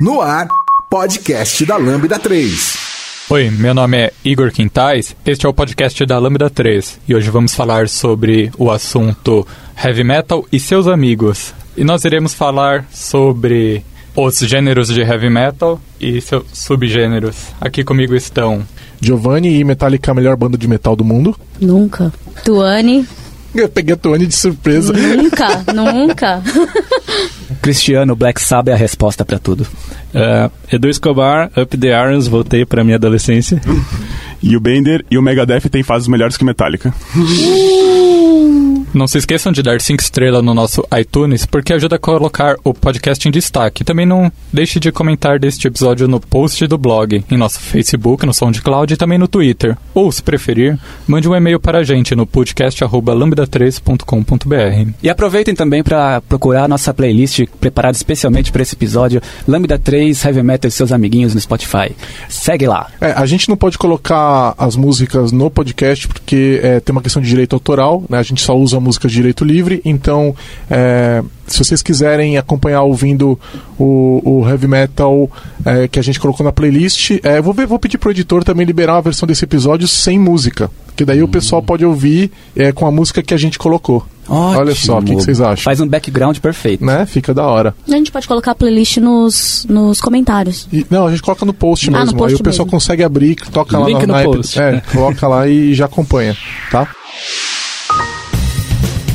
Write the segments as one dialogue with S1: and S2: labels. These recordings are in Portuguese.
S1: No ar, podcast da Lambda 3.
S2: Oi, meu nome é Igor Quintais, este é o podcast da Lambda 3 e hoje vamos falar sobre o assunto heavy metal e seus amigos. E nós iremos falar sobre os gêneros de heavy metal e seus subgêneros. Aqui comigo estão.
S3: Giovanni e Metallica, é a melhor banda de metal do mundo.
S4: Nunca. Tuane,
S3: Eu peguei a Tony de surpresa.
S4: nunca, nunca.
S5: Cristiano, Black Sabbath é a resposta pra tudo.
S6: É, Edu Escobar, Up the Irons, voltei pra minha adolescência.
S7: E o Bender e o Megadeth têm fases melhores que Metallica.
S2: Não se esqueçam de dar 5 estrelas no nosso iTunes, porque ajuda a colocar o podcast em destaque. Também não deixe de comentar deste episódio no post do blog, em nosso Facebook, no SoundCloud e também no Twitter. Ou, se preferir, mande um e-mail para a gente no podcast.lambda3.com.br.
S5: E aproveitem também pra procurar a nossa playlist preparada especialmente pra esse episódio, Lambda 3 Heavy Metal e seus amiguinhos no Spotify. Segue lá.
S3: É, a gente não pode colocar as músicas no podcast porque é, tem uma questão de direito autoral, né? A gente só usa músicas de direito livre, então é, se vocês quiserem acompanhar ouvindo o, o heavy metal é, que a gente colocou na playlist, é, vou ver, vou pedir pro editor também liberar uma versão desse episódio sem música. Que daí o pessoal pode ouvir é, com a música que a gente colocou. Olha só, o que, que vocês acham?
S5: Faz um background perfeito.
S3: Né? Fica da hora.
S4: A gente pode colocar a playlist nos, nos comentários.
S3: E- não, a gente coloca no post
S4: Ah,
S3: mesmo.
S4: no post
S3: aí o pessoal
S4: mesmo.
S3: consegue abrir, toca lá
S5: Link
S3: na,
S5: no
S3: na app-
S5: post.
S3: É, coloca lá e já acompanha, tá?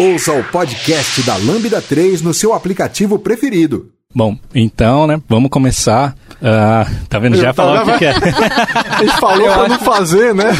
S1: Ouça o podcast da Lambda 3 no seu aplicativo preferido.
S6: Bom, então, né, vamos começar. Ah, tá vendo? Já falou o que, que é.
S3: Então, A gente falou pra não fazer, né?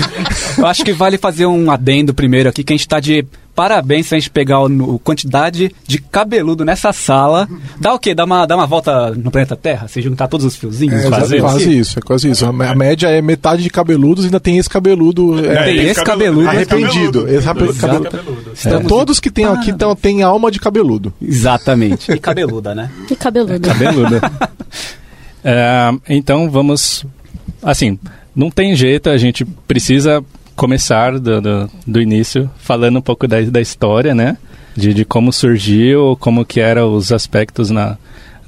S5: Eu acho que vale fazer um adendo primeiro aqui, que a gente tá de parabéns se a gente pegar o, no- quantidade de cabeludo nessa sala. Dá o quê? Dá uma, dá uma volta no planeta Terra? Se juntar todos os fiozinhos?
S3: É
S6: Quase
S3: quase,
S6: isso.
S3: isso, é quase isso. A, me- a média é metade de cabeludos, ainda tem esse cabeludo é,
S5: Tem esse cabeludo.
S3: arrependido. Esse rape- cabelo-
S5: Estamos-
S3: Todos que tem
S4: Ah.
S3: aqui tão- têm alma de cabeludo.
S5: Exatamente. E cabeluda, né?
S4: Que cabeludo.
S6: Cabeludo. É, então vamos. Assim, não tem jeito, a gente precisa começar do, do, do início, falando um pouco da, da história, né? De, de como surgiu, como que eram os aspectos na,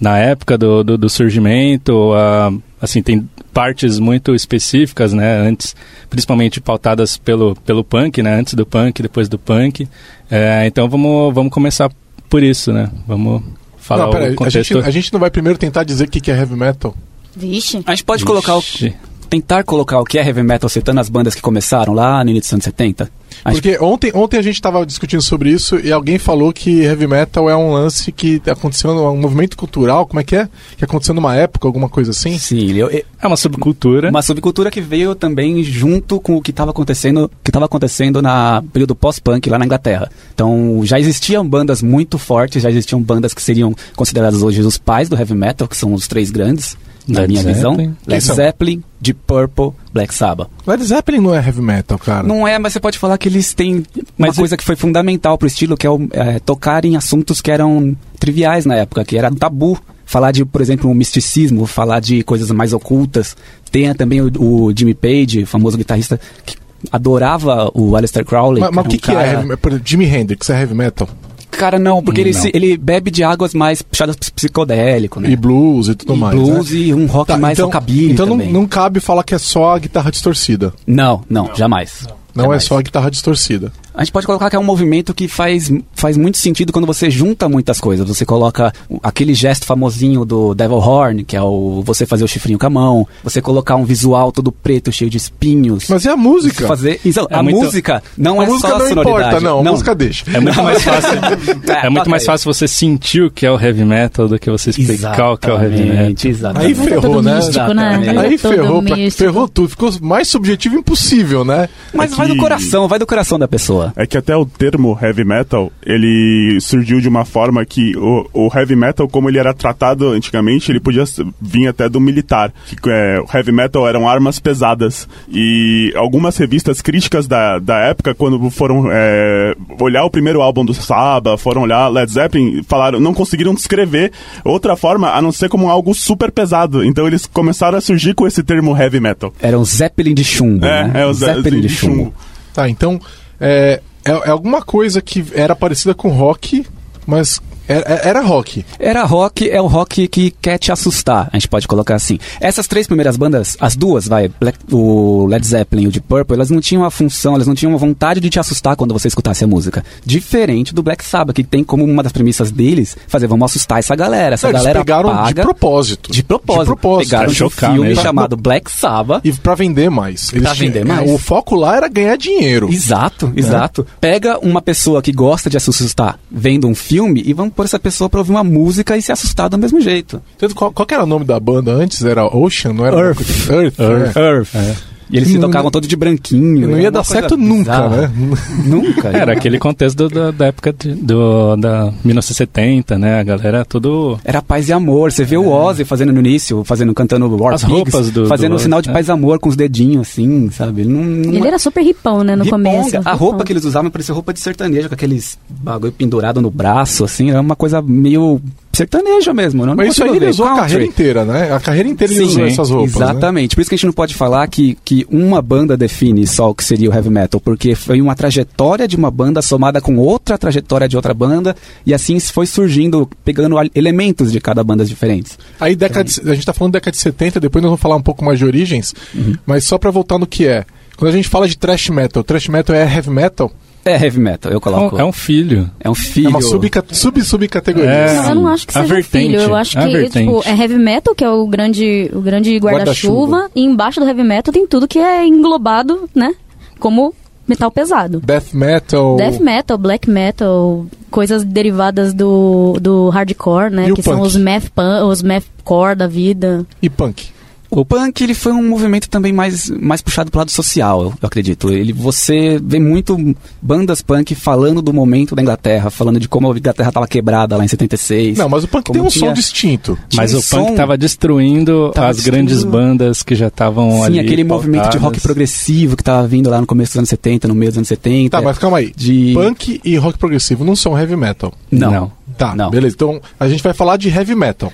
S6: na época do, do, do surgimento. a- assim, tem partes muito específicas, né? Antes, principalmente pautadas pelo, pelo punk, né? Antes do punk, depois do punk. É, então vamos, vamos começar por isso, né? Vamos falar
S3: não, pera,
S6: o
S3: a gente,
S6: contexto.
S3: a gente não vai primeiro tentar dizer o que, que é heavy metal?
S4: Vixe.
S5: A gente pode colocar o,
S6: Ixi.
S5: tentar colocar o que é heavy metal citando as bandas que começaram lá no início dos anos 70. A gente-
S3: Porque ontem, ontem a gente tava discutindo sobre isso e alguém falou que heavy metal é um lance que aconteceu, no- um movimento cultural, como é que é? Que aconteceu numa época, alguma coisa assim?
S5: Sim, eu- eu-
S6: É uma subcultura.
S5: uma subcultura que veio também junto com o que estava acontecendo, que estava acontecendo na período pós-punk lá na Inglaterra. Então, já existiam bandas muito fortes, já existiam bandas que seriam consideradas hoje os pais do heavy metal, que são os três grandes, na
S6: Led
S5: minha
S6: Zeppelin.
S5: visão.
S3: Quem
S5: Led
S3: são?
S5: Zeppelin, Deep Purple, Black Sabbath.
S3: Led Zeppelin não é heavy metal, cara.
S5: Não é, mas você pode falar que eles têm uma
S6: Mas e-
S5: coisa que foi fundamental pro estilo, que é, o- é tocar em assuntos que eram triviais na época, que era tabu. Falar de, por exemplo, um misticismo, falar de coisas mais ocultas. Tem é, também o, o Jimmy Page, famoso guitarrista, que adorava o Aleister Crowley.
S3: Mas, mas o que, que é
S5: cara-
S3: heavy metal? Por exemplo, Jimi Hendrix é heavy metal?
S5: Cara, não, porque
S6: Hum,
S5: ele,
S6: não.
S5: se- ele bebe de águas mais puxadas pro psicodélico, né?
S3: E blues É. e tudo
S5: E
S3: mais.
S5: blues
S3: né?
S5: e um rock
S3: Tá,
S5: mais
S3: então,
S5: rockabilly
S3: então não,
S5: também.
S3: não cabe falar que é só a guitarra distorcida.
S5: Não, não, jamais.
S3: Não é
S5: Jamais.
S3: só a guitarra distorcida.
S5: A gente pode colocar que é um movimento que faz, faz muito sentido quando você junta muitas coisas. Você coloca o- aquele gesto famosinho do Devil Horn, que é o você fazer o chifrinho com a mão, você colocar um visual todo preto, cheio de espinhos.
S3: Mas e a música?
S5: fazer. Então,
S6: É
S5: a
S6: muito-
S5: música não
S3: a
S5: é
S3: música
S5: só a
S3: não
S5: sonoridade.
S3: importa, não. A música deixa.
S6: É muito mais fácil. É muito mais fácil você sentir o que é o heavy metal do que você explicar o que é o heavy metal.
S5: Exatamente, exatamente.
S3: Aí ferrou,
S4: todo
S3: né?
S4: místico, né?
S5: Exatamente.
S3: Aí
S4: Todo
S3: ferrou, pra-
S4: místico.
S3: ferrou tudo. Ficou mais subjetivo impossível, né?
S5: Mas vai do coração, vai do coração da pessoa. fala.
S7: É que até o termo heavy metal, ele surgiu de uma forma que o, o heavy metal, como ele era tratado antigamente, ele podia s- vir até do militar. Que, é, o heavy metal eram armas pesadas. E algumas revistas críticas da, da época, quando foram é, olhar o primeiro álbum do Saba, foram olhar Led Zeppelin, falaram, não conseguiram descrever outra forma a não ser como algo super pesado. Então eles começaram a surgir com esse termo heavy metal.
S5: Era um Zeppelin de chumbo, né?
S7: É, é o
S5: Zeppelin de chumbo.
S3: Tá, então é, é, é alguma coisa que era parecida com rock, mas era, era rock.
S5: Era rock, é um rock que quer te assustar, a gente pode colocar assim. Essas três primeiras bandas, as duas, vai, Black- o Led Zeppelin e o Deep Purple, elas não tinham a função, elas não tinham a vontade de te assustar quando você escutasse a música. Diferente do Black Sabbath, que tem como uma das premissas deles fazer, vamos assustar essa galera, essa
S3: Não, É, eles
S5: galera
S3: pegaram
S5: paga...
S3: de propósito.
S5: De propósito.
S3: De propósito.
S5: Pegaram
S6: pra
S5: de um
S6: chocar
S5: filme
S6: mesmo.
S5: chamado Black Sabbath.
S3: E pra vender mais.
S5: Pra
S3: tinham- é,
S5: vender mais.
S3: O foco lá era ganhar dinheiro.
S5: Exato,
S3: É.
S5: exato. Pega uma pessoa que gosta de assustar vendo um filme e vamos pôr essa pessoa pra ouvir uma música e se assustar do mesmo jeito.
S3: Tanto, qual, qual que era o nome da banda antes? Era Ocean, não era? Earth. Earth. é.
S5: Earth. E eles se
S3: Não-
S5: tocavam todo de branquinho.
S3: Não
S5: era
S3: ia
S5: uma
S3: dar
S5: coisa
S3: certo nunca,
S5: bizarra.
S3: né?
S5: Nunca.
S6: Era aquele contexto do- da, da época de, do, da 1970, né? A galera tudo.
S5: Era paz e amor. Você vê o Ozzy fazendo no início, fazendo, cantando War
S6: É. As
S5: Pigs,
S6: roupas do-
S5: fazendo
S6: do
S5: um sinal de
S6: Ozzy, é.
S5: paz e amor com os dedinhos, assim, sabe? Ele não, não
S4: Ele era super ripão, né, no
S5: Riponga.
S4: começo.
S5: A roupa que eles usavam parecia roupa de sertanejo, com aqueles bagulho pendurado no braço, assim, era uma coisa meio sertaneja mesmo. Não, não
S3: Mas isso aí ele
S5: consigo ver.
S3: usou a
S5: Country.
S3: carreira inteira, né? A carreira inteira ele
S5: Sim,
S3: usou essas roupas. né?
S5: Exatamente. Por isso que a gente não pode falar que, que uma banda define só o que seria o heavy metal, porque foi uma trajetória de uma banda somada com outra trajetória de outra banda, e assim foi surgindo, pegando al- elementos de cada banda diferentes.
S3: Aí década de- a gente tá falando década de 70, depois nós vamos falar um pouco mais de origens,
S5: Uhum.
S3: mas só pra voltar no que é. Quando a gente fala de thrash metal, thrash metal é heavy metal?
S5: É heavy metal, eu
S6: É um,
S5: coloco.
S6: é um filho.
S5: É um filho.
S3: É uma subca- sub- subcategoria.
S6: É.
S4: Não, eu não acho que
S6: A
S4: seja
S6: vertente,
S4: filho. Eu acho
S6: a
S4: que tipo,
S6: vertente.
S4: é heavy metal, que é o grande, o grande guarda-chuva.
S3: Guarda-chuva.
S4: e embaixo do heavy metal tem tudo que é englobado, né? Como metal pesado.
S3: Death metal.
S4: Death metal, black metal, coisas derivadas do, do hardcore, né?
S3: E o
S4: que são
S3: punk?
S4: os math, pun- os mathcore da vida.
S3: e punk.
S5: O punk ele foi um movimento também mais, mais puxado pro lado social, eu eu acredito. Ele, você vê muito bandas punk falando do momento da Inglaterra, falando de como a Inglaterra tava quebrada lá em 76.
S3: Não, mas o punk
S5: Como
S3: tem um
S5: tinha-
S3: som distinto.
S6: Mas
S5: Tinha
S6: o punk
S5: som-
S6: tava destruindo
S5: Tava
S6: as grandes
S5: destruindo.
S6: bandas que já estavam
S5: Sim,
S6: ali.
S5: aquele movimento de
S6: pautadas.
S5: rock progressivo que tava vindo lá no começo dos anos 70, no meio dos anos 70.
S3: Tá, mas calma aí.
S5: É. De...
S3: Punk e rock progressivo não são heavy metal.
S5: Não.
S6: Não.
S3: Tá,
S5: Não.
S3: beleza. Então a gente vai falar de heavy metal,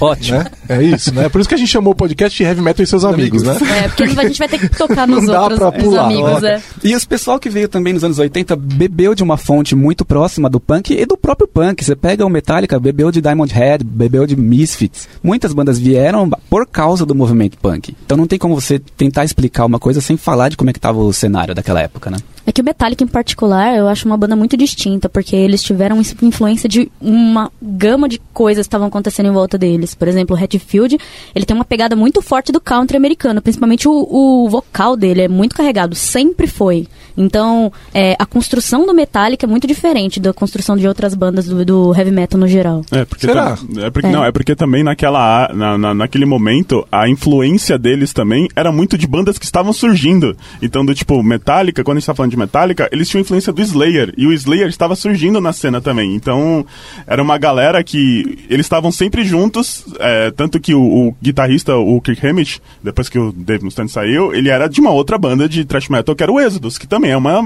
S5: Ótimo.
S3: né? É isso, né? Por isso que a gente chamou o podcast de Heavy Metal e seus amigos, né?
S4: É, porque a gente vai ter que tocar
S3: Não
S4: nos
S3: dá
S4: outros
S3: pra
S4: nos
S3: pular,
S4: amigos,
S3: né?
S4: é.
S5: E os pessoal que veio também nos anos 80 bebeu de uma fonte muito próxima do punk e do próprio punk. Você pega o Metallica, bebeu de Diamond Head, bebeu de Misfits. Muitas bandas vieram por causa do movimento punk. Então não tem como você tentar explicar uma coisa sem falar de como é que tava o cenário daquela época, né?
S4: É que o Metallica, em particular, eu acho uma banda muito distinta, porque eles tiveram ins- influência de uma gama de coisas que estavam acontecendo em volta deles. Por exemplo, o Hatfield, ele tem uma pegada muito forte do country americano, principalmente o, o vocal dele é muito carregado, sempre foi. Então, é, a construção do Metallica é muito diferente da construção de outras bandas do, do heavy metal no geral.
S7: É, porque
S3: Será?
S7: tam- é porque,
S4: É.
S7: Não, é porque também naquela, a- na, na- naquele momento a influência deles também era muito de bandas que estavam surgindo. Então, do tipo, Metallica, quando a gente tá falando de Metallica, eles tinham influência do Slayer. E o Slayer estava surgindo na cena também. Então, era uma galera que eles estavam sempre juntos. é, tanto que o, o guitarrista, o Kirk Hammett, depois que o Dave Mustaine saiu, ele era de uma outra banda de thrash metal que era o Exodus, que também é uma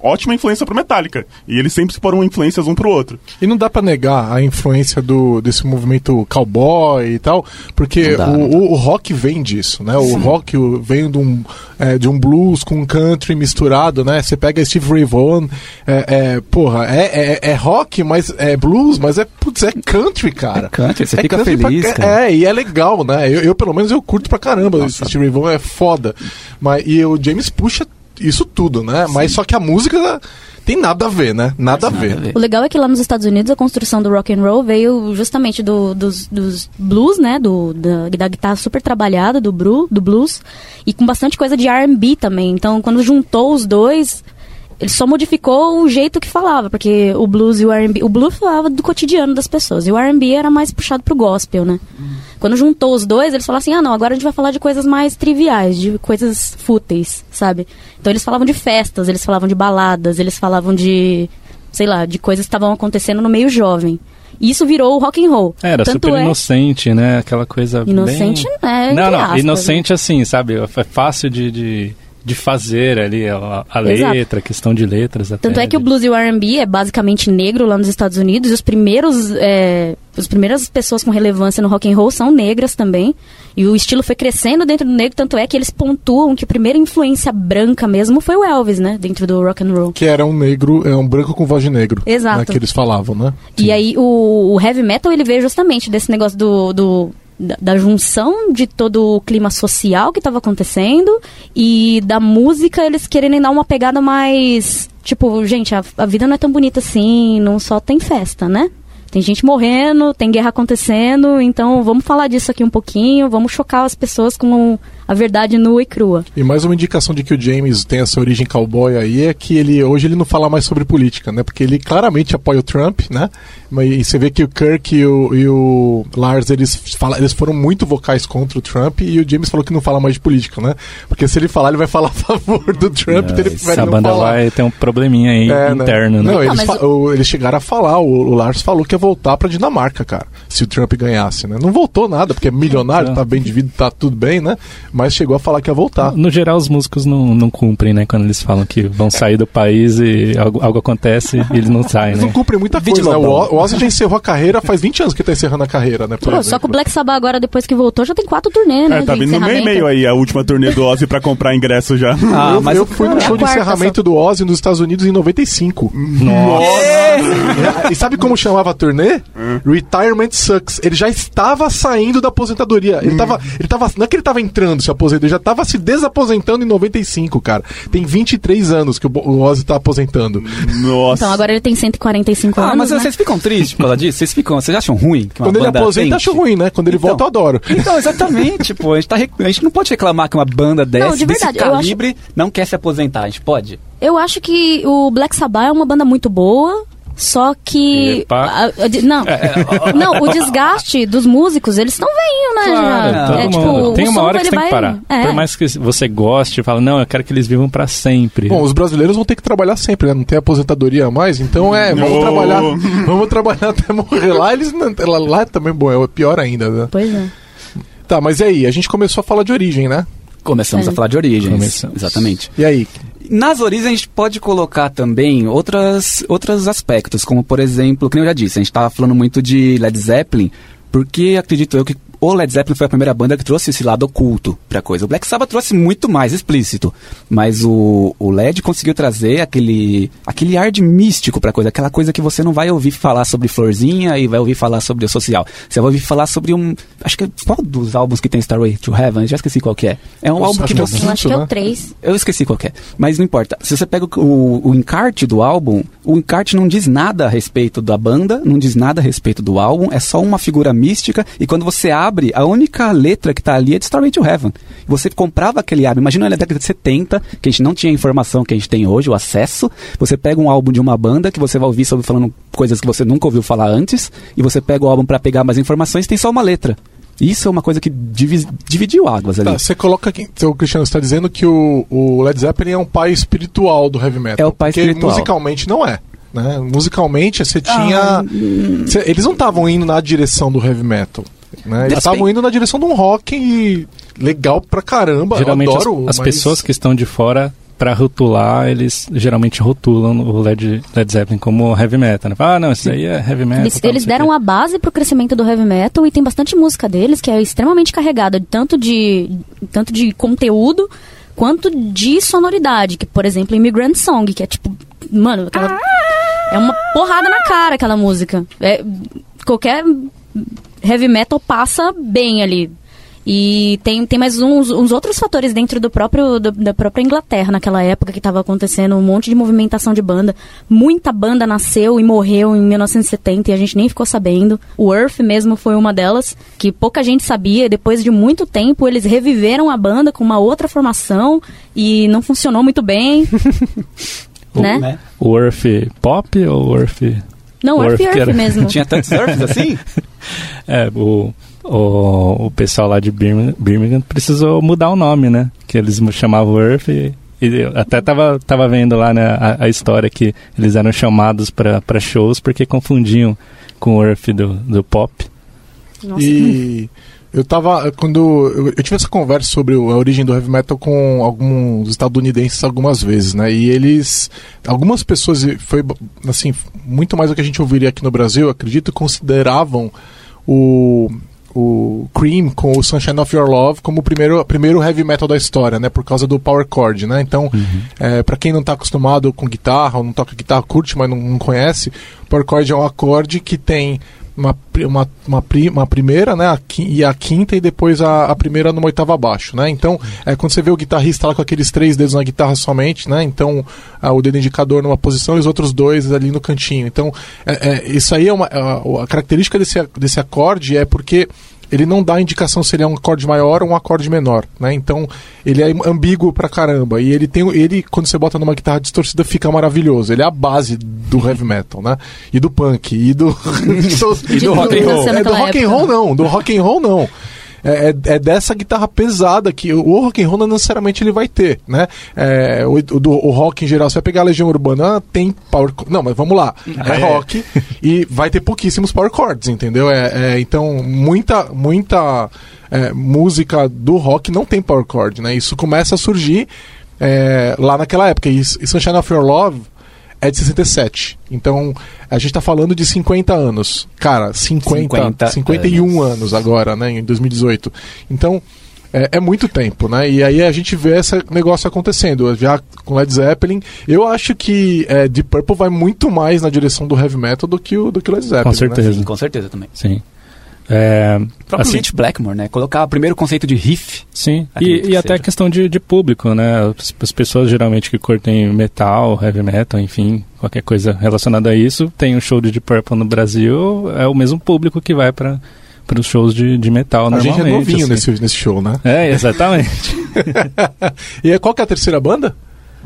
S7: ótima influência pro Metallica. E eles sempre se foram influências um pro outro.
S3: E não dá pra negar a influência do, desse movimento cowboy e tal, porque
S5: Não dá,
S3: o,
S5: não dá.
S3: o- o rock vem disso, né? O rock o- vem de um, é, de um blues com country misturado, né? Você pega Steve Ray Vaughan, é, é, porra, é, é, é rock, mas é blues, mas é, putz, é country, cara.
S5: É country, você fica
S3: country
S5: feliz,
S3: pra, ca-
S5: cara.
S3: É, e é legal, né? Eu, eu, pelo menos, eu curto pra caramba. O Steve Ray Vaughan é foda. Mas, e o James puxa isso tudo, né? Mas só que a música tem nada a ver, né? Nada a ver.
S4: O legal é que lá nos Estados Unidos a construção do rock and roll veio justamente do- dos, dos blues, né? Do, da, da guitarra super trabalhada, do, bru, do blues, e com bastante coisa de RB também. Então, quando juntou os dois, Ele só modificou o jeito que falava, porque o blues e o R&B, o blues falava do cotidiano das pessoas, e o R&B era mais puxado pro gospel, né? Quando juntou os dois, eles falaram assim: "Ah, não, agora a gente vai falar de coisas mais triviais, de coisas fúteis", sabe? Então eles falavam de festas, eles falavam de baladas, eles falavam de sei lá, de coisas que estavam acontecendo no meio jovem. E isso virou o rock and roll. é-
S6: Era super inocente, né? Aquela coisa
S4: Inocente
S6: bem...
S4: não é,
S6: Não,
S4: entre
S6: não,
S4: aspas,
S6: inocente assim, sabe? É fácil de, de, de fazer ali a, a
S4: Exato.
S6: letra, a questão de letras até.
S4: Tanto é que o
S6: de-
S4: blues e o R&B é basicamente negro lá nos Estados Unidos. E os primeiros, é, as primeiras pessoas com relevância no rock and roll são negras também. E o estilo foi crescendo dentro do negro. Tanto é que eles pontuam que a primeira influência branca mesmo foi o Elvis, né? Dentro do rock and roll.
S3: Que era um negro, é um branco com voz de negro.
S4: Exato.
S3: né, que eles falavam, né?
S4: E aí o, o heavy metal ele veio justamente desse negócio do, do- da, da junção de todo o clima social que estava acontecendo e da música eles quererem dar uma pegada mais tipo, gente, a, a vida não é tão bonita assim, não só tem festa, né? Tem gente morrendo, tem guerra acontecendo, então vamos falar disso aqui um pouquinho, vamos chocar as pessoas com a verdade nua e crua.
S3: E mais uma indicação de que o James tem essa origem cowboy aí é que ele hoje ele não fala mais sobre política, né? Porque ele claramente apoia o Trump, né? Mas e você vê que o Kirk e o, e o Lars eles, fala, eles foram muito vocais contra o Trump e o James falou que não fala mais de política, né? Porque se ele falar, ele vai falar a favor do Trump, então ele
S6: É, Essa
S3: prefere não
S6: banda
S3: falar.
S6: vai ter um probleminha aí
S3: É, né?
S6: interno, né?
S3: Não, eles,
S4: mas
S3: fa- o- eles chegaram a falar, o, o Lars falou que ia voltar pra Dinamarca, cara, se o Trump ganhasse, né? Não voltou nada, porque é milionário,
S6: Tá.
S3: tá bem de vida, tá tudo bem, né? Mas chegou a falar que ia voltar.
S6: No geral, os músicos não, não cumprem, né? Quando eles falam que vão sair do país e algo, algo acontece e eles não saem,
S3: Eles não
S6: né?
S3: cumprem muita
S5: Vinte
S3: coisa, né? O
S5: Lobão.
S3: O- o Ozzy já encerrou a carreira, faz 20 anos que tá encerrando a carreira, né? por
S4: Pô, só
S3: exemplo.
S4: que o Black Sabbath agora, depois que voltou, já tem quatro turnês, né?
S7: É, tá
S4: de
S7: vindo no meio,
S4: encerramento.
S7: meio aí a última turnê do Ozzy pra comprar ingresso já.
S5: Ah,
S3: eu,
S5: mas
S3: eu fui no show de
S4: Quarta só.
S3: encerramento do Ozzy nos Estados Unidos em 95. É, e sabe como chamava a turnê? Retirement Sucks. Ele já estava saindo da aposentadoria. Ele tava, ele tava. Não é que ele tava entrando, se aposentando, ele já tava se desaposentando em 95, cara. Tem 23 anos que o Bo- o Ozzy tá aposentando.
S7: Nossa.
S4: Então agora ele tem 145
S5: Ah,
S4: anos,
S5: mas
S4: né?
S5: vocês ficam tristes por causa disso? Vocês ficam, vocês acham ruim? que uma
S3: Quando ele
S5: banda
S3: aposenta,
S5: tente?
S3: acho ruim, né? Quando ele
S5: Então.
S3: volta, eu adoro.
S5: Então, exatamente, pô. A gente, tá rec- a gente não pode reclamar que uma banda dessa,
S4: Não, de
S5: desse
S4: verdade, eu acho-
S5: calibre não quer se aposentar. A gente pode?
S4: Eu acho que o Black Sabbath é uma banda muito boa, só que.
S6: Epa. É,
S4: a- a de- não. não, o desgaste dos músicos, eles estão veinho, né? já.
S5: todo
S4: é,
S5: mundo.
S4: Tipo,
S6: tem
S4: o
S6: uma
S4: som
S6: hora que
S4: ele
S6: você tem que
S4: vai-
S6: parar.
S4: É.
S6: Por mais que você goste, fala, não, eu quero que eles vivam pra sempre.
S3: Bom, os brasileiros vão ter que trabalhar sempre, né? Não tem aposentadoria a mais, então é, vamos
S7: Oh.
S3: trabalhar, vamos trabalhar até morrer. Lá eles não- lá, lá também bom, é pior ainda, né?
S4: Pois é.
S3: Tá, mas e aí, a gente começou a falar de origem, né?
S5: Começamos
S4: É.
S5: a falar de origens.
S6: Começamos.
S5: Exatamente.
S3: E aí,
S5: Nas origens a gente pode colocar também outras, outros aspectos, como por exemplo, que nem eu já disse, a gente estava falando muito de Led Zeppelin, porque acredito eu que o Led Zeppelin foi a primeira banda que trouxe esse lado oculto pra coisa. O Black Sabbath trouxe muito mais explícito, mas o, o Led conseguiu trazer aquele, aquele ar de místico pra coisa, aquela coisa que você não vai ouvir falar sobre florzinha e vai ouvir falar sobre o social. Você vai ouvir falar sobre um, acho que é- qual dos álbuns que tem Starway to Heaven, já esqueci qual que é. É um
S3: Nossa,
S5: álbum que
S3: meu
S5: você
S4: Eu acho que é
S3: né?
S4: o 3.
S5: eu esqueci qual que é, mas não importa. Se você pega o, o- o encarte do álbum, o encarte não diz nada a respeito da banda, não diz nada a respeito do álbum, é só uma figura mística, e quando você abre, a única letra que tá ali é de Starway to Heaven. Você comprava aquele álbum, imagina na década de 70, que a gente não tinha a informação que a gente tem hoje, o acesso, você pega um álbum de uma banda que você vai ouvir sobre falando coisas que você nunca ouviu falar antes, e você pega o álbum pra pegar mais informações, tem só uma letra. Isso é uma coisa que divi- dividiu águas ali.
S3: tá, você coloca aqui, então, o Cristiano está dizendo que o, o Led Zeppelin é um pai espiritual do heavy metal.
S5: É o pai
S3: porque
S5: espiritual.
S3: musicalmente não é. Né? Musicalmente você
S5: Ah,
S3: tinha. você- eles não estavam indo na direção do heavy metal. Né? Eles
S5: Depende.
S3: estavam indo na direção de um rock e legal pra caramba.
S6: geralmente
S3: eu
S6: as-
S3: adoro.
S6: as,
S3: mas-
S6: pessoas que estão de fora pra rotular, eles geralmente rotulam o Led, Led Zeppelin como heavy metal. Né? Fala, Ah, não, isso aí é heavy metal.
S4: Eles,
S6: tal,
S4: eles
S6: não sei o
S4: deram
S6: quê."
S4: a base pro crescimento do heavy metal e tem bastante música deles que é extremamente carregada, tanto de, tanto de conteúdo quanto de sonoridade. Que, por exemplo, Immigrant Song, que é tipo. Mano, aquela. É uma porrada na cara aquela música. É, qualquer heavy metal passa bem ali. E tem, tem mais uns, uns outros fatores dentro do próprio do- da própria Inglaterra naquela época que estava acontecendo um monte de movimentação de banda. Muita banda nasceu e morreu em 1970 e a gente nem ficou sabendo. O Earth mesmo foi uma delas, que pouca gente sabia. E Depois de muito tempo, eles reviveram a banda com uma outra formação e não funcionou muito bem. né?
S5: né?
S6: O Earth Pop ou Earth...
S4: Não, Earth
S6: Orf, que
S4: Earth
S6: era-
S4: mesmo.
S5: Tinha tantos surfs assim?
S6: É, o, o, o pessoal lá de Birmingham, Birmingham precisou mudar o nome, né? Que eles mu- chamavam Earth e, e eu até tava, tava vendo lá né, a, a história que eles eram chamados para shows porque confundiam com o Earth do, do pop.
S4: Nossa.
S3: E eu tava. Quando. Eu, eu tive essa conversa sobre o- a origem do heavy metal com alguns estadunidenses algumas vezes, né? E eles. Algumas pessoas, e foi assim, muito mais do que a gente ouviria aqui no Brasil, eu acredito, consideravam o. O Cream com o Sunshine of Your Love como o primeiro, primeiro heavy metal da história, né? Por causa do power chord, né? Então, é, para quem não tá acostumado com guitarra, ou não toca guitarra, curte, mas não, não conhece, power chord é um acorde que tem uma, pri- uma, uma, pri- uma primeira, né? a qui- e a quinta, e depois a, a primeira numa oitava abaixo, né? Então, é, quando você vê o guitarrista lá com aqueles três dedos na guitarra somente, né? Então, ah, o dedo indicador numa posição e os outros dois ali no cantinho. Então, é- é, isso aí é uma. A, a característica desse, a- desse acorde é porque. Ele não dá indicação se ele é um acorde maior ou um acorde menor, né? Então, ele é ambíguo pra caramba. E ele tem o- ele quando você bota numa guitarra distorcida fica maravilhoso. Ele é a base do heavy metal, né? E do punk e do
S4: E do rock and roll.
S3: É, do rock and roll não, do rock and roll não. É, é- é dessa guitarra pesada que o o rock and roll não necessariamente ele vai ter, né? É, o, o do, o rock em geral, você vai pegar a Legião Urbana, ah, tem power... co- Não, mas vamos lá. É rock e vai ter pouquíssimos power chords, entendeu? É, é, então, muita, muita é, música do rock não tem power chord, né? Isso começa a surgir é, lá naquela época. E, S- e Sunshine of Your Love é de 67. Então, a gente tá falando de 50 anos. Cara, 50,
S5: 50
S3: 51 anos. agora, né? Em 2018. Então, é, é muito tempo, né? E aí a gente vê esse negócio acontecendo. Já com Led Zeppelin, eu acho que é, Deep Purple vai muito mais na direção do heavy metal do que o do que Led Zeppelin.
S6: Com
S3: né?
S6: certeza.
S5: Com certeza também.
S6: Sim. É,
S5: O próprio
S6: assim,
S5: Lynch Blackmore, né? Colocar o primeiro conceito de riff.
S6: Sim,
S5: Acredito
S6: e,
S5: que
S6: e até
S5: seja.
S6: a questão de, de público, né? As, as pessoas geralmente que curtem metal, heavy metal, enfim, qualquer coisa relacionada a isso, tem um show de Deep Purple no Brasil, é o mesmo público que vai para os shows de, de metal
S3: A
S6: normalmente.
S3: gente é novinho
S6: assim.
S3: nesse, nesse show, né?
S6: É, exatamente.
S3: E aí, qual que é a terceira banda?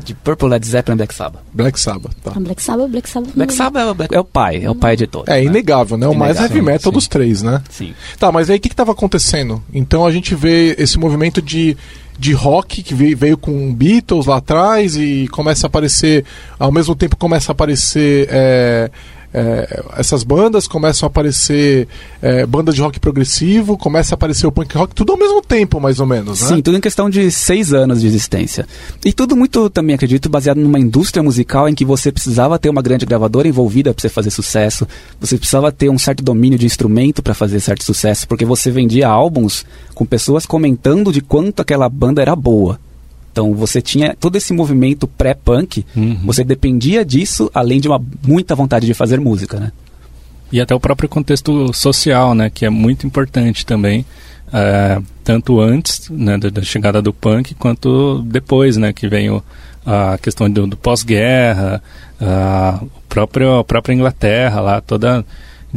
S5: De Purple Led Zeppelin Black Sabbath.
S3: Black Sabbath, tá.
S4: Ah, Black Sabbath, Black Sabbath.
S5: Black Sabbath é o, Black- é o pai, é o pai de todos.
S3: É
S5: né?
S3: inegável, né? O mais
S5: Inegável,
S3: heavy metal
S6: sim.
S3: dos três, né?
S5: Sim.
S3: Tá, mas aí o que estava acontecendo? Então a gente vê esse movimento de, de rock que veio, veio com Beatles lá atrás e começa a aparecer, ao mesmo tempo começa a aparecer é, é, essas bandas, começam a aparecer é, bandas de rock progressivo, começa a aparecer o punk rock, tudo ao mesmo tempo, mais ou menos, né?
S5: Sim, tudo em questão de seis anos de existência. E tudo muito, também acredito, baseado numa indústria musical em que você precisava ter uma grande gravadora envolvida para você fazer sucesso, você precisava ter um certo domínio de instrumento para fazer certo sucesso, porque você vendia álbuns com pessoas comentando de quanto aquela banda era boa. Então você tinha todo esse movimento pré-punk,
S6: Uhum.
S5: você dependia disso, além de uma muita vontade de fazer música, né?
S6: E até o próprio contexto social, né, que é muito importante também, eh, tanto antes né, da, da chegada do punk, quanto depois, né, que vem o- a questão do, do pós-guerra, a própria, a própria Inglaterra lá, toda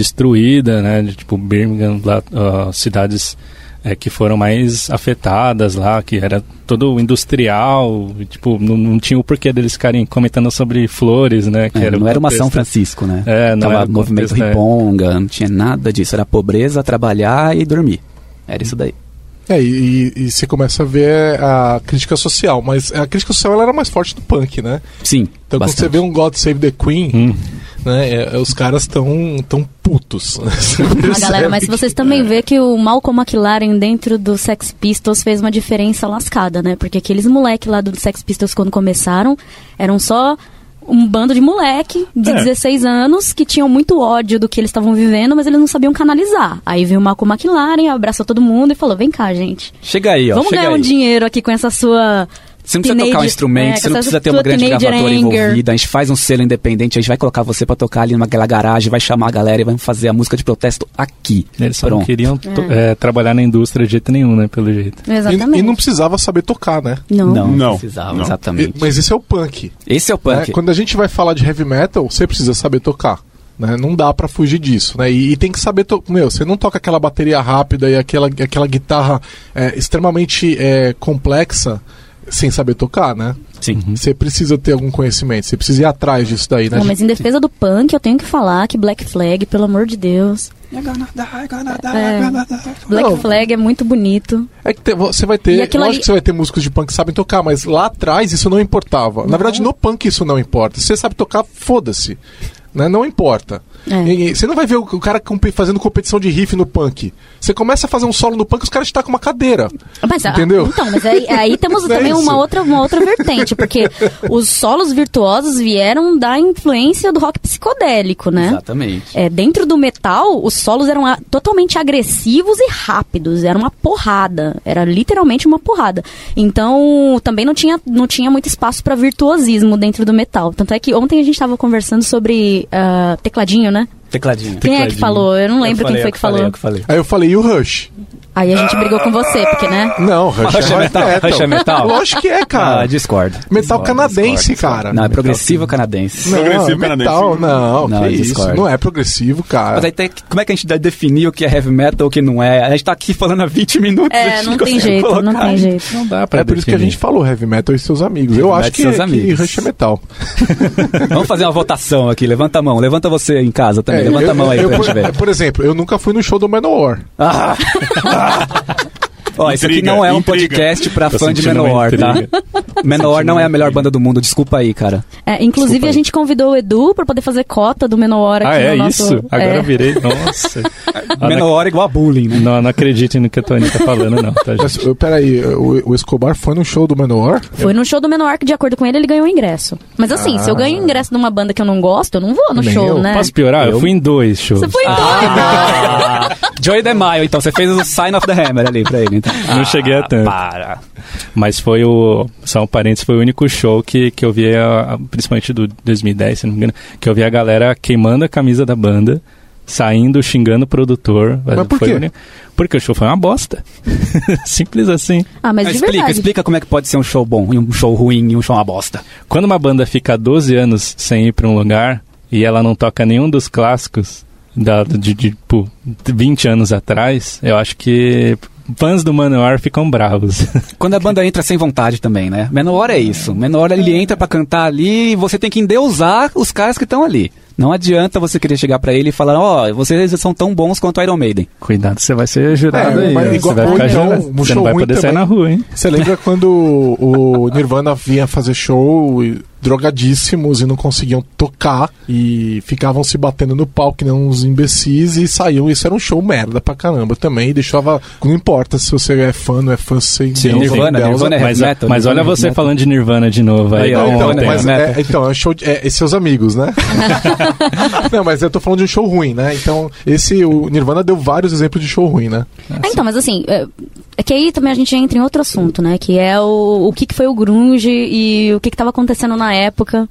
S6: destruída, né, de, tipo Birmingham, lá, ah, cidades eh, que foram mais afetadas lá, que era todo industrial, e, tipo, não, não tinha o porquê deles ficarem comentando sobre flores, né, que
S5: É,
S6: era o
S5: não era uma São
S6: contexto.
S5: Francisco, né?
S6: É, não
S5: Tava
S6: era o
S5: movimento
S6: contexto, é.
S5: riponga, não tinha nada disso. Era pobreza, trabalhar e dormir. Era isso daí.
S3: É, e, e, e você começa a ver a crítica social, mas a crítica social ela era mais forte do punk, né?
S5: Sim,
S3: Então
S5: bastante. Hum.
S3: quando você vê um God Save the Queen, né, é- é, os caras estão tão putos. né? Você
S4: Ah, galera,
S3: percebe
S4: mas
S3: que-
S4: vocês também vê que o Malcolm McLaren dentro do Sex Pistols fez uma diferença lascada, né? Porque aqueles moleque lá do Sex Pistols quando começaram eram só um bando de moleque de
S7: É.
S4: 16 anos que tinham muito ódio do que eles estavam vivendo, mas eles não sabiam canalizar. Aí veio o Malcolm McLaren, abraçou todo mundo e falou: "Vem cá, gente.
S5: Chega aí, ó.
S4: Vamos
S5: chega
S4: ganhar
S5: aí.
S4: um dinheiro aqui com essa sua
S5: Você não precisa tocar um
S4: teenage-
S5: instrumento,
S4: é,
S5: você não
S4: essa
S5: precisa ter
S4: sua
S5: uma grande
S4: teenager
S5: gravadora
S4: anger.
S5: envolvida. A gente faz um selo independente, a gente vai colocar você pra tocar ali naquela garagem, vai chamar a galera e vamos fazer a música de protesto aqui.
S6: é. Eles só não
S5: Pronto.
S6: queriam to-
S4: É.
S6: eh, trabalhar na indústria de jeito nenhum, né? Pelo jeito.
S4: Exatamente.
S3: E, e não precisava saber tocar, né?
S4: Não.
S5: Não,
S7: Não,
S5: precisava,
S7: não.
S5: exatamente.
S3: E- mas esse é o punk.
S5: Esse é o
S3: né?
S5: punk.
S3: Quando a gente vai falar de heavy metal, você precisa saber tocar. Né? Não dá pra fugir disso, né? E, e tem que saber. to- Meu, você não toca aquela bateria rápida e aquela, aquela guitarra é, extremamente é, complexa sem saber tocar, né?
S5: Sim.
S3: Você precisa ter algum conhecimento, você precisa ir atrás disso daí, né?
S4: Não, mas em defesa do punk, eu tenho que falar que Black Flag, pelo amor de Deus. É. Black
S3: Não.
S4: Flag é muito bonito.
S3: É que te- você vai ter.
S4: E
S3: Lógico
S4: aquilo ali-
S3: que você vai ter músicos de punk que sabem tocar, mas lá atrás isso não importava. Na verdade, no punk isso não importa. Se você sabe tocar, foda-se. Né? Não importa.
S4: É.
S3: E- e você não vai ver o, o cara compe- fazendo competição de riff no punk. Você começa a fazer um solo no punk, os caras te tacam uma cadeira.
S4: Mas, ah,
S3: Entendeu?
S4: então, mas aí, aí temos
S3: Não é
S4: também uma
S3: isso.
S4: outra, uma outra vertente, porque os solos virtuosos vieram da influência do rock psicodélico, né?
S5: Exatamente.
S4: É, dentro do metal, os solos eram a- totalmente agressivos e rápidos. Era uma porrada. Era literalmente uma porrada. Então, também não tinha, não tinha muito espaço para virtuosismo dentro do metal. Tanto é que ontem a gente estava conversando sobre ah, tecladinho, né?
S5: Tecladinho.
S4: Quem é que falou? Eu não lembro quem foi que falou.
S5: falei.
S3: Aí eu falei, e o Rush?
S4: Aí a gente brigou com você, porque, né?
S3: Não, Rush,
S5: Rush é metal, Rush é metal.
S3: Lógico que é, cara.
S5: Ah, discordo.
S3: Metal
S5: Discordo,
S3: canadense, cara.
S5: Não, é progressivo canadense.
S3: Não,
S7: Progressivo
S3: é metal,
S7: canadense.
S3: não,
S5: Não,
S3: que
S5: eu
S3: isso.
S5: discordo.
S3: Não é progressivo, cara.
S5: Mas aí tem, que- como é que a gente deve definir o que é heavy metal, o que não é? A gente tá aqui falando há 20 minutos. a
S4: É,
S5: gente
S4: não tem
S5: consegue
S4: jeito, não
S5: colocar.
S4: tem jeito.
S6: Não dá pra
S3: É por isso que a
S6: definir.
S3: gente falou heavy metal e seus amigos. Eu
S5: Heavy
S3: acho
S5: metal e
S3: que,
S5: seus
S3: que
S5: amigos.
S3: Rush é metal.
S5: Vamos fazer uma votação aqui. Levanta a mão. Levanta você em casa também.
S3: É,
S5: Levanta
S3: eu-
S5: a mão aí
S3: eu,
S5: pra
S3: por,
S5: gente ver.
S3: por exemplo, eu nunca fui no show do Manowar.
S5: Ah! Ó, isso aqui
S7: Intriga,
S5: não é um
S7: intriga.
S5: podcast pra
S6: Tô
S5: fã de
S6: sentindo uma
S5: Menor, tá?
S6: intriga.
S5: Menor não é a melhor banda do mundo, desculpa aí, cara.
S4: É, inclusive,
S5: Desculpa aí.
S4: a gente convidou o Edu para poder fazer cota do Menor aqui
S6: Ah, é
S4: no nosso...
S6: isso? Agora
S4: É.
S6: eu virei. Nossa. Ah, não,
S5: Menor é igual a bullying, né?
S6: não, não acreditem no que a Tony tá falando, não, tá,
S3: Mas,
S6: gente?
S3: eu- peraí, o, o Escobar foi no show do Manowar?
S4: Foi no show do Menor que, de acordo com ele, ele ganhou o ingresso. Mas assim, se eu ganho ingresso de uma banda que eu não gosto, eu não vou no
S3: Nem
S4: show,
S3: eu.
S4: né?
S6: Posso piorar? Eu... fui em dois shows.
S4: Você foi
S5: Ah, Joey DeMaio, então, você fez o Sign of the Hammer ali pra ele. Então.
S6: Não cheguei a tanto.
S5: Para.
S6: Mas foi o. Só um parênteses, foi o único show que, que eu vi, a- a- principalmente do 2010, se não me engano, que eu vi a galera queimando a camisa da banda, saindo, xingando o produtor.
S3: Mas por
S6: Foi
S3: quê?
S6: o único- Porque o show foi uma bosta. Simples assim.
S4: Ah, mas de
S5: explica,
S4: verdade.
S5: explica como é que pode ser um show bom, e um show ruim, e um show uma bosta.
S6: Quando uma banda fica 12 anos sem ir pra um lugar e ela não toca nenhum dos clássicos da, de, de, tipo, 20 anos atrás, eu acho que fãs do Manowar ficam bravos.
S5: Quando a banda entra sem vontade também, né? Menor é isso. Menor ele entra pra cantar ali e você tem que endeusar os caras que estão ali. Não adianta você querer chegar pra ele e falar, ó, vocês são tão bons quanto Iron Maiden.
S6: Cuidado, você vai ser jurado
S3: É,
S6: aí.
S3: mas
S6: ó.
S3: igual-
S6: você vai ficar
S3: ou então,
S6: jurado.
S3: um
S6: Você
S3: show
S6: não vai
S3: ruim
S6: poder sair
S3: também.
S6: na rua, hein?
S3: Você lembra quando o Nirvana vinha fazer show e- drogadíssimos e não conseguiam tocar e ficavam se batendo no pau que nem uns imbecis e saíam. Isso era um show merda pra caramba também. E deixava. Não importa se você é fã, não é fã, se
S5: Sim,
S3: endeusa,
S5: Nirvana,
S3: endeusa.
S5: Nirvana é
S6: Mas,
S5: heavy metal,
S6: mas
S5: Nirvana
S6: olha
S5: é heavy
S6: você
S5: metal.
S6: falando de Nirvana de novo aí.
S5: Aí, ó,
S6: com
S5: então,
S3: Não,
S6: o
S3: né? então,
S5: né?
S3: mas
S6: tema.
S3: é, então, é show de- é, é seus amigos, né? não, mas eu tô falando de um show ruim, né? Então, esse, o Nirvana deu vários exemplos de show ruim, né?
S4: Ah, então, mas assim, é, é que aí também a gente entra em outro assunto, né? Que é o, o que, que foi o grunge e o que estava acontecendo na época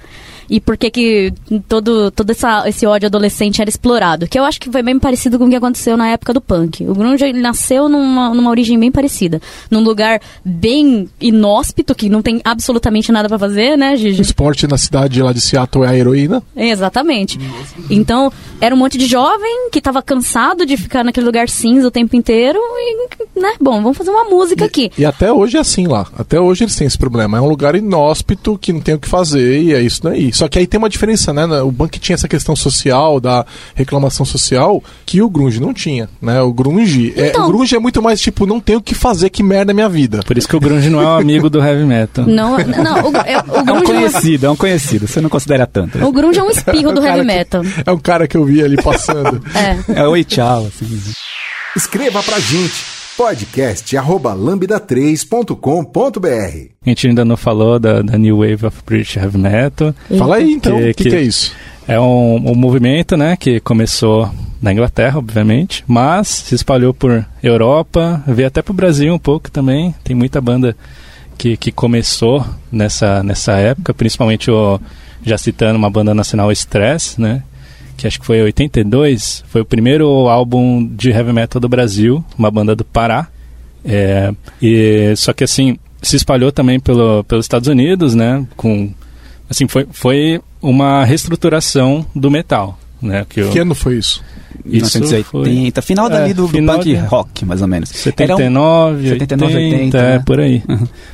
S4: e por que que todo, todo essa, esse ódio adolescente era explorado. Que eu acho que foi bem parecido com o que aconteceu na época do punk. O grunge ele nasceu numa, numa origem bem parecida. Num lugar bem inóspito, que não tem absolutamente nada pra fazer, né,
S3: O
S4: Gigi?
S3: esporte na cidade lá de Seattle é a heroína.
S4: Exatamente. Então, era um monte de jovem que tava cansado de ficar naquele lugar cinza o tempo inteiro e, né, bom, vamos fazer uma música aqui.
S3: E até hoje é assim lá. Até hoje eles têm esse problema. É um lugar inóspito que não tem o que fazer e é isso daí. Só que aí tem uma diferença, né? O punk tinha essa questão social, da reclamação social, que o grunge não tinha, né? O grunge, é,
S4: Então.
S3: o grunge é muito mais tipo, não tenho o que fazer, que merda é minha vida.
S6: Por isso que o Grunge não é um amigo do heavy metal.
S4: Não, não, o, é- o
S5: É um
S4: grunge é,
S5: conhecido, é um conhecido. Você não considera tanto.
S4: o grunge é um espirro do
S3: O cara
S4: heavy
S3: que-
S4: metal.
S3: É um cara que eu vi ali passando.
S4: É.
S5: É oi, tchau. assim.
S1: Escreva pra gente podcast arroba lambda3.com.br
S6: A gente ainda não falou da, da New Wave of British Heavy Metal.
S3: Fala aí então, o
S6: Que-
S3: que, que
S6: que-
S3: é isso?
S6: É um, um movimento, né, que começou na Inglaterra, obviamente, mas se espalhou por Europa, veio até pro Brasil um pouco também. Tem muita banda que, que começou nessa, nessa época, principalmente o, já citando uma banda nacional, Stress, né, que acho que foi em 82, foi o primeiro álbum de heavy metal do Brasil, uma banda do Pará. É, e só que assim se espalhou também pelo, pelos Estados Unidos, né, com assim foi, foi uma reestruturação do metal, né, que, o-
S3: Que ano foi isso?
S6: Isso
S5: 1980, final
S6: É,
S5: dali do, do
S6: final
S5: punk
S6: de-
S5: rock, mais ou menos. Era um-
S6: 79,
S5: 79,
S6: 80,
S5: 80,
S6: é
S5: né?
S6: por aí.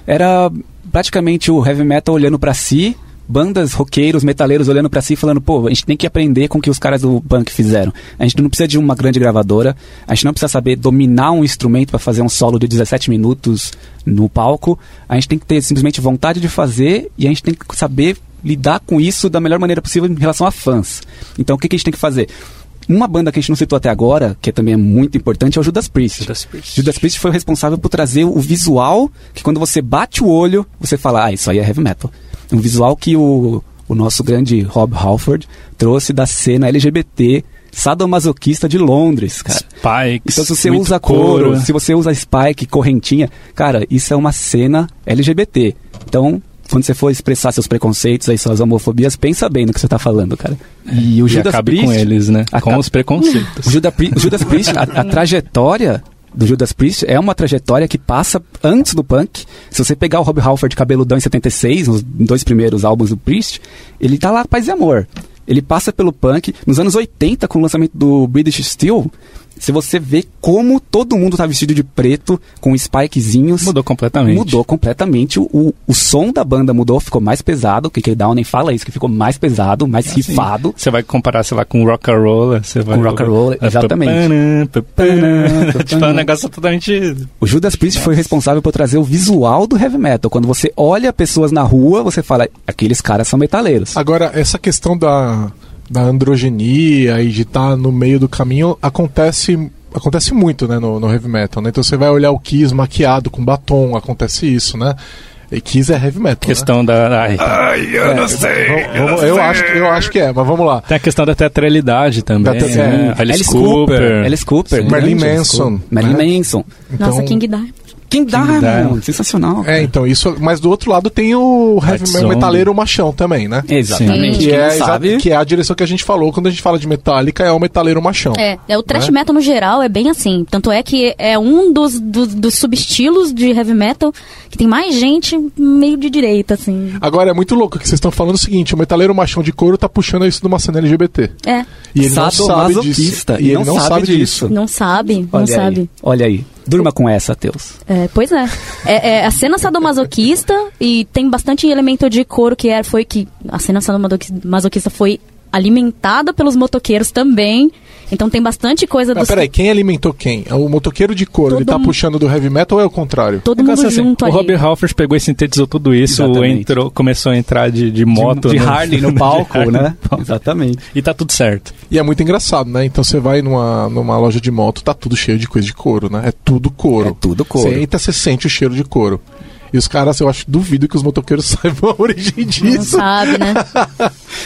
S5: Era praticamente o heavy metal olhando pra si, bandas, roqueiros, metaleiros olhando pra si e falando, pô, a gente tem que aprender com o que os caras do punk fizeram. A gente não precisa de uma grande gravadora, a gente não precisa saber dominar um instrumento pra fazer um solo de 17 minutos no palco. A gente tem que ter simplesmente vontade de fazer e a gente tem que saber lidar com isso da melhor maneira possível em relação a fãs. Então o que, que a gente tem que fazer? Uma banda que a gente não citou até agora, que também é muito importante, é o Judas Priest.
S6: Judas Priest.
S5: Judas Priest foi o responsável por trazer o visual que quando você bate o olho, você fala, ah, isso aí é heavy metal. Um visual que o, o nosso grande Rob Halford trouxe da cena LGBT sadomasoquista de Londres, cara.
S6: Spikes,
S5: Então se você
S6: muito
S5: usa couro, se você usa spike, correntinha, cara, isso é uma cena LGBT. Então, quando você for expressar seus preconceitos aí, suas homofobias, pensa bem no que você tá falando, cara. E o
S6: e
S5: Judas
S6: acabe
S5: Priest,
S6: com eles, né?
S5: Acaba-
S6: Com os preconceitos.
S5: o Judas, Pri- o Judas Priest, a, a trajetória do Judas Priest é uma trajetória que passa antes do punk. Se você pegar o Rob Halford cabeludão em 76, os dois primeiros álbuns do Priest, ele tá lá paz e amor. Ele passa pelo punk. Nos anos 80, com o lançamento do British Steel, se você vê como todo mundo tá vestido de preto, com spikezinhos.
S6: Mudou completamente.
S5: Mudou completamente. O, o som da banda mudou, ficou mais pesado. O KK Downing fala isso, que ficou mais pesado,
S6: Ah,
S5: mais rifado.
S6: Você vai comparar, sei lá, com rock and roll, você vai...
S5: rock and roll, exatamente.
S6: Tipo, é um negócio totalmente...
S5: O Judas Priest foi responsável por trazer o visual do heavy metal. Quando você olha pessoas na rua, você fala, aqueles caras são metaleiros.
S3: Agora, essa questão da, da androgenia e de estar no meio do caminho acontece acontece muito né, no, no heavy metal. Né? Então você vai olhar o Kiss maquiado com batom, acontece isso, né? E Kiss é heavy metal. né?
S6: questão da... ai,
S7: É,
S3: Vamos- vamos- eu, acho, que- eu acho que é, mas vamos lá.
S6: Tem a questão da teatralidade também,
S3: Da teat-
S6: né?
S3: é.
S6: Alice, Cooper.
S5: Alice Cooper.
S3: Marilyn
S5: grande Alice
S3: Manson,
S5: Cooper. Marilyn
S3: né?
S5: Manson.
S3: Então,
S4: Nossa, King Diamond.
S5: King Diamond.
S6: Diamond.
S5: Sensacional.
S3: É, então isso. Mas do outro lado tem o heavy
S6: White
S3: metal
S6: Zombie.
S3: metaleiro machão também, né?
S5: Exatamente.
S3: Que
S5: Quem
S3: é,
S5: não
S3: exa-
S5: sabe...
S3: que é a direção que a gente falou quando a gente fala de Metallica, é o metaleiro machão.
S4: É, é o thrash metal no geral é bem assim. Tanto é que é um dos, dos, dos subestilos de heavy metal que tem mais gente meio de direita, assim.
S3: Agora é muito louco que vocês estão falando o seguinte: o metaleiro machão de couro tá puxando isso de uma cena LGBT.
S4: É,
S3: E ele não sabe disso.
S5: Sadomasoquista.
S3: E ele não sabe disso.
S4: não sabe, não
S5: Olha aí,
S4: sabe.
S5: Olha aí. Durma com essa, Teus.
S4: É, pois é. é. é, A cena sadomasoquista e tem bastante elemento de couro que é, foi que a cena sadomasoquista foi alimentada pelos motoqueiros também. Então tem bastante coisa
S3: Mas
S4: dos
S3: Ah, peraí, quem alimentou quem? É O motoqueiro de couro,
S4: Todo
S3: ele tá
S4: mundo.
S3: puxando do heavy metal ou é o contrário?
S4: todo
S6: É
S4: mundo
S6: quase assim,
S4: junto
S6: o
S4: ali.
S6: Robbie Halford pegou e sintetizou tudo isso,
S5: Exatamente.
S6: entrou, começou a entrar de, de moto.
S5: de, de
S6: né?
S5: Harley no
S6: De
S5: palco,
S6: Harley
S5: né?
S6: no palco.
S5: Exatamente.
S6: E tá tudo certo.
S3: E é muito engraçado, né? Então você vai numa, numa loja de moto, tá tudo cheio de coisa de couro, né? É tudo couro.
S5: É tudo couro.
S3: Você entra, você sente o cheiro de couro. E os caras, eu acho, duvido que os motoqueiros saibam a origem
S4: Não
S3: disso.
S4: sabe, né?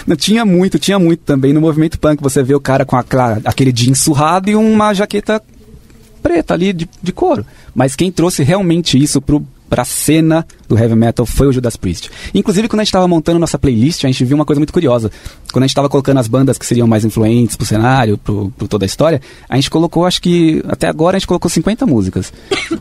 S5: Não, tinha muito, tinha muito também no movimento punk. Você vê o cara com aquela- aquele jeans surrado e uma jaqueta preta ali de, de couro. Mas quem trouxe realmente isso pro, pra cena do heavy metal foi o Judas Priest. Inclusive, quando a gente tava montando nossa playlist, a gente viu uma coisa muito curiosa. Quando a gente tava colocando as bandas que seriam mais influentes pro cenário, pro, pro toda a história, a gente colocou, acho que até agora a gente colocou 50 músicas.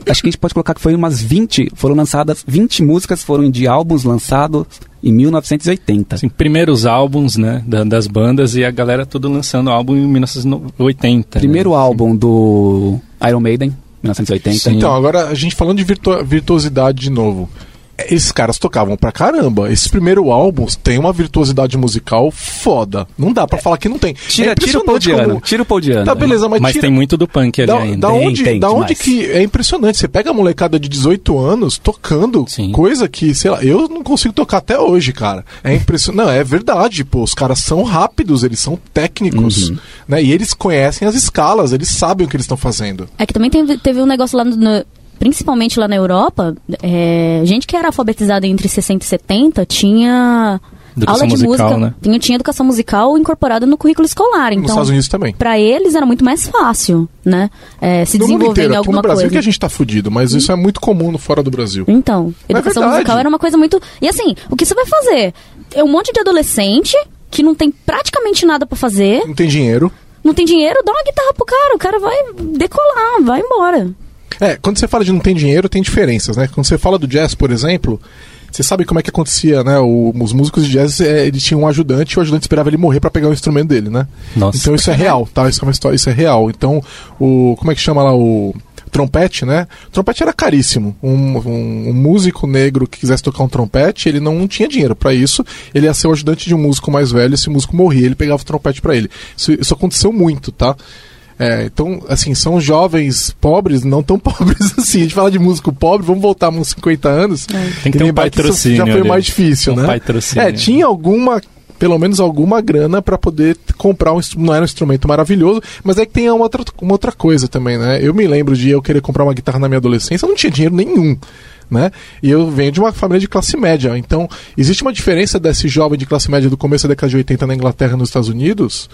S5: acho que a gente pode colocar que foi umas 20, foram lançadas, 20 músicas foram de álbuns lançados em 1980.
S6: Assim, primeiros álbuns, né, da- das bandas e a galera tudo lançando álbum em 1980. né?
S5: Primeiro álbum do Iron Maiden, 1980.
S3: Então, agora a gente falando de virtua- virtuosidade de novo. Esses caras tocavam pra caramba. Esse primeiro álbum tem uma virtuosidade musical foda. Não dá pra falar que não tem.
S5: Tira,
S3: É
S5: tira o
S3: impressionante
S5: Paudiano.
S3: como-
S5: Tira o Paudiano.
S3: Tá, beleza, mas,
S6: Mas
S3: tira...
S6: tem muito do punk ali
S3: Da,
S6: ainda.
S3: da
S5: Tem,
S3: onde,
S5: tem
S3: da onde
S5: demais.
S3: que é impressionante. Você pega a molecada de 18 anos tocando
S6: Sim.
S3: coisa que, sei lá, eu não consigo tocar até hoje, cara. É impressionante. Não, é verdade, pô. Os caras são rápidos, eles são técnicos,
S5: Uhum.
S3: né? E eles conhecem as escalas, eles sabem o que eles estão fazendo.
S4: É que também teve, teve um negócio lá no- no- principalmente lá na Europa, é, gente que era alfabetizada entre 60 e 70 tinha
S6: Educação
S4: aula de
S6: musical,
S4: música,
S6: né?
S4: tinha, tinha educação musical incorporada no currículo escolar,
S3: Nos
S4: então
S3: Estados Unidos também.
S4: pra eles era muito mais fácil, né? É, se
S3: No mundo
S4: desenvolver
S3: inteiro,
S4: em
S3: aqui no
S4: alguma
S3: Brasil
S4: coisa.
S3: que a gente tá fudido, mas isso é muito comum no fora do Brasil.
S4: Então, educação
S3: é verdade.
S4: musical era uma coisa muito. E assim, o que você vai fazer? É um monte de adolescente que não tem praticamente nada pra fazer,
S3: Não tem dinheiro.
S4: não tem dinheiro, dá uma guitarra pro cara, o cara vai decolar, vai embora.
S3: É, quando você fala de não tem dinheiro, tem diferenças, né? Quando você fala do jazz, por exemplo, você sabe como é que acontecia, né? O- os músicos de jazz, é, eles tinham um ajudante e o ajudante esperava ele morrer pra pegar o instrumento dele, né?
S6: Nossa.
S3: Então isso é real, tá? Isso é uma história, isso é real. Então, o. Como é que chama lá o. trompete, né? O trompete era caríssimo. Um, um- um músico negro que quisesse tocar um trompete, ele não tinha dinheiro pra isso. Ele ia ser o ajudante de um músico mais velho. Esse músico morria, ele pegava o trompete pra ele. Isso, isso aconteceu muito, tá? É, então, assim, são jovens pobres, não tão pobres assim. A gente fala de músico pobre, vamos voltar uns 50 anos.
S6: Tem que ter
S3: nem
S6: um
S3: Batista
S6: patrocínio.
S3: Já foi
S6: ali.
S3: mais difícil,
S6: um
S3: né?
S6: patrocínio.
S3: É, tinha alguma, pelo menos alguma grana pra poder t- comprar um instrumento. Não era um instrumento maravilhoso, mas é que tem uma outra, uma outra coisa também, né? Eu me lembro de eu querer comprar uma guitarra na minha adolescência, eu não tinha dinheiro nenhum. Né? E eu venho de uma família de classe média. Então, existe uma diferença desse jovem de classe média do começo da década de 80 na Inglaterra e nos Estados Unidos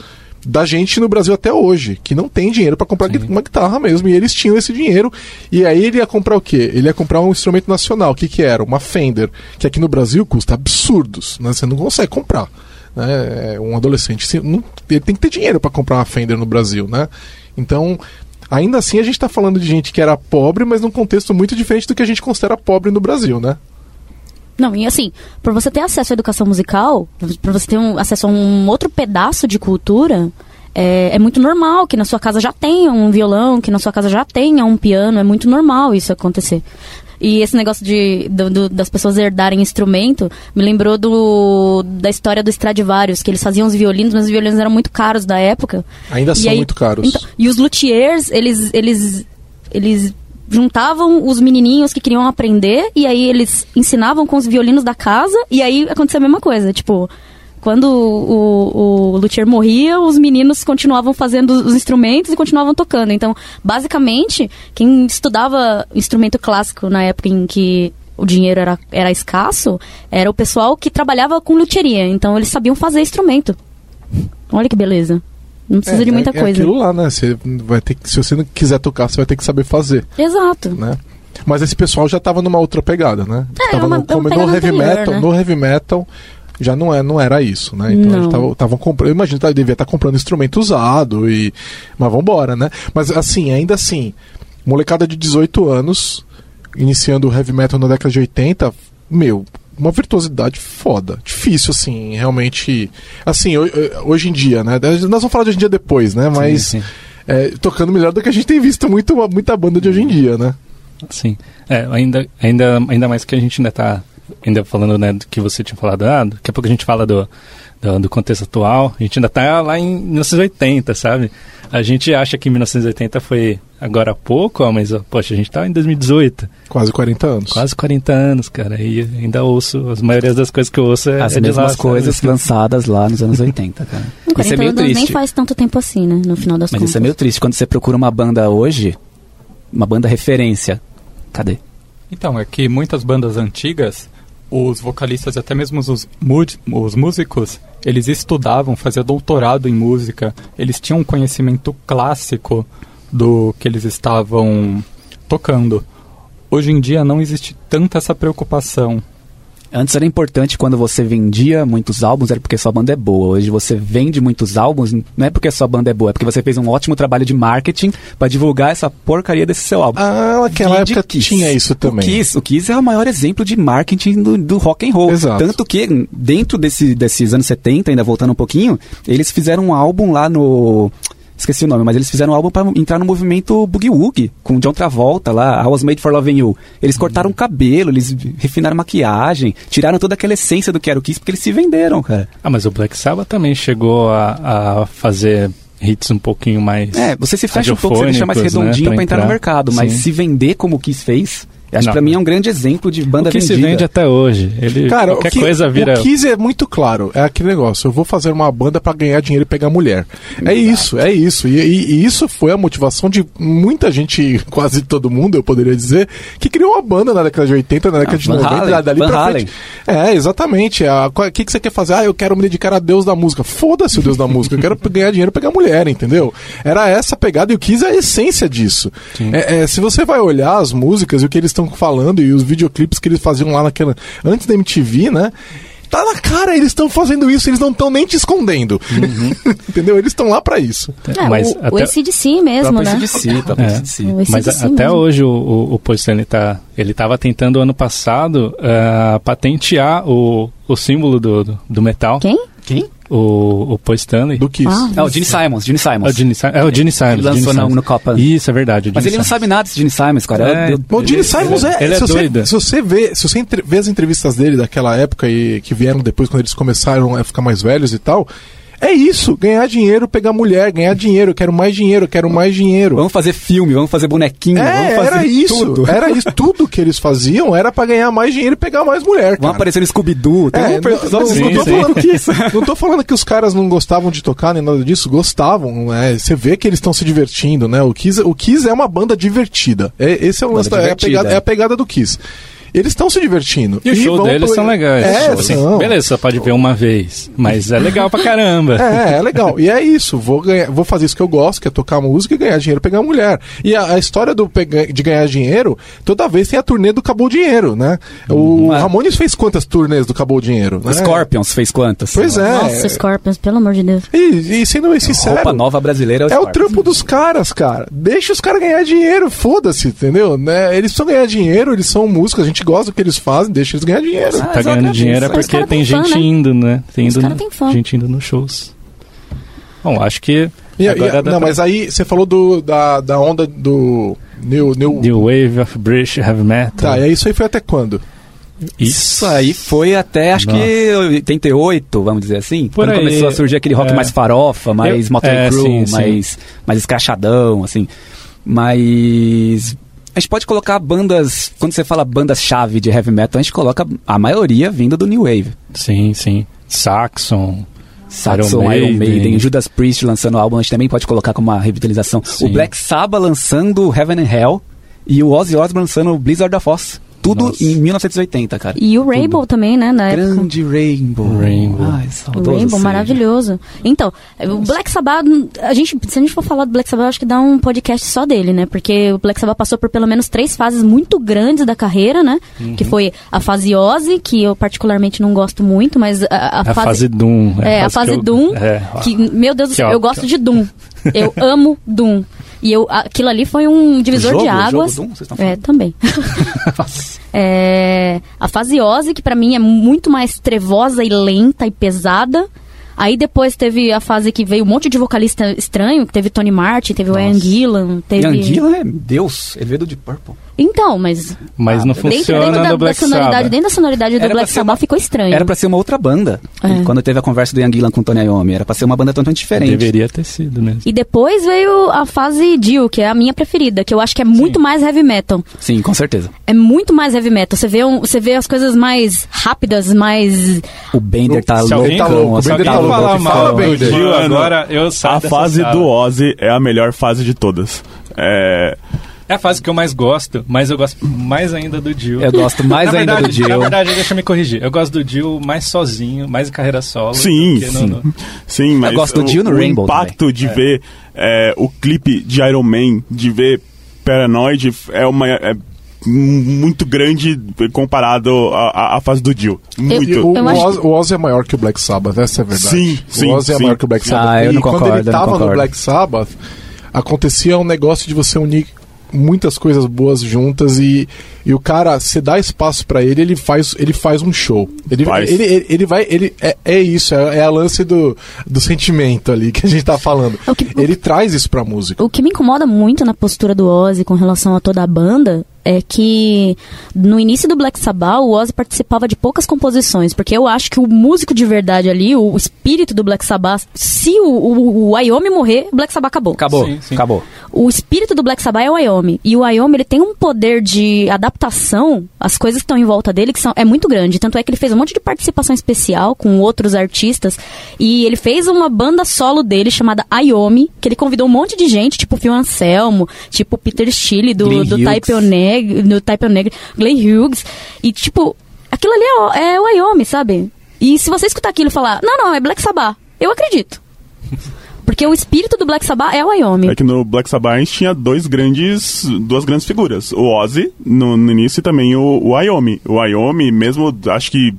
S3: da gente no Brasil até hoje, que não tem dinheiro É pra comprar gui- uma guitarra mesmo. E eles tinham esse dinheiro. E aí ele ia comprar o quê? Ele ia comprar um instrumento nacional. O que, que era? Uma Fender, que aqui no Brasil custa absurdos. Né? Você não consegue comprar. Né? É, Um adolescente se- não- ele tem que ter dinheiro pra comprar uma Fender no Brasil. Né? Então. Ainda assim, a gente está falando de gente que era pobre, mas num contexto muito diferente do que a gente considera pobre no Brasil, né?
S4: Não, e assim, pra você ter acesso à educação musical, pra você ter um- acesso a um outro pedaço de cultura, é, é muito normal que na sua casa já tenha um violão, que na sua casa já tenha um piano, é muito normal isso acontecer. E esse negócio de, do- do- das pessoas herdarem instrumento me lembrou do, da história do Stradivarius, que eles faziam os violinos, mas os violinos eram muito caros da época.
S3: Ainda
S4: E
S3: são
S4: aí-
S3: muito caros.
S4: então, e os luthiers, eles, eles, eles juntavam os menininhos que queriam aprender e aí eles ensinavam com os violinos da casa e aí acontecia a mesma coisa, tipo... Quando o, o luthier morria, os meninos continuavam fazendo os instrumentos e continuavam tocando. Então, basicamente, quem estudava instrumento clássico na época em que o dinheiro era, era escasso, era o pessoal que trabalhava com luthieria. Então, eles sabiam fazer instrumento. Olha que beleza. Não precisa
S3: É,
S4: de
S3: é-
S4: muita
S3: é
S4: coisa.
S3: aquilo lá, né? Você vai ter que- se você não quiser tocar, você vai ter que saber fazer,
S4: Exato.
S3: né? Mas esse pessoal já tava numa outra pegada, né?
S4: É,
S3: tava
S4: uma-
S3: no,
S4: é uma
S3: no
S4: pegada
S3: heavy
S4: anterior,
S3: metal,
S4: né?
S3: no heavy metal já não, é, não era isso, né? Então eles
S4: Não.
S3: tavam- tavam comprando, eu imagino que devia estar comprando instrumento usado e mas vambora, né? Mas assim, ainda assim, molecada de 18 anos iniciando o heavy metal na década de 80, meu, uma virtuosidade foda. Difícil assim, realmente. Assim, ho- hoje em dia, né? Nós vamos falar de hoje em dia depois, né? Mas
S6: sim.
S3: é, tocando melhor do que a gente tem visto muito, muita banda de hoje em dia, né?
S6: Sim. É, ainda, ainda, ainda mais que a gente ainda tá ainda falando né, do que você tinha falado, ah, daqui a pouco a gente fala do, do, do contexto atual, a gente ainda tá lá em 1980, sabe? A gente acha que 1980 foi agora há pouco, ó, mas ó, poxa, a gente tá em 2018,
S3: Quase 40 anos.
S6: quase 40 anos, cara, e ainda ouço, as maiorias das coisas que eu ouço é,
S5: As
S6: é de lá,
S5: mesmas
S6: sabe?
S5: coisas lançadas lá nos anos 80, cara.
S4: Com
S5: Isso
S4: 40
S5: é meio
S4: anos Um nem
S5: triste.
S4: faz tanto tempo assim, né? No final das
S5: Mas
S4: contas.
S5: isso é meio triste. Quando você procura uma banda hoje, uma banda referência, cadê?
S2: Então, é que muitas bandas antigas, os vocalistas e até mesmo os, mu- os músicos, eles estudavam, faziam doutorado em música, eles tinham um conhecimento clássico do que eles estavam tocando. Hoje em dia não existe tanta essa preocupação.
S5: Antes era importante quando você vendia muitos álbuns, era porque sua banda é boa. Hoje você vende muitos álbuns, não é porque sua banda é boa, é porque você fez um ótimo trabalho de marketing pra divulgar essa porcaria desse seu álbum.
S3: Ah, naquela
S5: Vide
S3: época
S5: Kiss.
S3: tinha isso também.
S5: O Kiss, o Kiss é o maior exemplo de marketing do, do rock and roll.
S3: Exato.
S5: Tanto que, dentro desse, desses anos 70, ainda voltando um pouquinho, eles fizeram um álbum lá no... Esqueci o nome, mas eles fizeram um álbum pra entrar no movimento Boogie Woogie, com o John Travolta lá, I Was Made for Loving You. Eles cortaram o cabelo, eles refinaram a maquiagem, tiraram toda aquela essência do que era o Kiss, porque eles se venderam, cara.
S6: Ah, mas o Black Sabbath também chegou a, a fazer hits um pouquinho mais...
S5: É, você se fecha um pouco, você deixa mais
S6: Radiofônicos, né,
S5: redondinho
S6: pra
S5: pra entrar no
S6: entrar.
S5: mercado, mas
S6: Sim.
S5: se vender como o Kiss fez, acho que
S6: Não.
S5: pra mim é um grande exemplo de banda
S6: o que
S5: vendida.
S6: se vende é até hoje. Ele,
S3: Cara,
S6: qualquer
S3: o, que,
S6: coisa vira...
S3: o Kiss é muito claro. É aquele negócio. Eu vou fazer uma banda pra ganhar dinheiro e pegar mulher. É isso, é isso. E, e- e isso foi a motivação de muita gente, quase todo mundo, eu poderia dizer, que criou uma banda na década de 80, na década de
S5: Van
S3: 90,
S5: Halen,
S3: dali
S5: Van
S3: pra
S5: Halen.
S3: frente. É, exatamente. A- qual- O que, que você quer fazer? Ah, eu quero me dedicar a Deus da música. Foda-se o Deus da música. Eu quero p- ganhar dinheiro e pegar mulher, entendeu? Era essa a pegada e o Kiss é a essência disso. É, é, se você vai olhar as músicas e o que eles estão falando e os videoclipes que eles faziam lá naquela. antes da MTV, né? Tá na cara, eles estão fazendo isso, eles não estão nem te escondendo.
S5: Uhum.
S3: entendeu? Eles estão lá pra isso.
S4: É,
S6: Mas
S4: o,
S6: até-
S4: o ACDC
S5: Pra
S4: mesmo, né?
S5: ACDC, pra
S6: É.
S5: ACDC.
S4: O
S6: Mas a-
S4: ACDC
S6: até
S4: mesmo.
S6: hoje o, o, o Paul Stanley tá, ele estava tentando ano passado ah, patentear o, o símbolo do, do, do metal.
S4: Quem?
S5: Quem?
S6: o, o Paul Stanley.
S3: Do Kiss.
S4: Ah.
S5: É o Gene Simons, Gene Simons.
S6: É o Gene Simons. É o Gene Simons.
S5: Ele lançou
S6: Gene
S5: na,
S6: Simons.
S5: no Copa.
S6: Isso, é verdade. o
S5: Mas
S6: Gene
S5: ele não
S6: Simons.
S5: sabe nada desse Gene Simons, cara.
S6: É.
S5: Eu- eu-
S3: Bom, o Gene Simons é.
S6: ele é
S3: se, você,
S6: doido.
S3: se você vê, se você entre- vê as entrevistas dele daquela época e que vieram depois, quando eles começaram a ficar mais velhos e tal, é isso: ganhar dinheiro, pegar mulher, ganhar dinheiro, eu quero mais dinheiro, eu quero mais dinheiro.
S5: Vamos fazer filme, vamos fazer bonequinho,
S3: É,
S5: vamos fazer
S3: era isso.
S5: tudo.
S3: Era isso. Tudo que eles faziam era pra ganhar mais dinheiro e pegar mais mulher.
S5: Vamos
S3: Cara.
S5: aparecer no Scooby-Doo. Tem
S3: É,
S5: um
S3: não-
S5: episódio
S3: não-
S5: do
S3: não tô
S5: Scooby-Doo
S3: falando
S5: que isso.
S3: Não tô falando que os caras não gostavam de tocar nem nada disso, gostavam, né? Você vê que eles estão se divertindo, né? O Kiss, o Kiss é uma banda divertida. É, esse é o lance, da- é a,
S5: divertida.
S3: pegada, é a pegada do Kiss. Eles estão se divertindo.
S6: E o show
S3: vão
S6: deles
S3: pro-
S6: são legais.
S3: É,
S6: assim,
S3: são.
S6: beleza, você pode ver uma vez. Mas é legal pra caramba.
S3: É, é legal. E é isso. Vou, ganhar, vou fazer isso que eu gosto, que é tocar música e ganhar dinheiro, pegar mulher. E a, a história do pega- de ganhar dinheiro, toda vez tem a turnê do Cabo Dinheiro, né? O
S5: é.
S3: Ramones fez quantas turnês do Cabo Dinheiro? Né?
S5: O Scorpions fez quantas?
S3: Pois é.
S4: Nossa, Scorpions, pelo amor de Deus.
S3: E, e sendo sincero.
S5: Roupa nova brasileira
S3: É o
S5: Scorpions.
S3: trampo dos caras, cara. Deixa os caras ganhar dinheiro, foda-se, entendeu? Né? Eles precisam ganhar dinheiro, eles são músicos, a gente gosta do que eles fazem, deixa eles ganhar dinheiro.
S5: Ah,
S6: tá ganhando
S5: exatamente.
S6: dinheiro é
S4: Os
S6: porque
S4: cara
S6: tem
S4: tem fã,
S6: gente
S4: né?
S6: indo, né? Tem
S4: Os
S6: indo,
S4: cara tem fã.
S6: gente indo nos shows. Bom, acho que
S3: E- e-
S6: agora dá
S3: não,
S6: pra-
S3: mas aí você falou do, da, da onda do New, new...
S6: The Wave of British Heavy Metal.
S3: Tá, e aí isso aí foi até quando?
S5: Isso aí foi até, acho que 88, vamos dizer assim.
S6: Por
S5: quando
S6: aí.
S5: começou a surgir aquele rock
S6: É.
S5: mais farofa, mais
S6: Eu-
S5: Motley
S6: é,
S5: Crue,
S6: sim, sim.
S5: mais, mais escrachadão, assim. Mas... A gente pode colocar bandas... Quando você fala bandas-chave de heavy metal, a gente coloca a maioria vindo do New Wave.
S6: Sim, sim. Saxon.
S5: Saxon,
S6: Iron
S5: Iron,
S6: Maiden.
S5: Maiden, Judas Priest lançando álbum, a gente também pode colocar como uma revitalização.
S6: Sim.
S5: O Black Sabbath lançando Heaven and Hell e o Ozzy Osbourne lançando Blizzard of Oz. Tudo
S6: Nossa.
S5: em 1980, cara.
S4: E o Rainbow também, né? Na época.
S5: Grande Rainbow.
S6: Rainbow.
S5: Ai,
S4: O
S5: saudoso.
S4: Rainbow,
S5: seja.
S4: maravilhoso. Então, o Black Sabbath, a gente, se a gente for falar do Black Sabbath, eu acho que dá um podcast só dele, né? Porque o Black Sabbath passou por pelo menos três fases muito grandes da carreira, né? Que foi a fase Ozzy, que eu particularmente não gosto muito, mas a, a
S6: A
S4: fase
S6: fase Doom.
S4: É, a
S6: que
S4: fase
S6: eu-
S4: Doom,
S6: É,
S4: que, meu Deus do
S6: Que
S4: céu,
S6: ó-
S4: eu gosto de Doom. Eu amo Doom. E eu, aquilo ali foi um divisor
S5: Jogo?
S4: de
S5: Jogo
S4: águas.
S5: Doom? Vocês estão
S4: é,
S5: Tá falando?
S4: também. É, a fase Ozzy, que pra mim é muito mais trevosa e lenta e pesada. Aí depois teve a fase que veio um monte de vocalista estranho, que teve Tony Martin, teve o Ian Gillan, teve...
S5: Ian Gillan é Deus, ele veio do Deep Purple.
S4: Então, mas
S6: mas não
S4: dentro,
S6: funciona
S4: dentro da,
S6: no
S4: da
S6: Black
S4: sonoridade,
S6: Sabbath.
S4: dentro da sonoridade do
S5: Era pra
S4: Black
S5: ser uma-
S4: Sabbath ficou estranho.
S5: Era pra ser uma outra banda.
S4: É.
S5: E Quando teve a conversa do Ian Gillan com o Tony Iommi, era pra ser uma banda totalmente diferente.
S6: É, Deveria ter sido mesmo.
S4: E depois veio a fase Dio, que é a minha preferida, que eu acho que é muito mais heavy metal.
S5: Sim, com certeza.
S4: É muito mais heavy metal. Você vê, um- você vê as coisas mais rápidas, mais.
S5: O Bender tá
S6: Se
S5: louco.
S6: alguém-
S3: tá louco, o
S6: Se
S3: Bender
S6: alguém
S3: tá louco. Fala,
S6: falar mal do
S3: Bender.
S6: Gil
S7: Mano,
S6: agora, eu saio
S7: A
S6: dessa
S7: fase
S6: sala.
S7: do Ozzy é a melhor fase de todas. É,
S6: É a fase que eu mais gosto, mas eu gosto mais ainda do Dio.
S5: Eu gosto mais
S6: na
S5: ainda
S6: verdade,
S5: do Dio.
S6: Na verdade, deixa eu me corrigir. Eu gosto do Dio mais sozinho, mais em carreira solo.
S7: Sim,
S6: do que no-
S7: sim.
S6: no-
S7: Sim, mas
S5: gosto do
S7: o,
S5: Dio no
S7: o
S5: Rainbow
S7: impacto de ver é, o clipe de Iron Man, de ver Paranoid, é uma é muito grande comparado à, à- à fase do Dio. Muito.
S3: E o,
S4: Eu
S3: o
S4: acho
S3: Oz, o Ozzy é maior que o Black Sabbath, essa é a verdade.
S7: Sim, sim,
S3: O Ozzy é
S7: sim.
S3: maior que o Black
S5: Ah,
S3: Sabbath.
S5: eu
S3: e
S5: não
S3: quando
S5: concordo, eu
S3: ele
S5: não
S3: tava no
S5: concordo.
S3: Black Sabbath, acontecia um negócio de você unir muitas coisas boas juntas e, e o cara, se dá espaço pra ele, ele faz, ele faz um show. Ele,
S7: Faz.
S3: ele, ele, ele vai, ele é, é isso, é, é a lance do, do sentimento ali que a gente tá falando.
S4: O que-
S3: Ele traz isso pra música.
S4: O que me incomoda muito na postura do Ozzy com relação a toda a banda é que no início do Black Sabbath o Ozzy participava de poucas composições, porque eu acho que o músico de verdade ali, o espírito do Black Sabbath, se o, o, o Wyoming morrer, o Black Sabbath acabou.
S5: Acabou,
S6: Sim, sim.
S5: acabou.
S4: O espírito do Black Sabbath é o Wyoming. E o Wyoming, ele tem um poder de adaptação às coisas que estão em volta dele, que são, é muito grande. Tanto é que ele fez um monte de participação especial com outros artistas. E ele fez uma banda solo dele, chamada Wyoming, que ele convidou um monte de gente, tipo o Phil Anselmo, tipo o Peter Steele, do,
S5: Glenn
S4: do
S5: Hughes.
S4: Type Oneg, do Type Oneg, Glenn Hughes. E, tipo, aquilo ali é, o- é o Wyoming, sabe? E se você escutar aquilo e falar, não, não, é Black Sabbath, eu acredito. Porque o espírito do Black Sabbath é o Wyoming.
S7: É que no Black Sabbath a gente tinha dois grandes, duas grandes figuras. O Ozzy, no, no início, e também o, o Wyoming. O Wyoming, mesmo, acho que,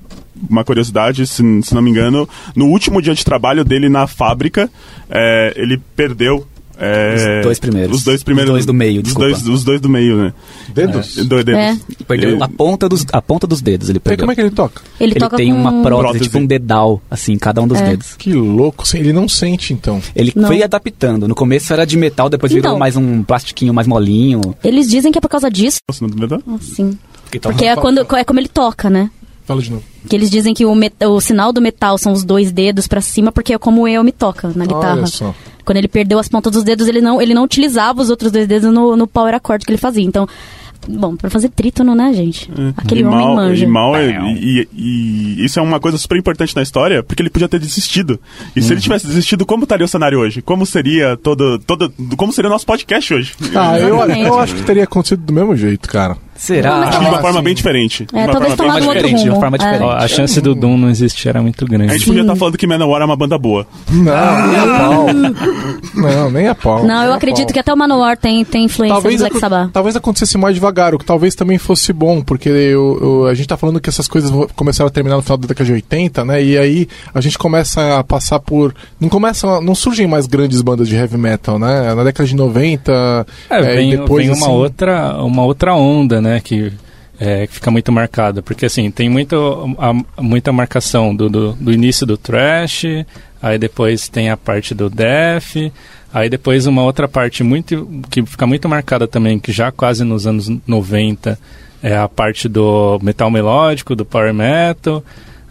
S7: uma curiosidade, se, se não me engano, no último dia de trabalho dele na fábrica, é, ele perdeu É,
S5: Os dois primeiros.
S7: Os dois primeiros.
S5: Os dois do meio,
S7: os
S5: desculpa.
S7: dois, os dois do meio, né?
S3: Dedos?
S7: É, dois dedos.
S4: É.
S5: Perdeu
S7: E-
S5: a ponta dos, a ponta dos dedos, ele
S3: E
S5: perdeu.
S3: como é que ele toca?
S4: Ele,
S5: Ele
S4: toca
S5: tem
S4: com...
S5: uma prótese,
S7: Prótese.
S5: tipo um dedal, assim, em cada um dos
S4: É.
S5: dedos.
S3: Que louco, sem- ele não sente então.
S5: Ele
S4: Não.
S5: foi adaptando. No começo era de metal, depois virou
S4: Então.
S5: mais um plastiquinho mais molinho.
S4: Eles dizem que é por causa disso,
S7: Nossa, não é verdade?
S3: Ah,
S4: assim.
S5: Então,
S4: Porque é, quando, é como ele toca, né?
S3: Fala de novo.
S4: Que eles dizem que o, met- o sinal do metal são os dois dedos pra cima, porque é como o El me toca na guitarra.
S3: Olha só.
S4: Quando ele perdeu as pontas dos dedos, ele não, ele não utilizava os outros dois dedos no, no power accord que ele fazia. Então, bom, pra fazer trítono, né, gente? Aquele
S7: e
S4: homem
S7: Hum. mal,
S4: manja.
S7: E, mal é- e- e- e isso é uma coisa super importante na história, porque ele podia ter desistido. E se ele tivesse desistido, como estaria o cenário hoje? Como seria todo, todo como seria o nosso podcast hoje?
S3: Ah, eu,
S4: Exatamente.
S3: eu acho que teria acontecido do mesmo jeito, cara.
S4: é
S5: será?
S7: Acho que de uma forma bem diferente. De uma
S4: talvez
S7: forma bem
S4: tomado
S7: mais
S4: um outro
S7: diferente.
S5: diferente, de
S4: rumo.
S5: forma diferente.
S6: Ó, a chance do Doom não existir era muito
S7: A
S6: grande.
S7: gente podia estar falando que Manowar é uma banda boa.
S3: Não, nem
S6: Ah.
S3: a pau. Não, nem a pau.
S4: Não, eu acredito que até o Manowar tem, tem influência
S3: Talvez, é
S4: do Black
S3: acon-
S4: Sabbath.
S3: talvez acontecesse mais devagar, o que talvez também fosse bom, porque eu- eu- a gente tá falando que essas coisas vão- começaram a terminar no final da década de 80, né? E aí a gente começa a passar por. Não começam, não surgem mais grandes bandas de heavy metal, né? Na década de 90,
S6: É,
S3: é, e
S6: vem,
S3: depois.
S6: vem uma,
S3: assim,
S6: outra, uma outra onda, né, que, é, que fica muito marcada. Porque, assim, tem muito, a- muita marcação do, do, do início do thrash, aí depois tem a parte do death, aí depois uma outra parte muito que fica muito marcada também, que já quase nos anos 90, é a parte do metal melódico, do power metal...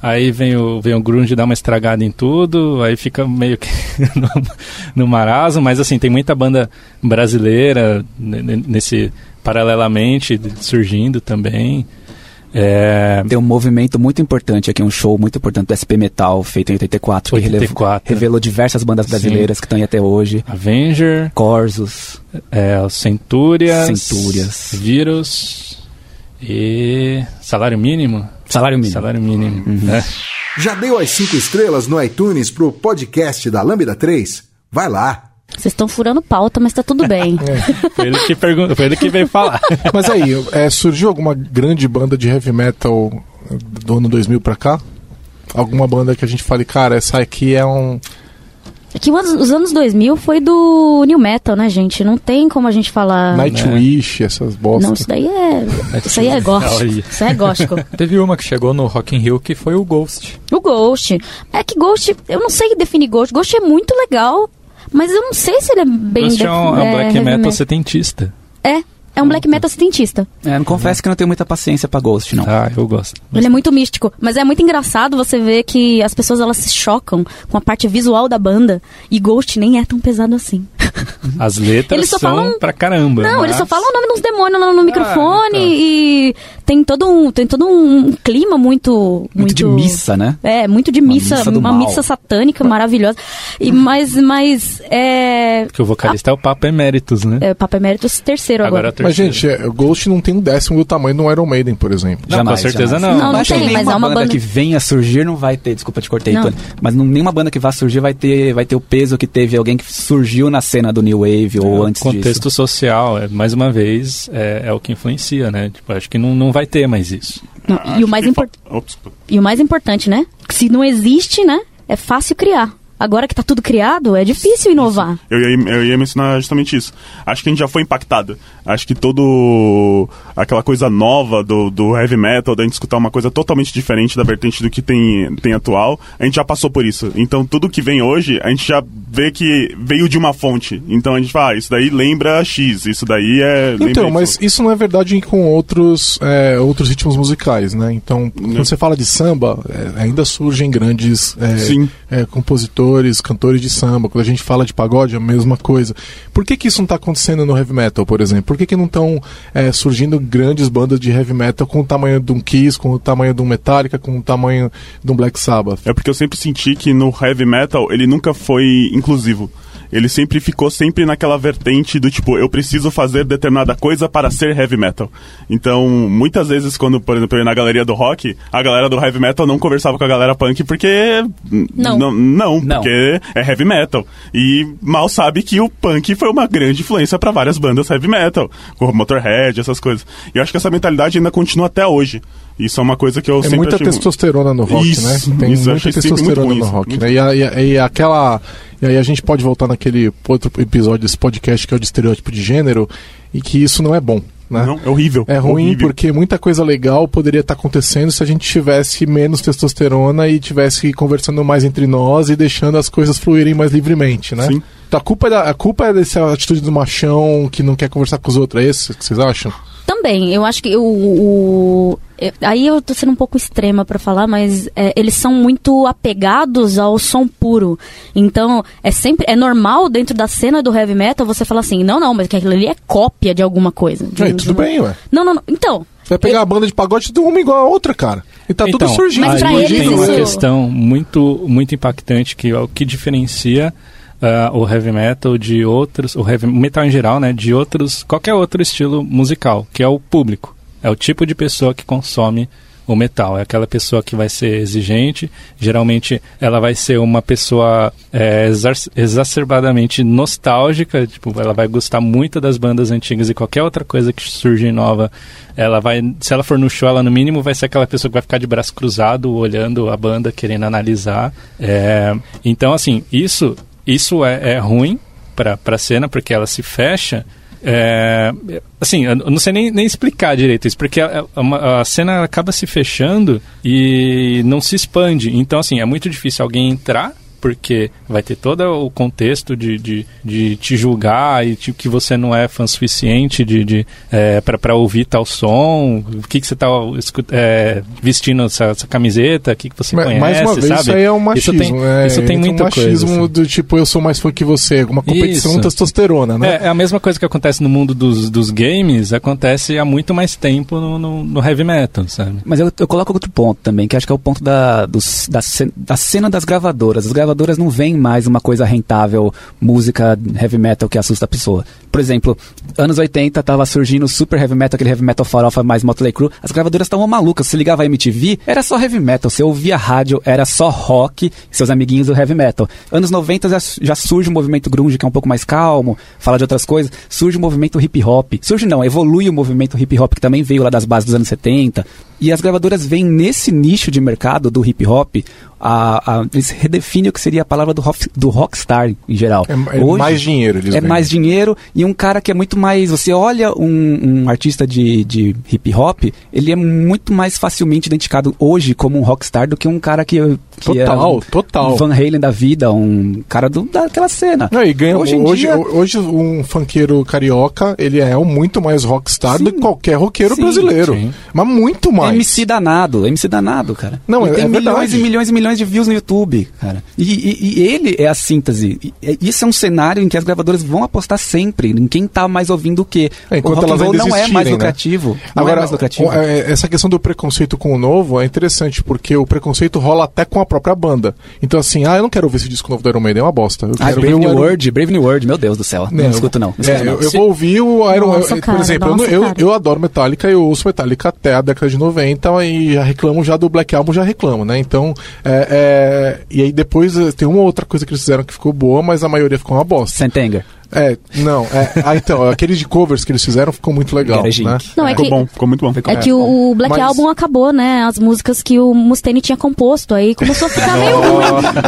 S6: Aí vem o, vem o grunge dar uma estragada em tudo, aí fica meio que no, no marasmo, mas assim, tem muita banda brasileira ne- ne- nesse paralelamente surgindo também. É,
S5: Tem um movimento muito importante aqui, um show muito importante do SP Metal, feito em 84, que relevo-
S6: 84.
S5: revelou diversas bandas
S6: né? Sim.
S5: brasileiras que estão aí até hoje.
S6: Avenger,
S5: Corsos,
S6: é, o Centúrias,
S5: Centúrias.
S6: Vírus e Salário Mínimo.
S5: Salário Mínimo. Uhum.
S6: Salário Mínimo. né?
S1: Já deu as cinco estrelas no iTunes pro podcast da Lambda 3? Vai lá!
S4: Vocês estão furando pauta, mas tá tudo bem.
S6: Foi, ele que pergun- foi ele que veio falar.
S3: Mas aí, é, surgiu alguma grande banda de heavy metal do ano 2000 pra cá? Alguma banda que a gente fale, cara, essa aqui é um.
S4: É que os, os anos 2000 foi do New Metal, né, gente? Não tem como a gente falar...
S6: né.
S3: Nightwish, essas
S4: Ah, Não,
S3: bostas.
S4: isso daí é... Isso aí é gótico.
S6: Olha.
S4: Isso aí é gótico.
S2: Teve uma que chegou no Rock in Rio que foi o Ghost.
S4: O Ghost. É que Ghost, eu não sei definir Ghost. Ghost é muito legal, mas eu não sei se ele é bem né?
S6: Ghost é um,
S4: defi-
S6: é um black
S4: heavy
S6: metal
S4: metal.
S6: setentista.
S4: É, é um black metal setentista.
S5: É, não confesso que eu não tenho muita paciência pra Ghost, não.
S6: Uhum. Ah, eu gosto.
S4: Ele é muito místico, mas é muito engraçado você ver que as pessoas elas se chocam com a parte visual da banda e Ghost nem é tão pesado assim.
S5: Uhum.
S6: As letras
S4: Eles só
S6: são
S4: falam-
S6: pra caramba.
S4: Não, eles só
S6: mas-
S4: falam o nome dos demônios
S5: Ah,
S4: lá no microfone
S6: então.
S4: e tem todo um tem todo um clima muito
S5: Muito de missa, né?
S4: É, muito de missa, uma missa,
S5: missa do mal.
S4: satânica maravilhosa. E mas mas é
S6: Porque o vocalista é o Papa Emeritus, né?
S4: É, Papa Emeritus terceiro
S6: Agora
S4: agora.
S6: é o
S3: Mas,
S6: terceiro.
S3: gente, é, o Ghost não tem um décimo do tamanho do Iron Maiden, por exemplo.
S6: Não,
S5: Jamais,
S6: com certeza
S5: jamais.
S6: não.
S4: Não, não
S5: acho que
S4: tem, mas
S5: nenhuma
S4: é uma
S5: banda
S4: banda-
S5: que venha surgir não vai ter, desculpa te cortei,
S4: Não.
S5: Tony, mas não- nenhuma banda que vá surgir vai ter, vai ter o peso que teve alguém que surgiu na cena do New Wave ou antes
S6: É, contexto
S5: disso. né?
S6: social, é, mais uma vez, é, é o que influencia, né? Tipo, acho que não, não vai ter mais isso.
S4: Não, e, o mais
S7: Acho que
S4: impor-
S7: fa- Ops, desculpa.
S4: e o mais importante, né? Que se não existe, né? É fácil criar. Agora que tá tudo criado, é difícil inovar.
S7: Eu ia, eu ia mencionar justamente isso. Acho que a gente já foi impactado. Acho que todo aquela coisa nova do, do heavy metal, da gente escutar uma coisa totalmente diferente da vertente do que tem, tem atual, a gente já passou por isso. Então tudo que vem hoje, a gente já vê que veio de uma fonte. Então a gente fala, ah, isso daí lembra X, isso daí é. lembra
S3: Então,
S7: Y.
S3: mas isso não é verdade com outros, é, outros ritmos musicais, né? Então, quando você fala de samba, é, ainda surgem grandes é,
S7: Sim.
S3: é, compositores, cantores de samba. Quando a gente fala de pagode, é a mesma coisa. Por que, que isso não está acontecendo no heavy metal, por exemplo? Por que, que não estão é, surgindo grandes bandas de heavy metal com o tamanho de um Kiss, com o tamanho de um Metallica, com o tamanho de um Black Sabbath?
S7: É porque eu sempre senti que no heavy metal ele nunca foi inclusivo. Ele sempre ficou sempre naquela vertente do tipo, eu preciso fazer determinada coisa para ser heavy metal. Então, muitas vezes quando, por exemplo, eu ia na galeria do rock, a galera do heavy metal não conversava com a galera punk porque
S4: Não.
S7: não, não,
S5: Não.
S7: porque é heavy metal. E mal sabe que o punk foi uma grande influência para várias bandas heavy metal, como Motorhead, essas coisas. E eu acho que essa mentalidade ainda continua até hoje. Isso é uma coisa que eu
S3: É
S7: sempre
S3: muita
S7: achei mu-
S3: testosterona no rock,
S7: Isso,
S3: né? Tem
S7: isso, eu
S3: muita
S7: achei sempre muito
S3: testosterona
S7: ruim
S3: no
S7: isso,
S3: rock,
S7: muito
S3: né? E, a- e a- e aquela. E aí a gente pode voltar naquele outro episódio desse podcast que é o de estereótipo de gênero, e que isso não é bom, né?
S7: Não, é horrível.
S3: É ruim
S7: horrível.
S3: porque muita coisa legal poderia estar acontecendo se a gente tivesse menos testosterona e tivesse conversando mais entre nós e deixando as coisas fluírem mais livremente, né?
S7: Sim.
S3: Então a culpa é, da- a culpa é dessa atitude do machão que não quer conversar com os outros, é isso que vocês acham?
S4: Também, eu acho que o. o- eu- aí eu tô sendo um pouco extrema pra falar, mas é, eles são muito apegados ao som puro. Então, é sempre. É normal dentro da cena do heavy metal você falar assim, não, não, mas que aquilo ali é cópia de alguma coisa. De,
S3: Aí,
S4: um- de
S3: tudo
S4: uma-
S3: bem, ué.
S4: Não, não, não. Então.
S3: Vai pegar a banda de pagode de uma igual a outra, cara. E tá tudo
S6: Então,
S3: surgindo.
S4: Mas
S6: aí
S4: pra
S3: surgindo,
S4: eles
S6: tem uma
S4: isso-
S6: questão muito, muito impactante que é o que diferencia ah, o heavy metal de outros, o heavy metal em geral, né, de outros, qualquer outro estilo musical, que é o público. É o tipo de pessoa que consome o metal. É aquela pessoa que vai ser exigente. Geralmente ela vai ser uma pessoa é, exar- exacerbadamente nostálgica. Tipo, ela vai gostar muito das bandas antigas e qualquer outra coisa que surge nova. Ela vai. Se ela for no show, ela no mínimo vai ser aquela pessoa que vai ficar de braço cruzado, olhando a banda, querendo analisar. É, então, assim, isso, isso é, é ruim para a cena, porque ela se fecha. É, assim, eu não sei nem, nem explicar direito isso, porque a, a- uma- a cena acaba se fechando e não se expande. Então, assim, é muito difícil alguém entrar, porque vai ter todo o contexto de, de, de te julgar e de, que você não é fã suficiente de, de, é, para ouvir tal som, o que, que você está vestindo essa, essa camiseta, o que, que você
S3: Ma-
S6: conhece,
S3: mais uma vez,
S6: sabe?
S3: isso aí é um machismo.
S6: Isso tem,
S3: né?
S6: isso tem
S3: um
S6: muita
S3: machismo
S6: coisa. assim.
S3: do tipo, eu sou mais fã que você. Uma competição
S6: Isso.
S3: testosterona, né?
S6: É, é a mesma coisa que acontece no mundo dos, dos games, acontece há muito mais tempo no, no, no heavy metal, sabe?
S5: Mas eu, eu coloco outro ponto também, que acho que é o ponto da, dos- da, ce- da cena das gravadoras. As gravadoras não veem mais uma coisa rentável, música heavy metal que assusta a pessoa. Por exemplo, anos 80 tava surgindo o super heavy metal, aquele heavy metal farofa mais Motley Crue. As gravadoras estavam malucas. Se ligava a MTV, era só heavy metal. Se ouvia rádio, era só rock. Seus amiguinhos do heavy metal. Anos 90 já, já surge o movimento grunge, que é um pouco mais calmo, fala de outras coisas. Surge o movimento hip hop. Surge não, evolui o movimento hip hop, que também veio lá das bases dos anos 70. E as gravadoras veem nesse nicho de mercado do hip hop, a, a- eles redefinem o que seria a palavra do, rock, do rockstar em geral.
S3: É- é mais dinheiro, eles
S5: É
S3: veem.
S5: mais dinheiro e um cara que é muito mais. Você olha um, um artista de, de hip hop, ele é muito mais facilmente identificado hoje como um rockstar do que um cara que. que é
S3: Total,
S5: um,
S3: total.
S5: um Van Halen da vida, um cara do, daquela cena.
S3: Não, e ganha, hoje,
S5: Hoje em
S3: hoje,
S5: dia-
S3: um funkeiro carioca, ele é um muito mais rockstar do que qualquer roqueiro
S5: Sim.
S3: brasileiro.
S6: Sim.
S3: Mas muito mais.
S5: MC danado, MC danado, cara.
S3: Não,
S5: e
S3: é-
S5: tem
S3: é
S5: milhões
S3: verdade.
S5: e milhões e milhões de views no YouTube, cara. E, e- e ele é a síntese. E- e isso é um cenário em que as gravadoras vão apostar sempre em quem tá mais ouvindo o quê.
S3: É, enquanto
S5: o rock and
S3: elas
S5: roll
S3: ainda
S5: não é mais
S3: existirem, né?
S5: lucrativo. Não é mais lucrativo.
S3: o- é, essa questão do preconceito com o novo é interessante, porque o preconceito rola até com a própria banda. Então, assim, ah, eu não quero ouvir esse disco novo do Iron Maiden, é uma bosta. Eu
S5: Ai,
S3: quero
S5: Ah, Brave
S3: ver
S5: New
S3: o Iron-
S5: World, Brave New World, meu Deus do céu. Não,
S3: eu-
S5: escuto não. não
S3: é,
S5: escuto, não.
S3: eu, eu vou ouvir o Iron
S4: Nossa,
S3: eu-
S4: cara,
S3: Por exemplo, eu
S4: nossa,
S3: eu, eu,
S4: cara.
S3: adoro Metallica, eu ouço Metallica até a década de 90 e já reclamo já do Black Album, já reclamo, né? Então, é, é, e aí depois eh, tem uma outra coisa que eles fizeram que ficou boa, mas a maioria ficou uma bosta.
S5: Sentenger.
S3: É, não, é, ah, então, aqueles de covers que eles fizeram ficou muito legal,
S5: Garage
S3: né?
S4: Não, é,
S7: Ficou
S4: que.
S7: bom, ficou muito bom.
S4: É que o, o Black
S3: Mas-
S4: Album acabou, né? As músicas que o Mustaine tinha composto. Aí começou a ficar meio ruim.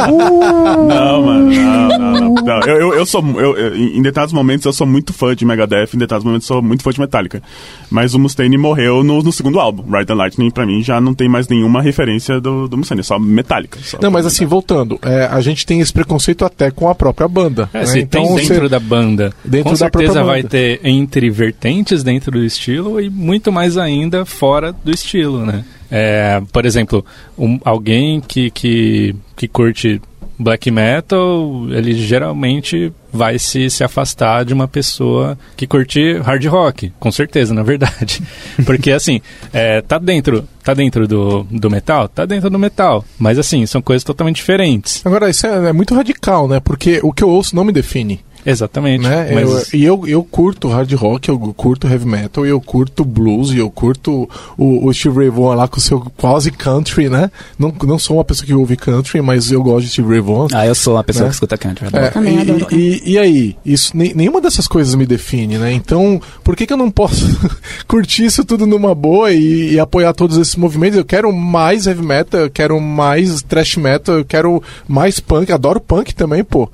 S4: Uh,
S7: Não, mano, não, não, não. Não, eu, eu, eu sou. Eu, eu- em determinados momentos eu sou muito fã de Megadeth, em determinados momentos eu sou muito fã de Metallica. Mas o Mustaine morreu no, no segundo álbum. Ride the Lightning, pra mim, já não tem mais nenhuma referência do, do Mustaine, é só Metallica. só.
S3: Não, mas assim, voltando, é, a gente tem esse preconceito até com a própria banda.
S6: É,
S3: né?
S6: se tem
S3: você-
S6: dentro da banda,
S3: dentro
S6: com
S3: da própria
S6: certeza vai
S3: banda.
S6: ter entre vertentes dentro do estilo e muito mais ainda fora do estilo, né? É, por exemplo, um- alguém que, que, que curte black metal, ele geralmente vai se, se afastar de uma pessoa que curte hard rock, com certeza, na verdade. Porque assim, é, tá dentro, tá dentro do, do metal? Tá dentro do metal. Mas assim, são coisas totalmente diferentes.
S3: Agora, isso é, é muito radical, né? Porque o que eu ouço não me define.
S6: Exatamente.
S3: né?
S6: mas
S3: Eu- e eu, eu curto hard rock, eu curto heavy metal, eu curto blues, e eu curto o, o Steve Ray Vaughan lá com o seu quase country, né? Não, não sou uma pessoa que ouve country, mas eu gosto de Steve Ray Vaughan.
S5: Ah, eu sou uma pessoa
S3: Né?
S5: que escuta country.
S3: É,
S4: também
S3: e-
S4: adoro
S3: e, e aí? Isso, nem- nenhuma dessas coisas me define, né? Então, por que, que eu não posso curtir isso tudo numa boa e, e apoiar todos esses movimentos? Eu quero mais heavy metal, eu quero mais thrash metal, eu quero mais punk. Adoro punk também, pô.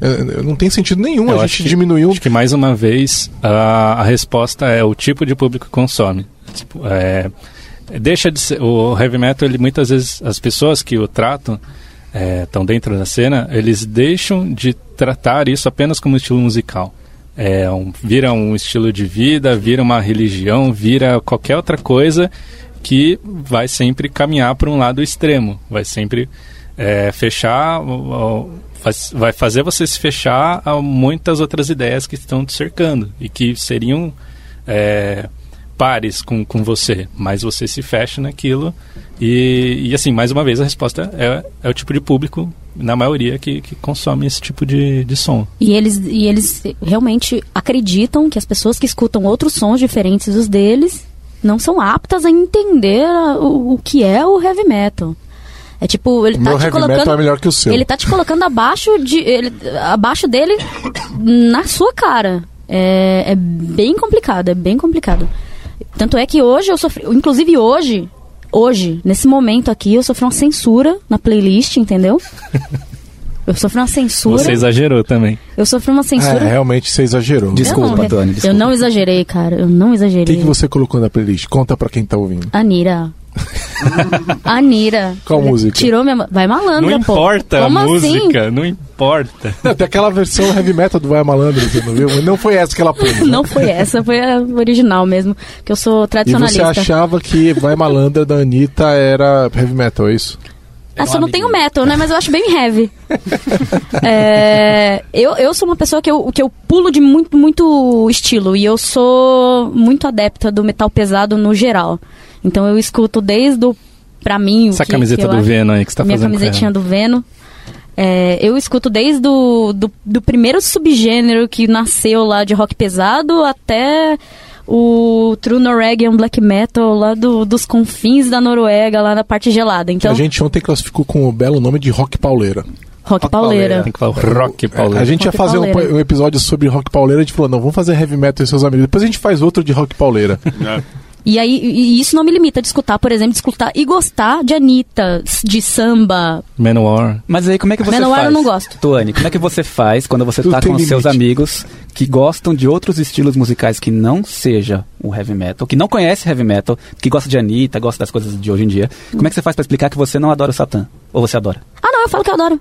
S3: É, Não tem sentido nenhum
S6: Eu
S3: a
S6: acho
S3: gente
S6: que-
S3: diminuir um
S6: acho que mais uma vez a, a resposta é o tipo de público que consome. Tipo, é, deixa de ser, o heavy metal, ele, muitas vezes as pessoas que o tratam estão dentro da cena, eles deixam de tratar isso apenas como estilo musical. É, um, vira um estilo de vida, vira uma religião, vira qualquer outra coisa que vai sempre caminhar para um lado extremo, vai sempre é, fechar, o- o- faz- vai fazer você se fechar a muitas outras ideias que estão te cercando e que seriam é, pares com, com você, mas você se fecha naquilo e, e assim, mais uma vez a resposta é, é o tipo de público, na maioria, que, que consome esse tipo de, de som.
S4: E eles, e eles realmente acreditam que as pessoas que escutam outros sons diferentes dos deles não são aptas a entender a- o, o que é o heavy metal. É tipo,
S3: O
S4: ele tá
S3: meu
S4: te
S3: heavy
S4: colocando.
S3: metal é melhor que o seu.
S4: Ele tá te colocando abaixo de. Ele, abaixo dele na sua cara. É, é bem complicado, é bem complicado. Tanto é que hoje eu sofri. Inclusive hoje, hoje, nesse momento aqui, eu sofri uma censura na playlist, entendeu? Eu sofri uma censura.
S6: Você exagerou também.
S4: Eu sofri uma
S3: É,
S4: censura.
S3: realmente você exagerou.
S5: Des- Desculpa,
S4: eu não,
S5: Tony, desculpa.
S4: Eu não exagerei, cara. Eu não
S3: O que,
S4: exagerei.
S3: que você colocou na playlist? Conta pra quem tá ouvindo.
S4: Anira. Anira.
S3: Qual música?
S4: Tirou minha. ma- Vai
S6: Não
S4: malandra, pô.
S6: importa
S4: Como
S6: a
S4: assim?
S6: música, não importa.
S3: Não, tem aquela versão heavy metal do Vai Malandro, você não viu? Não foi essa que ela pôs. né?
S4: Não foi essa, foi a original mesmo. Que eu sou
S3: E você
S4: tradicionalista.
S3: achava que Vai Malandra da Anitta era heavy metal, é isso?
S4: Ah, só não tem o metal, né? Mas eu acho bem heavy. É, eu, eu sou uma pessoa que eu, que eu pulo de muito, muito estilo. E eu sou muito adepta do metal pesado no geral. Então eu escuto desde o. Pra mim, o
S6: Essa
S4: que- que
S6: camiseta
S4: eu
S6: do
S4: acho-
S6: Venom aí que você tá
S4: minha
S6: fazendo. com
S4: camisetinha
S6: ela.
S4: do Veno. É, eu escuto desde o do, do primeiro subgênero que nasceu lá de rock pesado até o True Norwegian Black Metal lá do- dos confins da Noruega, lá na parte
S3: Que
S4: gelada. Então,
S3: a gente ontem classificou com o belo nome de Rock Pauleira.
S4: rock
S5: rock
S4: pauleira.
S5: pauleira.
S6: Tem que falar o rock, Paulo.
S3: É, a gente ia
S4: Rock
S3: fazer um,
S4: pauleira.
S3: po- um episódio sobre Rock Pauleira, a gente falou, não, vamos fazer heavy metal e seus amigos. Depois a gente faz outro de Rock Pauleira.
S7: Né,
S4: E aí, e isso não me limita de escutar, por exemplo, de escutar e gostar de Anitta, de samba.
S6: Manowar.
S5: Mas aí, como é que você
S4: Menor eu
S5: faz?
S4: não gosto.
S5: Tuane, como é que você faz quando você
S3: Tudo
S5: tá
S3: tem
S5: com os seus
S3: limite.
S5: amigos que gostam de outros estilos musicais que não seja o heavy metal, que não conhece heavy metal, que gosta de Anitta, gosta das coisas de hoje em dia? Como é que você faz pra explicar que você não adora o Satã? Ou você adora?
S4: Ah, não, eu falo que eu adoro.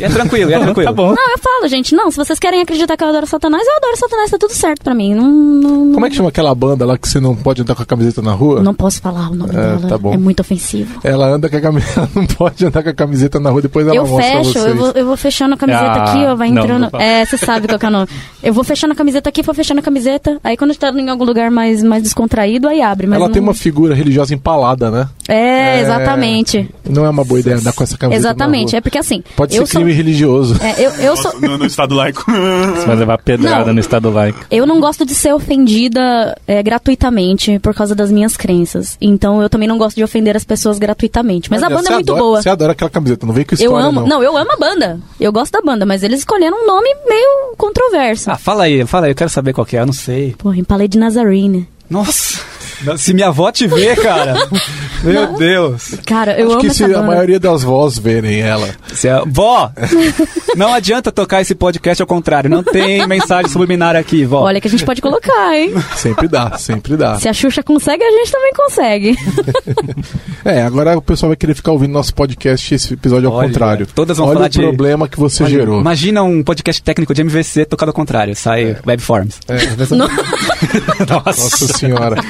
S5: E é tranquilo, é tranquilo.
S6: Tá
S3: Oh.
S6: bom.
S4: Não, eu falo, gente. Não, se vocês querem acreditar que eu adoro Satanás, eu adoro Satanás, tá tudo certo pra mim. Não, não, não-
S3: Como é que chama aquela banda lá que você não pode andar com a camiseta na rua?
S4: não posso falar o nome
S3: É,
S4: dela.
S3: tá bom.
S4: É muito ofensivo.
S3: Ela anda com a camiseta, não pode andar com a camiseta na rua, depois ela
S4: Eu
S3: mostra
S4: fecho,
S3: pra vocês.
S4: eu vou, eu vou fechando a camiseta
S6: Ah,
S4: aqui, ó, vai
S6: não, não
S4: entrando.
S6: fala.
S4: é, você sabe qual que é o nome. Eu vou fechando a camiseta aqui, vou fechando a camiseta. Aí quando tá em algum lugar mais, mais descontraído, aí abre. Mas
S3: Ela
S4: não-
S3: tem uma figura religiosa empalada, né?
S4: É,
S3: É,
S4: exatamente.
S3: Não é uma boa ideia andar com essa camiseta
S4: Exatamente.
S3: na
S4: É
S3: rua.
S4: porque assim.
S3: Pode
S4: eu
S3: ser crime religioso.
S4: Sou, é, eu, eu sou.
S7: No, no estado laico.
S6: Você vai levar pedrada
S4: Não.
S6: no estado laico.
S4: Eu não gosto de ser ofendida é, gratuitamente por causa das minas crenças. Então eu também não gosto de ofender as pessoas gratuitamente. Mas a
S3: Olha,
S4: banda
S3: você
S4: é muito
S3: adora-
S4: boa.
S3: Você adora aquela camiseta, não vem com
S4: Eu
S3: história,
S4: amo. Não. eu amo a banda. Eu gosto da banda, mas eles escolheram um nome meio controverso.
S5: Ah, fala aí, fala aí, eu quero saber qual que é, eu não sei.
S4: Porra, empalei de Nazarene.
S5: Nossa, se minha avó te ver, cara. Meu Deus.
S4: Cara, eu
S3: Acho
S4: amo
S3: que se
S4: essa
S3: a
S4: banda.
S3: maioria das vozes verem ela.
S5: Se a... Vó, não adianta tocar esse podcast ao contrário, não tem mensagem subliminar aqui, vó.
S4: Olha que a gente pode colocar, hein?
S3: Sempre dá, sempre dá.
S4: Se a Xuxa consegue, a gente também consegue.
S3: É, agora o pessoal vai querer ficar ouvindo nosso podcast esse episódio ao
S5: Olha,
S3: contrário.
S5: todas vão
S3: Olha
S5: falar
S3: o
S5: de-
S3: problema que você
S5: Olha,
S3: gerou.
S5: Imagina um podcast técnico de MVC tocado ao contrário, sai Webforms.
S3: É, nessa- Nossa senhora.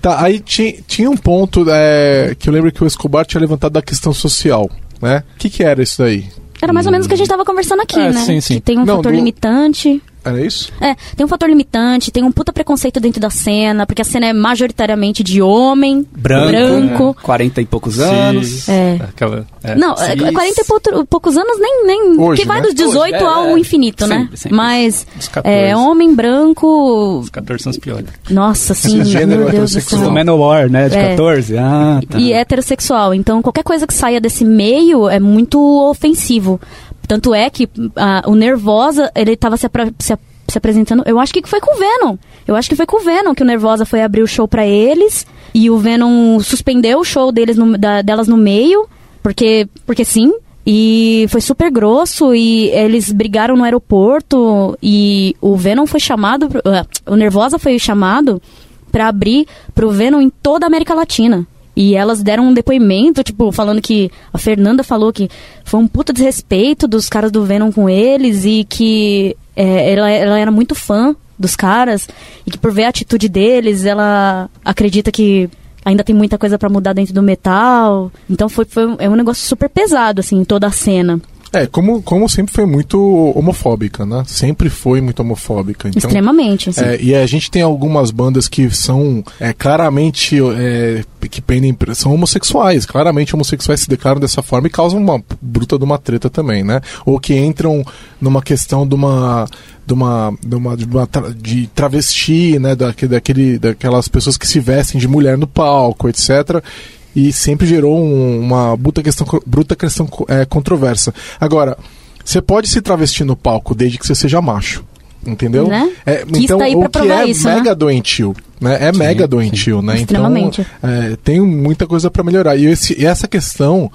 S3: Tá, aí ti- tinha um ponto é, que eu lembro que o Escobar tinha levantado da questão social, né? O que, que era isso daí?
S4: Era mais ou menos o que a gente tava conversando aqui,
S6: Ah,
S4: né?
S6: sim, sim.
S4: Que tem um
S3: É, Não,
S4: fator
S3: do-
S4: limitante.
S3: Era isso?
S4: É, tem um fator limitante, tem um puta preconceito dentro da cena, porque a cena é majoritariamente de homem, branco.
S5: né? 40 e poucos anos.
S6: Cis,
S4: É.
S6: Aquela, é.
S4: Não,
S5: Cis.
S4: é, 40 e pou- poucos anos nem. nem
S3: Hoje,
S4: que vai
S3: né?
S4: dos 18
S5: Hoje, é,
S4: ao
S5: é.
S4: infinito, né?
S5: Sempre, sempre.
S4: Mas
S6: Os 14.
S4: é, homem branco.
S6: Os 14 são os piores.
S4: Nossa, sim,
S3: Cisgênero
S4: meu Deus do
S3: heterossexual.
S5: Do
S4: céu.
S5: Manowar, né? De
S4: É.
S5: 14. Ah, tá.
S4: E é heterossexual. Então, qualquer coisa que saia desse meio é muito ofensivo. Tanto é que ah, o Nervosa, ele tava se, apra- se a- se apresentando. Eu acho que foi com o Venom. Eu acho que foi com o Venom que o Nervosa foi abrir o show pra eles. E o Venom suspendeu o show deles no- da- delas no meio, porque, porque sim. E foi super grosso e eles brigaram no aeroporto e o Venom foi chamado, pro- ah, o Nervosa foi chamado pra abrir pro Venom em toda a América Latina. E elas deram um depoimento, tipo, falando que a Fernanda falou que foi um puta desrespeito dos caras do Venom com eles e que é, ela, ela era muito fã dos caras e que por ver a atitude deles, ela acredita que ainda tem muita coisa pra mudar dentro do metal. Então foi, foi um- é um negócio super pesado, assim, em toda a cena.
S3: É, como, como sempre foi muito homofóbica, né? Sempre foi muito homofóbica. Então,
S4: Extremamente. assim.
S3: É, e a gente tem algumas bandas que são é, claramente é, que pendem pra- são homossexuais, claramente homossexuais se declaram dessa forma e causam uma bruta de uma treta também, né? Ou que entram numa questão de uma de uma de, uma- de uma tra- de travesti, né? Daque- daquele, daquelas pessoas que se vestem de mulher no palco, etc. E sempre gerou um- uma bruta questão, co- bruta questão co- é, controversa. Agora, você pode se travestir no palco desde que você seja macho. Entendeu?
S4: Né?
S3: É,
S4: Que
S3: então,
S4: está aí
S3: o
S4: pra
S3: que
S4: provar
S3: é
S4: isso, né?
S3: mega doentio, né? É mega doentio, né? Então,
S4: Extremamente.
S3: é, tem muita coisa pra melhorar. E, esse- e essa questão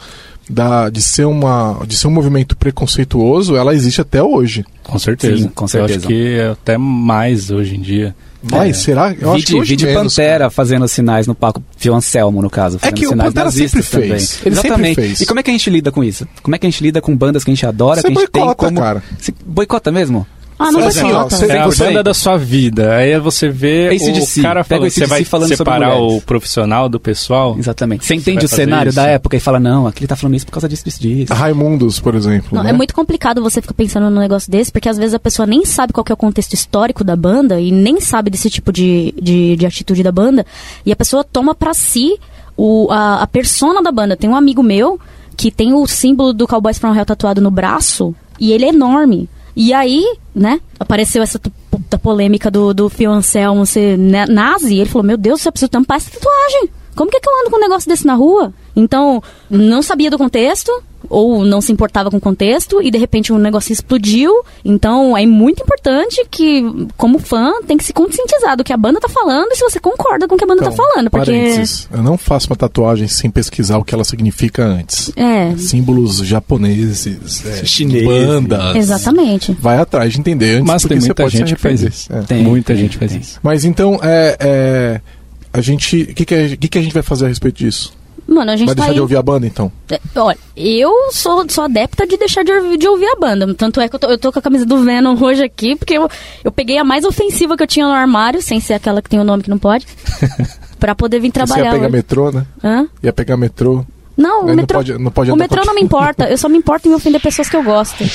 S3: da, de, ser uma, de ser um movimento preconceituoso, ela existe até hoje.
S6: Com certeza.
S5: Sim, com certeza.
S6: Eu acho que é até mais hoje em dia.
S3: Mas
S5: É.
S3: será? Eu
S5: vi
S3: acho que
S5: de,
S3: hoje
S5: vi de
S3: menos,
S5: Pantera fazendo sinais no palco. Viu Anselmo, no caso. fazendo
S3: É que o
S5: sinais
S3: Pantera
S5: nazistas
S3: sempre
S5: também.
S3: fez. Ele sempre
S5: Exatamente.
S3: fez.
S5: E como é que a gente lida com isso? Como é que a gente lida com bandas que a gente adora,
S3: Você
S5: que a gente
S3: boicota,
S5: tem como...
S3: cara.
S5: Você boicota mesmo?
S4: Ah, não
S3: Por
S4: vai
S3: exemplo,
S4: falar,
S3: ó,
S4: tá?
S3: você-
S6: É a
S5: 100%.
S6: banda da sua vida. Aí é você vê
S5: AC/DC.
S6: o cara
S5: Pega o
S6: falando, você
S5: AC/DC
S6: vai
S5: falando sobre
S6: separar o
S5: mulheres.
S6: profissional do pessoal.
S5: Exatamente. Você entende
S6: vai
S5: o
S6: fazer
S5: cenário
S6: isso?
S5: da época e fala, não, aquele tá falando isso por causa disso, disso,
S3: Ah.
S5: disso.
S3: Raimundos, por exemplo.
S4: Não,
S3: né?
S4: É muito complicado você ficar pensando num negócio desse, porque às vezes a pessoa nem sabe qual que é o contexto histórico da banda e nem sabe desse tipo de, de, de atitude da banda. E a pessoa toma pra si o, a, a persona da banda. Tem um amigo meu que tem o símbolo do Cowboys from Hell tatuado no braço e ele é enorme. E aí, né, apareceu essa tu- puta polêmica do, do Phil Anselmo ser na- nazi. Ele falou, meu Deus, eu preciso tampar essa tatuagem. Como que, é que eu ando com um negócio desse na rua? Então, não sabia do contexto, ou não se importava com o contexto e de repente o negócio explodiu. Então é muito importante que, como fã, tem que se conscientizar do que a banda tá falando e se você concorda com o que a banda tá
S3: Então,
S4: falando. Porque.
S3: parênteses, Eu não faço uma tatuagem sem pesquisar o que ela significa antes.
S4: É,
S3: Símbolos japoneses, é,
S5: Chineses.
S3: bandas.
S4: exatamente.
S3: Vai atrás de entender antes,
S6: Mas
S3: porque
S6: tem
S3: você
S6: muita
S3: pode
S6: gente
S3: se
S6: que faz
S3: arrepender.
S6: isso.
S3: É.
S5: Tem,
S6: Muita
S5: tem,
S6: gente faz
S5: tem.
S6: isso.
S3: Mas então, é, é, a gente. O que, que, a- que que a gente vai fazer a respeito disso?
S4: Mano, a gente
S3: Vai
S4: tá
S3: deixar
S4: aí.
S3: de ouvir a banda então?
S4: É, Olha, eu sou, sou adepta de deixar de, ouvir- de ouvir a banda. Tanto é que eu tô, eu tô com a camisa do Venom hoje aqui, porque eu, eu peguei a mais ofensiva que eu tinha no armário, sem ser aquela que tem o nome que não pode, pra poder vir
S3: Porque Você
S4: trabalhar.
S3: ia pegar
S4: hoje.
S3: metrô, né?
S4: Hã?
S3: Ia pegar metrô. Né?
S4: Não, o
S3: Não
S4: metrô,
S3: pode- não pode
S4: o
S3: andar
S4: metrô
S3: com-
S4: não me importa. Eu só me importo em ofender pessoas que eu gosto.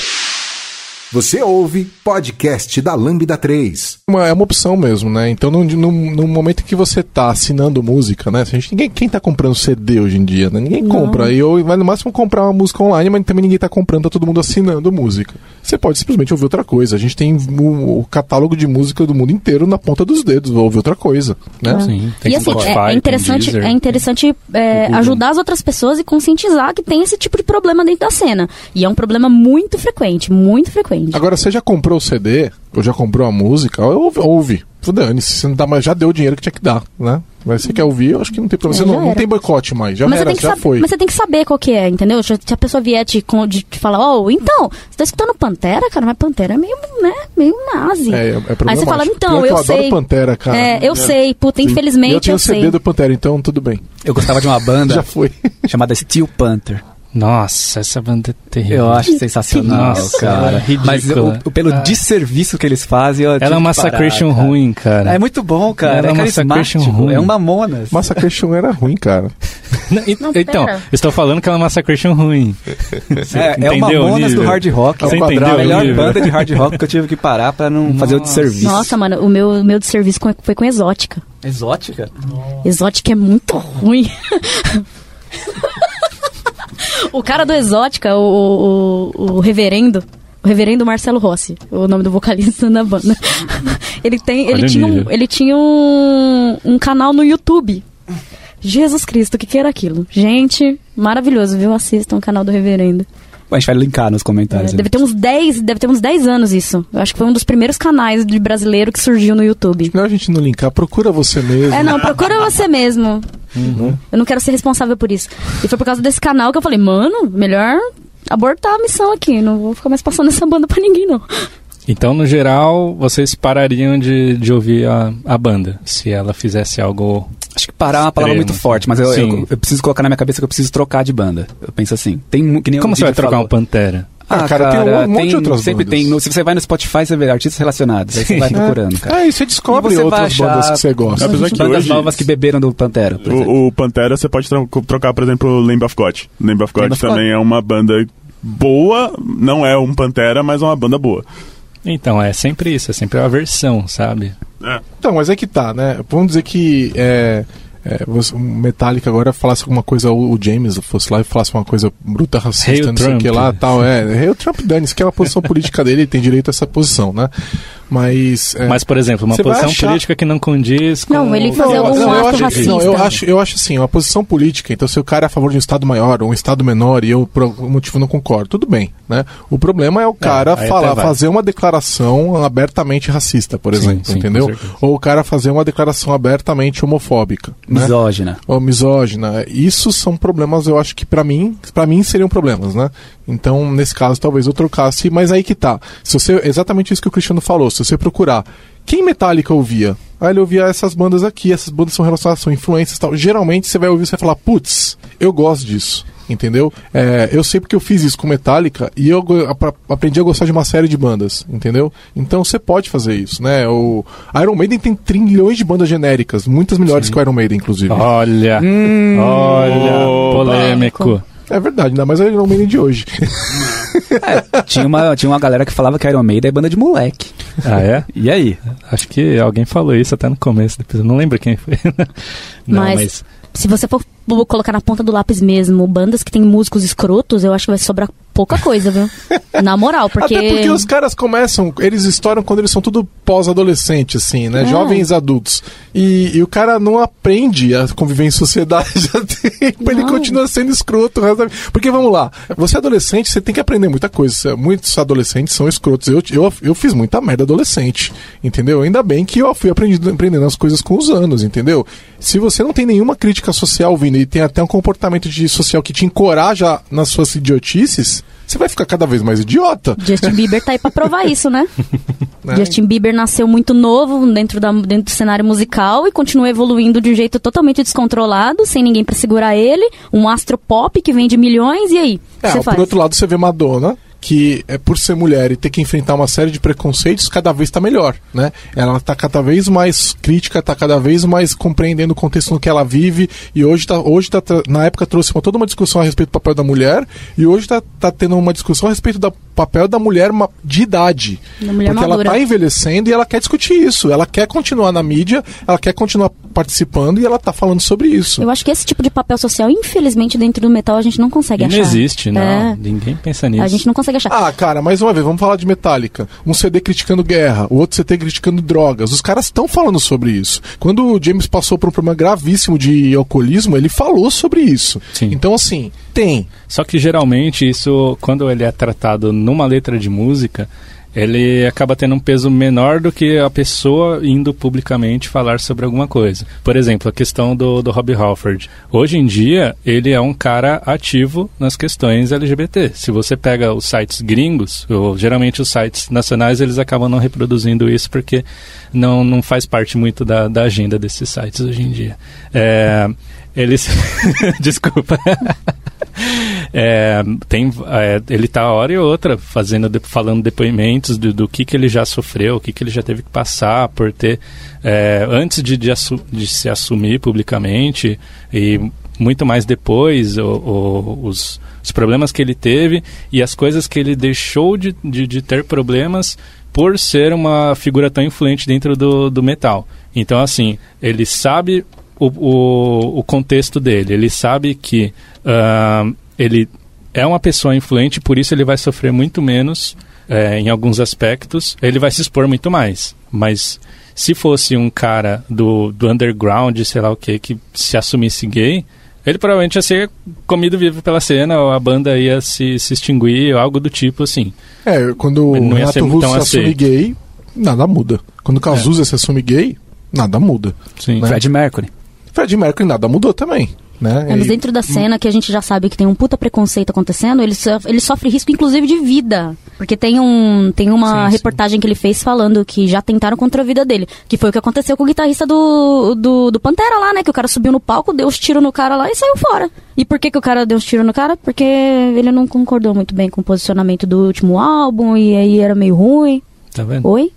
S1: Você ouve podcast da Lambda 3.
S3: Uma- é uma opção mesmo, né? Então, no, no, no momento que você tá assinando música, né? A gente, ninguém, quem tá comprando CD hoje em dia, né? Ninguém compra. E eu, vai no máximo comprar uma música online, mas também ninguém tá comprando, tá todo mundo assinando música. Você pode simplesmente ouvir outra coisa. A gente tem o, o catálogo de música do mundo inteiro na ponta dos dedos, vou ouvir outra coisa, né?
S6: Sim,
S4: e assim, é- é, interessante, é interessante é, ajudar as outras pessoas e conscientizar que tem esse tipo de problema dentro da cena. E é um problema muito frequente, muito frequente.
S3: Agora, você já comprou o CD, ou já comprou a música, ou- ouve. Dane-se, você não dá, mas já deu o dinheiro que tinha que dar, né? Mas você quer ouvir, eu acho que não tem problema. você
S4: É, já
S3: não, não
S4: era.
S3: tem boicote mais, já
S4: mas,
S3: era,
S4: você tem que
S3: já
S4: sab-
S3: foi.
S4: mas você tem que saber qual que é, entendeu? Se se a pessoa vier te, con- de- te falar, oh, então, você tá escutando Pantera, cara, mas Pantera é meio, né, meio nazi.
S3: É, é problemático.
S4: Aí você fala,
S3: Pior
S4: então,
S3: que
S4: eu,
S3: eu adoro
S4: sei.
S3: Pantera, cara.
S4: É, eu sei, puta,
S3: E
S4: infelizmente
S3: eu tenho
S4: eu
S3: o CD
S4: sei.
S3: do Pantera, então tudo bem.
S5: Eu gostava de uma
S3: Já
S5: banda
S3: foi.
S5: chamada Steel Panther.
S6: Nossa, essa banda é terrível.
S5: Eu acho sensacional,
S6: Nossa,
S5: cara.
S6: é ridícula.
S5: Mas o- o- pelo desserviço que eles fazem, eu tive
S6: Ela é
S5: que
S6: uma
S5: parar,
S6: Sacration
S5: cara.
S6: ruim, cara.
S5: É muito bom, cara.
S6: Ela é
S5: é
S6: uma
S5: carismático.
S6: Sacration ruim.
S5: É um Mamonas.
S3: Massacration era ruim, cara.
S6: Não, e-
S4: Não,
S6: então,
S4: pera.
S6: estou falando que ela é uma Sacration ruim.
S5: é, é o
S6: Entendeu o
S5: Mamonas
S6: nível?
S5: do hard rock.
S6: Você
S3: um
S5: é o quadrado,
S6: entendeu o
S5: a melhor
S6: nível?
S5: banda de hard rock que eu tive que parar pra não fazer o
S6: Nossa.
S5: desserviço.
S4: Nossa, mano, o meu, o meu desserviço com- foi com Exótica.
S5: Exótica?
S4: Exótica é muito ruim. o cara do Exótica, o, o, o reverendo. O reverendo Marcelo Rossi, o nome do vocalista da banda. ele tem,
S6: Olha
S4: ele
S6: o
S4: tinha, um,
S6: nível.
S4: ele tinha um, um canal no YouTube. Jesus Cristo, o que, que era aquilo? Gente, maravilhoso, viu? Assistam o canal do reverendo.
S5: A gente vai linkar nos
S6: Tá,
S5: comentários.
S4: É,
S5: né?
S4: deve ter uns 10, deve ter uns 10 anos isso. Eu acho que foi um dos primeiros canais de brasileiro que surgiu no YouTube.
S3: É Melhor a gente não linkar, procura você mesmo.
S4: É, não, procura você mesmo. Eu não quero ser responsável por isso. E foi por causa desse canal que eu falei, mano, melhor abortar a missão aqui. Não vou ficar mais passando essa banda pra ninguém, não.
S6: Então, no geral, vocês parariam de, de ouvir a, a banda, se ela fizesse algo...
S5: Acho que parar é uma palavra
S6: Extremo,
S5: muito forte, mas eu,
S6: sim.
S5: eu, eu preciso colocar na minha cabeça que eu preciso trocar de banda. Eu penso assim. Tem, mu- que nem
S6: Como
S5: o
S6: você vai
S5: Vitor
S6: trocar
S5: falou.
S6: um Pantera?
S3: Ah, cara, tem um monte de outras
S5: Sempre
S3: bandas.
S5: tem. no- se você vai no Spotify, você vê artistas relacionados. Aí você vai procurando, cara.
S3: É, e você descobre
S5: E você vai
S3: outras
S5: achar-
S3: bandas que você gosta.
S7: Apesar que
S5: Bandas
S7: hoje-
S5: novas que beberam do Pantera, por exemplo.
S7: O, o Pantera você pode tro- trocar, por exemplo, o Lamb of God. Lamb of God
S5: Lamb of
S7: também
S5: God.
S7: é uma banda boa, não é um Pantera, mas é uma banda boa.
S6: Então, é sempre isso, é sempre uma versão, sabe?
S3: Então, mas é que tá, né? Vamos dizer que é, é, você- um Metallica agora falasse alguma coisa, o, o James fosse lá e falasse uma coisa bruta, racista,
S6: Hail
S3: não sei o
S6: Trump.
S3: que lá tal. É, é o Trump dane-se, que é uma posição política dele, ele tem direito a essa posição, né? Mas. é,
S6: Mas, por exemplo, uma
S3: Você vai
S6: posição
S3: achar-
S6: política que não condiz com...
S4: Não, ele
S6: o-
S4: fazer
S3: eu-
S4: algum
S3: eu
S4: ato
S3: acho,
S4: racista.
S3: Não, eu acho, eu acho assim, uma posição política. Então, se o cara é a favor de um Estado maior ou um Estado menor e eu, por algum motivo, não concordo, tudo bem, né? O problema é o cara
S6: aí até
S3: falar,
S6: vai.
S3: fazer uma declaração abertamente racista, por
S6: Sim,
S3: exemplo,
S6: sim, com
S3: entendeu?
S6: certeza.
S3: Ou o cara fazer uma declaração abertamente homofóbica, né?
S5: Misógina.
S3: ou misógina. Isso são problemas, eu acho que pra mim, para mim seriam problemas, né? Então, nesse caso, talvez eu trocasse, mas aí que tá. Se você, exatamente isso que o Cristiano falou, se você procurar quem Metallica ouvia, aí ele ouvia essas bandas aqui, essas bandas são relacionadas, são influências e tal. Geralmente você vai ouvir e você vai falar, putz, eu gosto disso. Entendeu? É, eu sei porque eu fiz isso com Metallica e eu go- apra- aprendi a gostar de uma série de bandas, entendeu? Então você pode fazer isso, né? O Iron Maiden tem trilhões de bandas genéricas, muitas melhores que o Iron Maiden, inclusive.
S6: Ah, Olha,
S3: Hum.
S6: olha, polêmico.
S3: É verdade, ainda mais o Iron Maiden de hoje.
S5: tinha, uma, tinha uma galera que falava que Iron Maiden é banda de moleque.
S6: Ah, é?
S5: E aí?
S6: Acho que alguém falou isso até no começo do episódio. Não lembro quem foi. Não,
S4: Mas-
S6: mas...
S4: Se você for bo- colocar na ponta do lápis mesmo, bandas que tem músicos escrotos, eu acho que vai sobrar pouca coisa, viu? Na moral, porque.
S3: Até porque os caras começam, eles estouram quando eles são tudo pós-adolescente, assim, né?
S4: É.
S3: Jovens adultos. E, e o cara não aprende a conviver em sociedade a tempo, ele
S4: Não.
S3: continua sendo escroto. o resto da vida. Porque vamos lá, você é adolescente, você tem que aprender muita coisa. Muitos adolescentes são escrotos. Eu, eu, eu fiz muita merda adolescente, entendeu? Ainda bem que eu fui aprendido- aprendendo as coisas com os anos, entendeu? Se você não tem nenhuma crítica social vindo e tem até um comportamento de social que te encoraja nas suas idiotices, você vai ficar cada vez mais idiota.
S4: Justin Bieber tá aí pra provar isso, né?
S3: né?
S4: Justin Bieber nasceu muito novo dentro, da- dentro do cenário musical e continua evoluindo de um jeito totalmente descontrolado, sem ninguém pra segurar ele. Um astro pop que vende milhões, e aí? O que
S3: É,
S4: você
S3: por
S4: faz?
S3: outro lado, você vê Madonna, que é por ser mulher e ter que enfrentar uma série de preconceitos, cada vez está melhor, né? Ela está cada vez mais crítica, está cada vez mais compreendendo o contexto no que ela vive e hoje tá, hoje tá tra- na época trouxe uma- toda uma discussão a respeito do papel da mulher e hoje está tá tendo uma discussão a respeito do papel da mulher ma- de idade.
S4: Da mulher
S3: porque
S4: madura.
S3: ela está envelhecendo e ela quer discutir isso, ela quer continuar na mídia, ela quer continuar participando e ela está falando sobre isso.
S4: Eu acho que esse tipo de papel social, infelizmente, dentro do metal, a gente não consegue
S6: E
S4: achar.
S6: não existe, não.
S4: É.
S6: Ninguém pensa nisso.
S4: A gente não consegue achar.
S3: Ah, cara, mais uma vez, vamos falar de Metallica. Um CD criticando guerra, o outro CD criticando drogas. Os caras estão falando sobre isso. Quando o James passou por um problema gravíssimo de alcoolismo, ele falou sobre isso.
S6: Sim.
S3: Então, assim, tem.
S6: Só que geralmente isso, quando ele é tratado numa letra de música, ele acaba tendo um peso menor do que a pessoa indo publicamente falar sobre alguma coisa. Por exemplo, a questão do, do Rob Halford. Hoje em dia, ele é um cara ativo nas questões LGBT. Se você pega os sites gringos, ou geralmente os sites nacionais, eles acabam não reproduzindo isso porque não, não faz parte muito da, da agenda desses sites hoje em dia. É, eles. Desculpa. É, tem, é, ele tá hora e outra fazendo, de- falando depoimentos do, do que, que ele já sofreu, o que, que ele já teve que passar por ter é, antes de, de, assu- de se assumir publicamente e muito mais depois o- o- os, os problemas que ele teve e as coisas que ele deixou de, de, de ter problemas por ser uma figura tão influente dentro do, do metal. Então, assim, ele sabe o, o, o contexto dele, ele sabe que ah, ele é uma pessoa influente, por isso ele vai sofrer muito menos eh, em alguns aspectos, ele vai se expor muito mais. Mas se fosse um cara do, do underground, sei lá o que, que se assumisse gay, ele provavelmente ia ser comido vivo pela cena, ou a banda ia se, se extinguir, ou algo do tipo assim.
S3: É, quando o
S6: Mas não ia ser
S3: Renato
S6: tão
S3: Russo se assume
S6: aceito. É.
S3: gay, nada muda. Quando o Cazuza se assume gay, nada muda.
S6: Sim.
S5: Fred Mercury.
S3: Fred Mercury nada mudou também, né?
S4: É, mas
S3: E-
S4: dentro da cena que a gente já sabe que tem um puta preconceito acontecendo, ele, so- ele sofre risco, inclusive, de vida. Porque tem, um, tem uma
S6: Sim, sim.
S4: reportagem que ele fez falando que já tentaram contra a vida dele. Que foi o que aconteceu com o guitarrista do, do, do Pantera lá, né? Que o cara subiu no palco, deu os tiros no cara lá e saiu fora. E por que, que o cara deu os tiros no cara? Porque ele não concordou muito bem com o posicionamento do último álbum e aí era meio ruim.
S6: Tá vendo?
S4: Oi?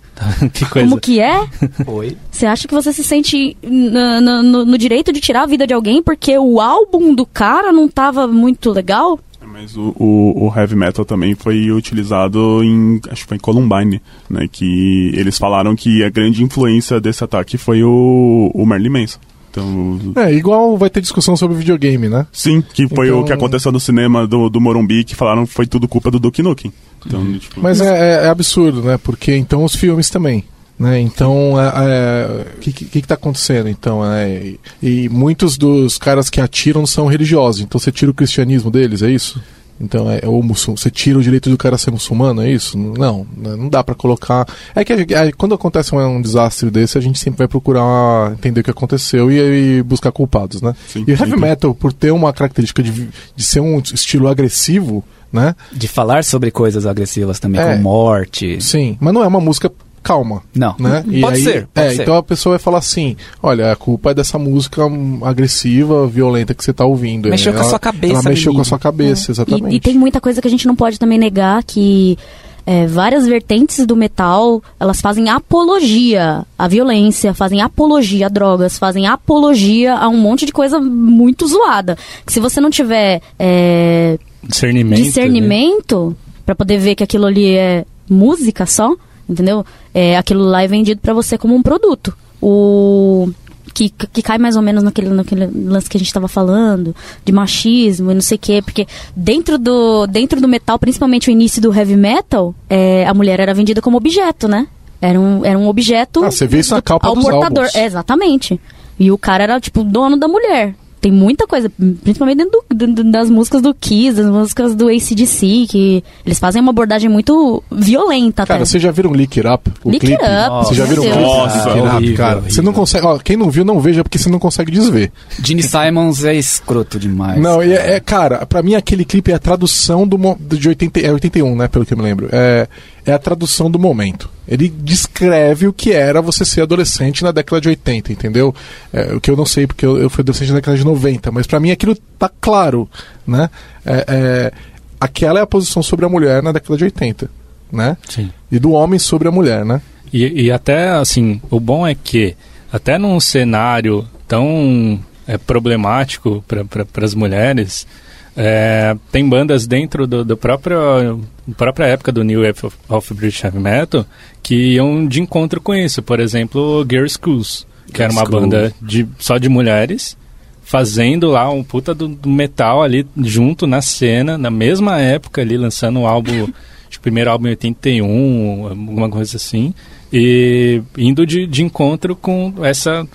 S6: que coisa.
S4: Como que é?
S5: Oi.
S4: Você acha que você se sente na- na- no, no direito de tirar a vida de alguém porque o álbum do cara não tava muito legal?
S7: Mas o, o, o heavy metal também foi utilizado em, acho que foi em Columbine, né? Que eles falaram que a grande influência desse ataque foi o, o Merlin Manson. Então,
S3: É, igual vai ter discussão sobre videogame, né?
S7: sim, que foi
S3: Então-
S7: o que aconteceu no cinema do, do Morumbi, que falaram que foi tudo culpa do Duke Nukem. Então, tipo,
S3: Mas é, é- é absurdo, né? Porque então os filmes também. Né? Então, é- é, o que, que, que tá acontecendo? Então, é, e, e muitos dos caras que atiram são religiosos. Então, você tira o cristianismo deles, é isso? Então, é, ou muçul- você tira o direito do cara ser muçulmano, é isso? Não, né? não dá pra colocar. É que a gente- é, quando acontece um, um desastre desse, a gente sempre vai procurar entender o que aconteceu e, e buscar culpados, né?
S7: Sim,
S3: e o heavy
S7: sempre.
S3: metal, por ter uma característica de, vi- de ser um estilo agressivo, né?
S5: De falar sobre coisas agressivas também,
S3: É.
S5: como morte.
S3: Sim, mas não é uma música calma.
S5: Não. Uhum.
S3: Né? E
S5: Pode
S3: aí-
S5: ser, pode
S3: é,
S5: ser.
S3: então a pessoa vai falar assim: olha, a culpa é dessa música hum, agressiva, violenta que você tá ouvindo.
S5: Mexeu
S3: Ela-
S5: com a sua cabeça,
S3: Ela mexeu com
S5: menino. É.
S3: a sua cabeça, exatamente.
S4: E, e tem muita coisa que a gente não pode também negar que é, várias vertentes do metal elas fazem apologia à violência, fazem apologia a drogas, fazem apologia a um monte de coisa muito zoada. Que se você não tiver é,
S6: Discernimento. né?
S4: discernimento pra poder ver que aquilo ali é música só, entendeu? É, aquilo lá é vendido pra você como um produto. O que, que cai mais ou menos naquele, naquele lance que a gente tava falando, de machismo e não sei o quê, porque dentro do, dentro do metal, principalmente o início do heavy metal, é, a mulher era vendida como objeto, né? Era um, era um objeto
S3: Ah, você vê isso na capa
S4: ao
S3: dos
S4: portador.
S3: álbuns.
S4: É, Exatamente. E o cara era, tipo, dono da mulher. Tem muita coisa, principalmente dentro do- do- das músicas do Kiss, das músicas do ACDC, que eles fazem uma abordagem muito violenta até.
S3: Cara, vocês já viram Lick It Up? O
S4: Lick It
S3: clipe?
S4: Up,
S3: Vocês já
S4: meu
S3: viram o clipe?
S4: Deus.
S7: Nossa,
S3: Lick It Up,
S6: horrível,
S3: cara. Você não
S6: horrível.
S3: consegue. Ó, quem não viu, não veja, porque você não consegue desver.
S5: Gene Simons é escroto demais.
S3: Não, e é, é, cara, pra mim aquele clipe é a tradução do mo- de 80, é 81, né, pelo que eu me lembro. É, é a tradução do momento. Ele descreve o que era você ser adolescente na década de 80, entendeu? É, o que eu não sei, porque eu, eu fui adolescente na década de 90, mas pra mim aquilo tá claro, né? É, é, aquela é a posição sobre a mulher na década de 80, né?
S6: Sim.
S3: E do homem sobre a mulher, né?
S6: E, e até, assim, o bom é que, até num cenário tão é, problemático para pra, as mulheres, é, tem bandas dentro do, do próprio própria época do New Wave of, of British Heavy Metal que iam de encontro com isso. Por exemplo, Girl Schools, que era uma
S5: Girl Schools.
S6: banda de, só de mulheres, fazendo lá um puta do, do metal ali junto na cena, na mesma época ali, lançando um álbum, acho que o primeiro álbum em 81, alguma coisa assim, e indo de, de encontro com essa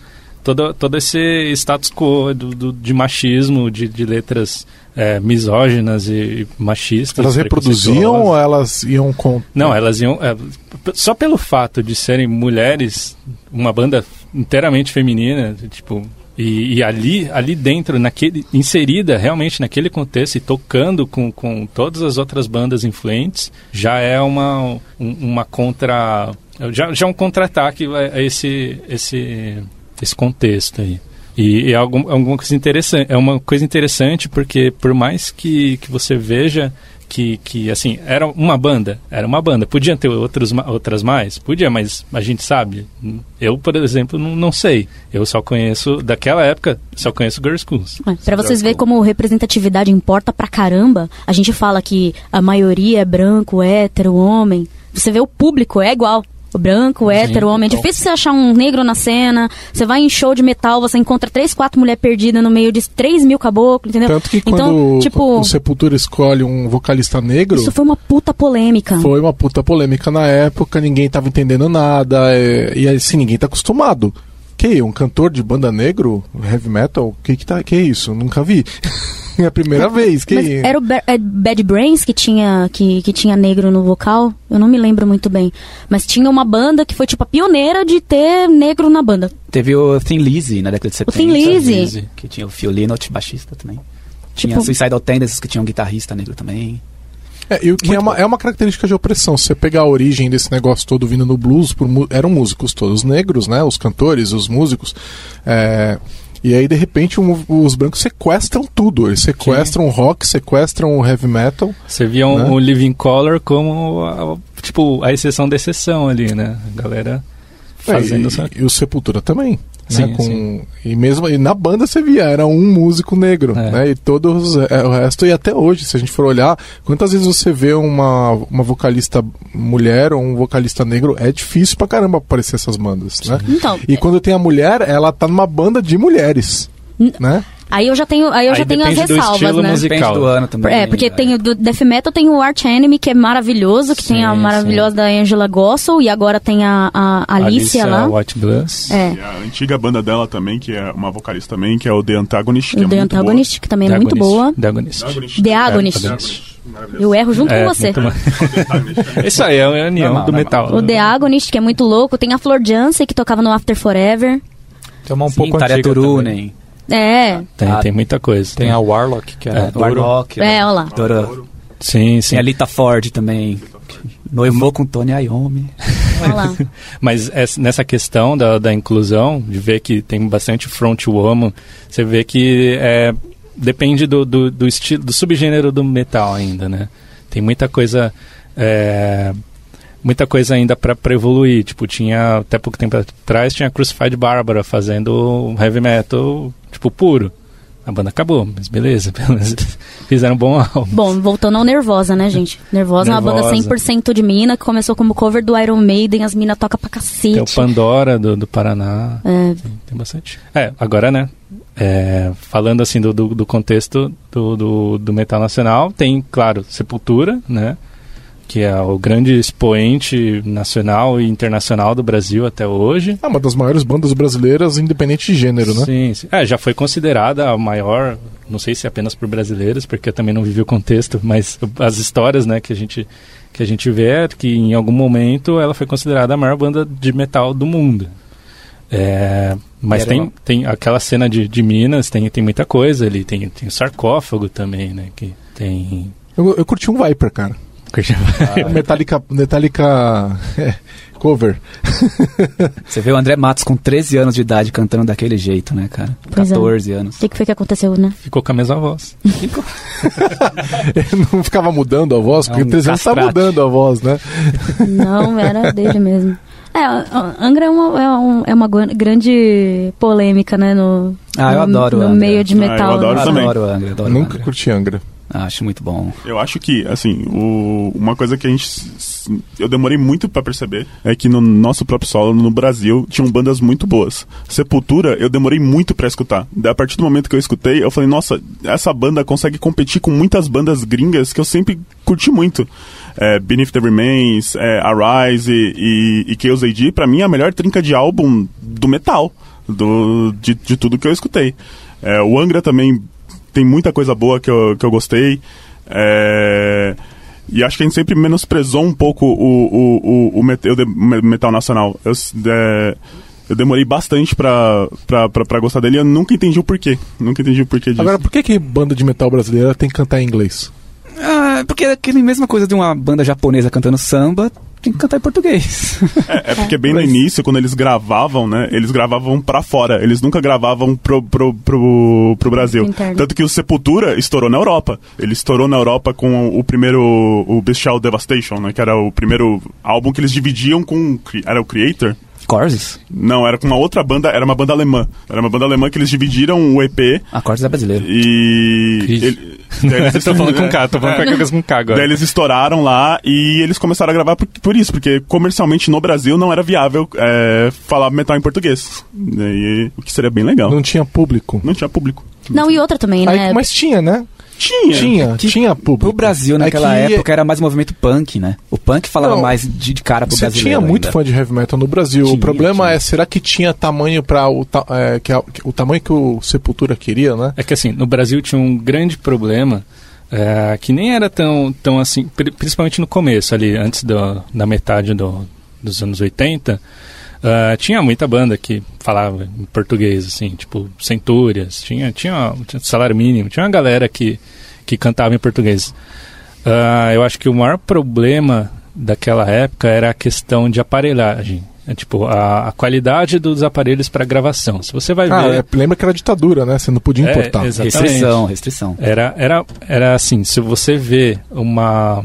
S6: todo, todo esse status quo do, do- de machismo, de, de letras eh, misóginas e, e machistas.
S3: Elas reproduziam
S6: preconceituosas.
S3: ou elas iam com.
S6: Não, elas iam. é, p- só pelo fato de serem mulheres, uma banda inteiramente feminina, tipo. E, e ali, ali dentro, naquele, inserida realmente naquele contexto e tocando com, com todas as outras bandas influentes, já é uma, um- uma contra. Já, já é um contra-ataque a a esse, esse, esse contexto aí. E é algum, alguma coisa interessante, é uma coisa interessante porque por mais que, que você veja que, que assim, era uma banda, era uma banda, podia ter outros, ma- outras mais, podia, mas a gente sabe. Eu, por exemplo, não, não sei. Eu só conheço daquela época, só conheço Girls Schools.
S4: Ué, Pra vocês verem como representatividade importa pra caramba, a gente fala que a maioria é branco, hétero, homem. Você vê o público, é igual. O branco, hétero, homem. É difícil você achar um negro na cena. Você vai em show de metal, você encontra três, quatro mulheres perdidas no meio de três mil caboclos, entendeu?
S3: Tanto que quando
S4: então,
S3: o-
S4: tipo,
S3: o Sepultura escolhe um vocalista negro,
S4: isso foi uma puta polêmica.
S3: foi uma puta polêmica na época, ninguém tava entendendo nada, é, e assim, ninguém tá acostumado. Que? Um cantor de banda negro? Heavy metal? Que que, tá, que isso? Nunca vi. é a primeira vez. Que
S4: Mas era o Ba- é Bad Brains que tinha, que, que tinha negro no vocal? Eu não me lembro muito bem. Mas tinha uma banda que foi, tipo, a pioneira de ter negro na banda.
S5: Teve o Thin Lizzy na década de 70.
S4: Thin Lizzy.
S5: Que tinha o Phil Lynott, baixista também. Tinha
S4: Tipo-
S5: Suicidal Tendencies, que tinha um guitarrista negro também.
S3: É, e o que é uma, é uma característica de opressão. Se você pegar a origem desse negócio todo vindo no blues, por mu- eram músicos todos negros, né? Os cantores, os músicos. É, e aí, de repente, um- os brancos sequestram tudo. Eles sequestram o rock, sequestram o heavy metal.
S6: Você via
S3: Né?
S6: um, o Living Color como a, a- tipo, a exceção da exceção ali, né? A galera Tá
S5: é.
S6: fazendo
S3: É, e,
S6: essa.
S3: e o Sepultura também. né?
S6: Sim,
S3: Com-
S6: sim.
S3: E mesmo e na banda você via, era um músico negro,
S6: É.
S3: né? E todos é, o resto, e até hoje, se a gente for olhar, quantas vezes você vê uma, uma vocalista mulher ou um vocalista negro, é difícil pra caramba aparecer essas bandas, né?
S4: Então,
S3: E quando tem a mulher, ela tá numa banda de mulheres.
S6: Hum.
S4: N-
S3: Né?
S4: aí eu já tenho, aí eu já
S6: Aí
S4: tenho as
S6: depende do
S4: ressalvas,
S6: estilo
S4: né?
S6: musical.
S5: Depende do ano também.
S4: É, porque
S5: né?
S4: tem o do Death Metal tem o Arch Enemy, que é maravilhoso, que tem a
S6: Sim,
S4: maravilhosa da Angela Gossel, e agora tem a, a Alicia, lá.
S6: White Glass.
S4: É,
S7: E a antiga banda dela também, que é uma vocalista também, que é o The Antagonist. Que
S4: o
S7: é
S4: The
S7: muito boa.
S4: Antagonist, que também é muito boa.
S6: Dagonist.
S4: The Agonist. Eu erro junto
S6: É,
S4: com você.
S6: muito Isso aí é a união
S5: Normal, normal.
S6: do metal. né?
S4: O The Agonist, que é muito louco, tem a Flor Jansen, que tocava no After Forever.
S2: Tem uma um
S5: Sim, né?
S2: pouco
S5: Tarja
S2: antiga também.
S5: Turunen,
S4: É,
S6: Tem,
S5: Ah,
S6: tem muita coisa.
S2: Tem a Warlock,
S5: né?
S2: que era
S6: É,
S2: duro.
S5: Warlock.
S4: é, olha lá.
S5: Dora-
S6: Sim, sim.
S5: Tem a Lita Ford também. Noivou com Tony Iommi.
S4: Olha lá.
S6: Mas essa- nessa questão da, da inclusão, de ver que tem bastante front woman, você vê que é, depende do, do, do estilo, do subgênero do metal ainda, né? Tem muita coisa. é, muita coisa ainda pra pra evoluir. Tipo, tinha. Até pouco tempo atrás tinha a Crucified Barbara fazendo um heavy metal, tipo, puro. A banda acabou, mas beleza, beleza. Fizeram um bom álbum.
S4: Bom, voltando ao Nervosa, né, gente? Nervosa, é uma banda
S6: Nervosa.
S4: 100% de mina, que começou como cover do Iron Maiden, as minas tocam pra
S6: Tem É o
S4: cacete.
S6: Pandora do, do Paraná.
S4: É,
S6: Tem bastante. É, agora, né? é, falando assim do, do, do contexto do, do, do metal nacional, tem, claro, Sepultura, né? Que é o grande expoente nacional e internacional do Brasil até hoje.
S3: É uma das maiores bandas brasileiras, independente de gênero, né?
S6: Sim, sim. É, já foi considerada a maior, não sei se é apenas por brasileiros, porque eu também não vivi o contexto, mas as histórias, né, que a gente que a gente vê é que em algum momento ela foi considerada a maior banda de metal do mundo. É, mas
S5: Era
S6: tem,
S5: uma-
S6: tem aquela cena de, de Minas, tem, tem muita coisa ali, tem, tem o sarcófago também, né, que tem...
S3: Eu, eu curti um Viper, cara.
S6: Ah, é
S3: Metallica, Metallica é, cover.
S5: Você vê o André Matos com 13 anos de idade cantando daquele jeito, né, cara?
S4: Pois é.
S5: 14 anos.
S4: o que, que foi que aconteceu, né?
S6: Ficou com a mesma voz.
S3: Ele não ficava mudando a voz,
S5: É
S3: porque
S5: um
S3: 300 tá
S5: castrate.
S3: mudando a voz, né?
S4: Não, era dele mesmo. É, a- a- Angra é uma, é um- é uma gu- grande polêmica, né? No,
S5: Ah, eu
S4: no-
S5: adoro
S4: No
S5: Angra.
S4: meio de
S7: Ah, eu
S4: metal.
S7: adoro
S4: né?
S7: também.
S5: Adoro Angra, adoro
S3: Nunca
S5: Angra.
S3: curti Angra.
S5: Acho muito bom.
S7: Eu acho que, assim, o- uma coisa que a gente. s- s- Eu demorei muito pra perceber é que no nosso próprio solo, no Brasil, tinham bandas muito boas. Sepultura, eu demorei muito pra escutar. Da- A partir do momento que eu escutei, eu falei, nossa, essa banda consegue competir com muitas bandas gringas que eu sempre curti muito. É, Beneath the Remains, é, Arise e, e, e Chaos AD, pra mim, é a melhor trinca de álbum do metal, do, de, de tudo que eu escutei. É, o Angra também tem muita coisa boa que eu, que eu gostei. É, E acho que a gente sempre menosprezou um pouco o, o, o, o met- eu de- me- metal nacional. Eu, s- é, eu demorei bastante pra, pra, pra, pra gostar dele e eu nunca entendi o porquê. Nunca entendi o porquê disso.
S3: Agora, por que, que banda de metal brasileira tem que cantar em inglês?
S5: Ah, porque é aquele mesma coisa de uma banda japonesa cantando samba, que tem que cantar em português.
S7: É, é porque bem no
S5: Mas-
S7: início, quando eles gravavam, né? Eles gravavam pra fora. Eles nunca gravavam pro, pro, pro, pro Brasil.
S4: Interno.
S7: Tanto que o Sepultura estourou na Europa. Ele estourou na Europa com o primeiro... O Bestial Devastation, né? Que era o primeiro álbum que eles dividiam com... o Cre- Era o Creator?
S5: Corses?
S7: Não, era com uma outra banda. Era uma banda alemã. Era uma banda alemã que eles dividiram o EP...
S5: A Corses é brasileiro.
S7: E.
S6: Cris.
S7: ele- daí eles- é,
S6: tô falando com K, tô
S5: É.
S6: falando com a cabeça com K
S7: Daí
S6: agora.
S7: eles estouraram lá e eles começaram a gravar por, por isso, porque comercialmente no Brasil não era viável é, falar metal em português. Daí, o que seria bem legal. Não,
S3: Não tinha público.
S7: tinha público.
S4: Não, e outra também, né?
S3: Aí, mas tinha, né?
S7: Tinha.
S3: Tinha,
S5: Que-
S3: tinha público.
S5: Pro Brasil, né?
S3: É
S5: naquela
S3: que-
S5: época, era mais movimento punk, né? O punk falava
S3: Não,
S5: mais de, de cara pro
S3: Você tinha
S5: brasileiro.
S3: muito
S5: ainda.
S3: fã de heavy metal no Brasil. o
S5: Tinha,
S3: problema
S5: tinha.
S3: é, será que tinha tamanho para o, ta- é, que a- que- o tamanho que o Sepultura queria, né?
S6: É que assim, no Brasil tinha um grande problema é, que nem era tão, tão assim, pri- principalmente no começo ali, antes do- da metade do- dos anos 80, é, tinha muita banda que falava em português, assim, tipo Centúrias, tinha, tinha, tinha salário mínimo, tinha uma galera que, que cantava em português. É, eu acho que o maior problema daquela época era a questão de aparelhagem. É, tipo, a, a qualidade dos aparelhos para gravação. Se você vai
S3: Ah,
S6: ver.
S3: é, lembra que era ditadura, né? Você não podia
S6: É,
S3: importar.
S6: exatamente. É.
S5: Restrição, restrição.
S6: Era, era, era assim, se você vê uma,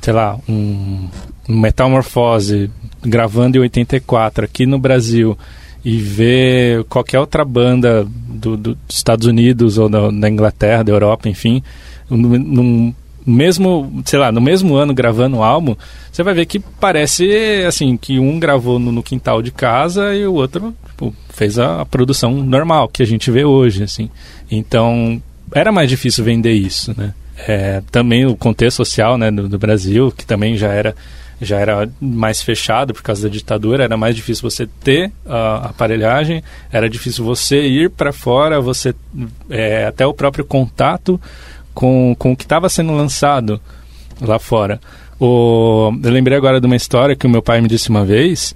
S6: sei lá, um, um Metamorfose gravando em 84 aqui no Brasil e vê qualquer outra banda do, do- dos Estados Unidos ou da, da Inglaterra, da Europa, enfim, num, num mesmo, sei lá, no mesmo ano gravando um álbum, você vai ver que parece assim que um gravou no, no quintal de casa e o outro tipo, fez a, a produção normal que a gente vê hoje, assim. Então era mais difícil vender isso, né? É, também o contexto social né, do, do Brasil, que também já era, já era mais fechado por causa da ditadura, era mais difícil você ter a aparelhagem, era difícil você ir para fora, você é, até o próprio contato com, com o que estava sendo lançado lá fora. O, eu lembrei agora de uma história que o meu pai me disse uma vez,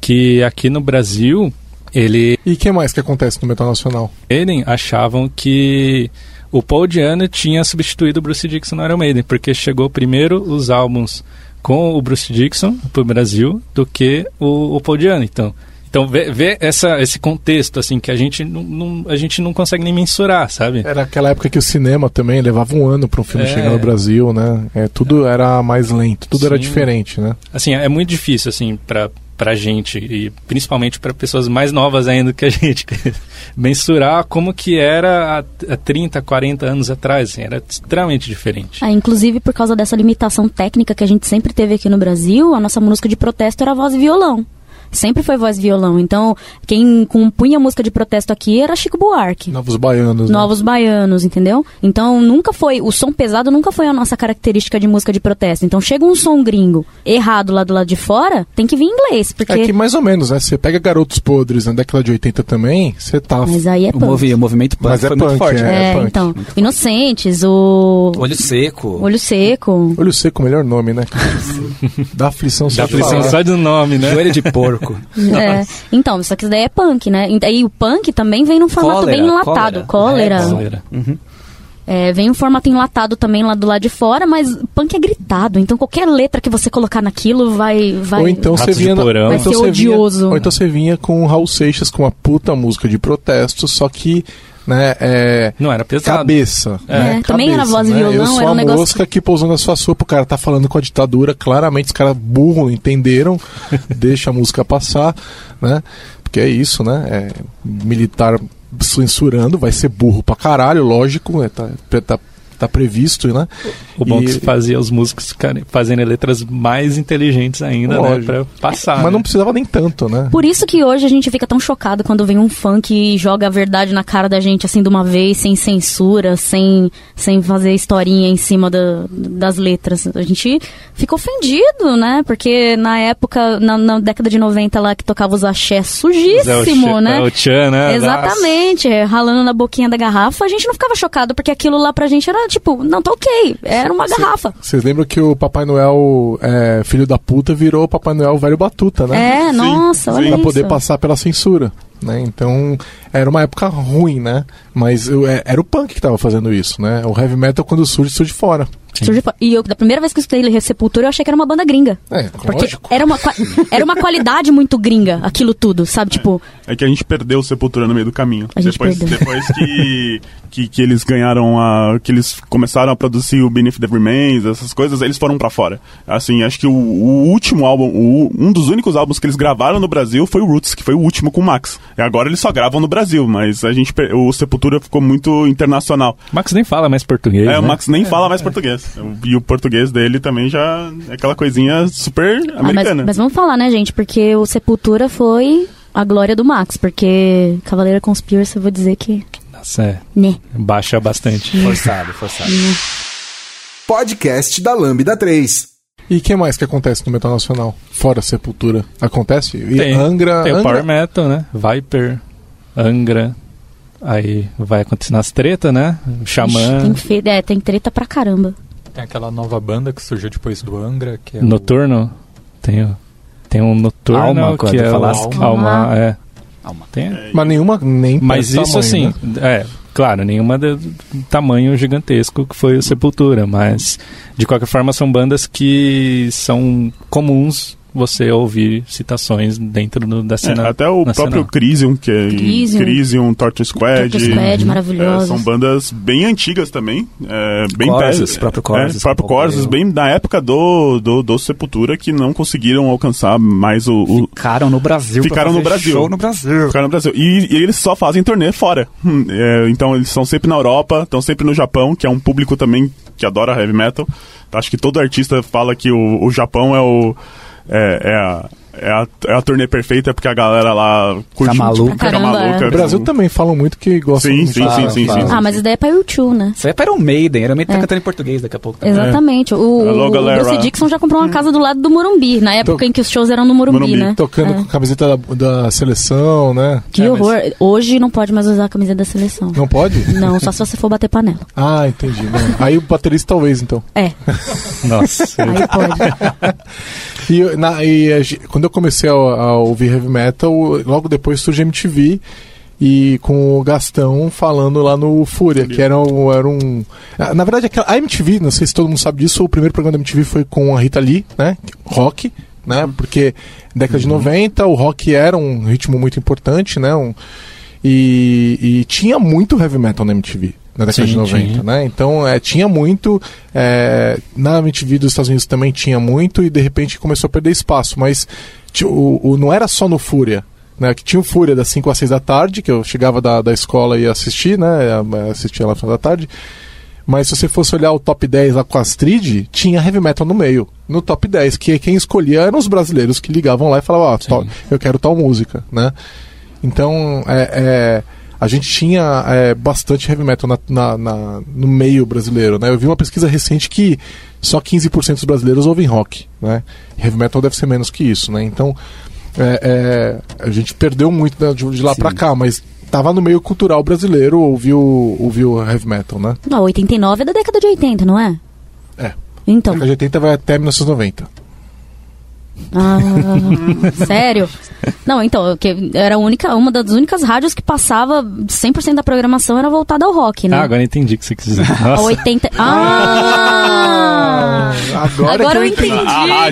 S6: que aqui no Brasil ele
S3: E o que mais que acontece no metal nacional?
S6: Maiden achavam que o Paul Diano tinha substituído o Bruce Dixon no Iron Maiden, porque chegou primeiro os álbuns com o Bruce Dixon para o Brasil do que o, o Paul Diano. Então, então vê, vê essa, esse contexto assim que a gente não, não- a gente não consegue nem mensurar, sabe?
S3: Era aquela época que o cinema também levava um ano para um filme
S6: É.
S3: chegar no Brasil, né? É, tudo era mais lento, tudo era
S6: Sim.
S3: diferente, né?
S6: Assim, é muito difícil assim para para gente e principalmente para pessoas mais novas ainda que a gente mensurar como que era há, há 30, 40 anos atrás, assim, era extremamente diferente.
S4: Ah, inclusive, por causa dessa limitação técnica que a gente sempre teve aqui no Brasil, a nossa música de protesto era voz e violão. Sempre foi voz e violão. Então, quem compunha música de protesto aqui era Chico Buarque.
S3: Novos baianos. né?
S4: Novos baianos, entendeu? Então nunca foi. O som pesado nunca foi a nossa característica de música de protesto. Então chega um som gringo errado lá do lado de fora, tem que vir em inglês, porque.
S3: É que mais ou menos, né? Você pega Garotos Podres na década de 80 também, você tá.
S4: Mas aí é
S5: O,
S4: punk.
S5: movi- o movimento punk
S3: Mas é
S5: foi
S3: punk,
S5: muito forte,
S3: é.
S5: né?
S4: É,
S3: punk.
S4: então. Inocentes, o.
S5: Olho seco.
S4: Olho seco.
S3: Olho seco, o melhor nome, né? Dá aflição só
S6: Da
S3: de
S6: prisão
S3: falar.
S6: só do nome, né?
S5: Joelho de porco.
S4: É. Então, só que isso daí é punk, né? E aí o punk também vem num formato
S5: Cólera,
S4: bem enlatado. Cólera.
S5: cólera.
S6: Brasileira.
S4: É, vem um formato enlatado também lá do lado de fora, mas punk é gritado. Então qualquer letra que você colocar naquilo vai. vai...
S3: Ou então você
S6: Ratos de
S3: vinha.
S6: porão.
S3: ou
S6: Vai
S3: então
S4: ser
S3: você vinha-
S4: odioso.
S3: ou então você vinha com o Raul Seixas com uma puta música de protesto, só que, né, é.
S6: Não era pesado.
S3: Cabeça.
S4: É,
S3: né?
S4: também era
S3: Cabeça,
S4: voz e
S3: né?
S4: violão,
S3: Eu sou
S4: era um
S3: a
S4: negócio-
S3: mosca que pousou na sua sopa. O cara tá falando com a ditadura, claramente os caras burro, não entenderam. deixa a música passar, né? Porque é isso, né? É, militar censurando, vai ser burro pra caralho, lógico, né? tá, tá, tá previsto, né?
S6: O bom é
S3: E-
S6: que se fazia os músicos ficarem fazendo letras mais inteligentes ainda,
S3: Lógico.
S6: né? Pra passar.
S3: Mas não
S6: né?
S3: precisava nem tanto, né?
S4: Por isso que hoje a gente fica tão chocado quando vem um funk e joga a verdade na cara da gente, assim, de uma vez, sem censura, sem, sem fazer historinha em cima da- das letras. A gente fica ofendido, né? Porque na época, na, na década de 90 lá, que tocava os axé
S6: Zé É o
S4: sujíssimo,
S6: Ch-
S4: né?
S6: O Tchan,
S7: É,
S6: né?
S4: Exatamente, é, ralando na boquinha da garrafa, a gente não ficava chocado, porque aquilo lá pra gente era tipo, não, tá ok, era uma garrafa.
S3: Vocês lembram que o Papai Noel, é, filho da puta, virou o Papai Noel velho batuta, né?
S4: É,
S7: Sim,
S4: nossa,
S7: sim.
S4: olha
S3: Pra
S4: isso.
S3: poder passar pela censura, né? Então, era uma época ruim, né? Mas eu- é- era o punk que tava fazendo isso, né? O heavy metal, quando surge, surge fora.
S6: Nossa,
S4: Surgiu fora. E eu, da primeira vez que eu escutei Sepultura, eu achei que era uma banda gringa.
S3: É,
S4: Porque
S3: lógico.
S4: era uma, qua- era uma qualidade muito gringa, aquilo tudo, sabe? Tipo,
S7: É que a gente perdeu o Sepultura no meio do caminho.
S4: A gente
S7: depois
S4: perdeu.
S7: depois que, que, que eles ganharam a. que eles começaram a produzir o Beneath the Remains, essas coisas, eles foram pra fora. Assim, acho que o, o último álbum, o- um dos únicos álbuns que eles gravaram no Brasil foi o Roots, que foi o último com o Max. E agora eles só gravam no Brasil, mas a gente per- o Sepultura ficou muito internacional.
S6: Max nem fala mais português.
S7: É, o
S6: né?
S7: Max nem fala mais português. E o português dele também já é aquela coisinha super
S4: ah, mas,
S7: americana.
S4: mas vamos falar, né, gente? Porque o Sepultura foi a glória do Max, porque Cavaleira Conspiracy, eu vou dizer que.
S6: Nossa, é,
S4: Né.
S6: baixa bastante.
S5: Forçado, forçado.
S1: Podcast da Lambda 3.
S3: E o que mais que acontece no metal nacional? Fora Sepultura. Acontece? E
S6: Tem.
S3: Angra.
S6: Tem o
S3: Angra-
S6: Power Metal, né? Viper, Angra. Aí vai acontecendo as tretas, né?
S4: Ixi, Tem,
S6: Xamã,
S4: fe... é, tem treta pra caramba.
S2: Tem aquela nova banda que surgiu depois do Angra, que é o-
S6: Noturno. Tem, o- tem um Noturno
S5: Alma,
S6: que
S5: quando
S6: é o
S5: falasse.
S6: Alma.
S4: Alma.
S6: é.
S5: Alma.
S6: Tem,
S3: Mas nenhuma, nem
S6: Mas
S3: perto do
S6: isso
S3: tamanho,
S6: assim,
S3: né?
S6: é, claro, nenhuma de tamanho gigantesco que foi o Sepultura, mas de qualquer forma são bandas que são comuns você ouvir citações dentro do- da
S7: É,
S6: cena.
S7: até o
S6: nacional.
S7: próprio Crisium, que é
S4: Crisium.
S7: Crisium, Torture Squad.
S4: Torture Squad, maravilhosa.
S7: É, são bandas bem antigas também. É, bem
S5: Corsos,
S7: pé-
S5: próprio Corsos,
S7: É, próprio
S5: que eu
S7: Corsos,
S5: comprei.
S7: bem na época do, do, do Sepultura, que não conseguiram alcançar mais o. o-
S5: Ficaram no Brasil. pra
S7: Ficaram no
S5: fazer
S7: Brasil.
S5: Show no Brasil.
S7: Ficaram no Brasil. E, e eles só fazem turnê fora. Hum, é, então eles estão sempre na Europa, estão sempre no Japão, que é um público também que adora heavy metal. Acho que todo artista fala que o, o Japão é o. É, é a, é, a, é a turnê perfeita, porque a galera lá curte
S5: maluca.
S7: fica
S4: Caramba,
S7: maluca.
S4: é.
S3: O Brasil
S7: com-
S3: também falam muito que gostam
S7: Sim,
S3: muito
S7: sim,
S3: de-
S7: sim,
S5: Fala,
S7: sim, sim.
S5: fala.
S7: sim.
S4: Ah, mas a ideia é pra YouTube, né?
S5: Isso aí é para o Maiden. Era Maiden
S4: É.
S5: tá cantando em português daqui a pouco. também.
S4: Exatamente. O, o,
S7: Alô,
S4: o
S7: galera.
S4: Bruce Dixon já comprou uma casa do lado do Morumbi, na época em que os shows eram no Morumbi,
S7: Morumbi.
S4: né?
S3: Tocando
S4: É.
S3: com a camiseta da, da seleção, né?
S4: Que
S6: É, mas-
S4: horror. Hoje não pode mais usar a camisa da seleção.
S3: Não pode?
S4: Não, só se você for bater panela.
S3: Ah, entendi. né? Aí o baterista talvez, então.
S4: É,
S6: Nossa.
S4: aí pode.
S3: E, eu- na- e a gen- quando eu comecei a, a ouvir heavy metal, logo depois surge MTV e com o Gastão falando lá no Fúria, que era, um- era um. ah, Na verdade, aquela, a MTV, não sei se todo mundo sabe disso, o primeiro programa da MTV foi com a Rita Lee, né? Rock, né? Porque década de 90 o rock era um ritmo muito importante, né? Um, e, e tinha muito heavy metal na MTV. Na década
S6: Sim,
S3: de 90,
S6: tinha.
S3: né? Então, é, tinha muito. é, na MTV dos Estados Unidos também tinha muito, e de repente começou a perder espaço. Mas ti- o, o- não era só no Fúria. Né, que tinha o Fúria das 5 às 6 da tarde, que eu chegava da, da escola e ia assistir, né? eh, Assistia lá no final da tarde. Mas se você fosse olhar o top 10 lá com a Astrid, tinha heavy metal no meio. No top 10, que quem escolhia eram os brasileiros que ligavam lá e falavam, ó, to- eu quero tal música, né? Então, é, é, a gente tinha é, bastante heavy metal na- na- na- no meio brasileiro, né? Eu vi uma pesquisa recente que só 15% dos brasileiros ouvem rock, né? Heavy metal deve ser menos que isso, né? Então, é, é, a gente perdeu muito da- de, de lá
S5: Sim.
S3: pra cá, mas tava no meio cultural brasileiro ouviu ouviu heavy metal, né?
S4: Não, 89 é da década de 80, não é?
S3: É.
S4: Então,
S3: Década de 80 vai até 1990.
S4: ah, sério? Não, então, eu que era a única, uma das únicas rádios que passava 100% da programação era voltada ao rock, né?
S6: Ah, agora eu entendi o que você quis dizer.
S4: A
S6: Nossa.
S4: 80. Ah!
S3: Agora,
S4: Agora eu entendi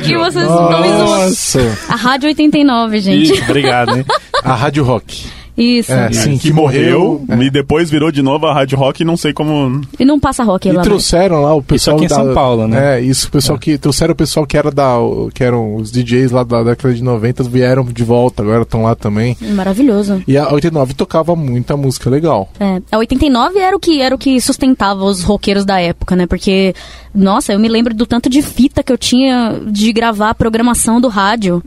S4: que vocês estão me zoando.
S3: Nossa,
S4: A Rádio 89, gente.
S6: Ih, obrigado, hein?
S3: a Rádio Rock.
S4: Isso.
S3: É, sim, É,
S7: que morreu e depois virou de novo a Rádio Rock e não sei como.
S4: E não passa rock
S3: E
S4: lá. mais.
S3: trouxeram lá o pessoal
S6: aqui em
S3: da-
S6: São Paulo, né?
S3: É, isso, o pessoal que trouxeram o pessoal que era da o- que eram os DJs lá da década de 90 vieram de volta, agora estão lá também.
S4: É Maravilhoso.
S3: E a 89 tocava muita música legal.
S4: É, a 89 era o que era o que sustentava os roqueiros da época, né? Porque, nossa, eu me lembro do tanto de fita que eu tinha de gravar a programação do rádio.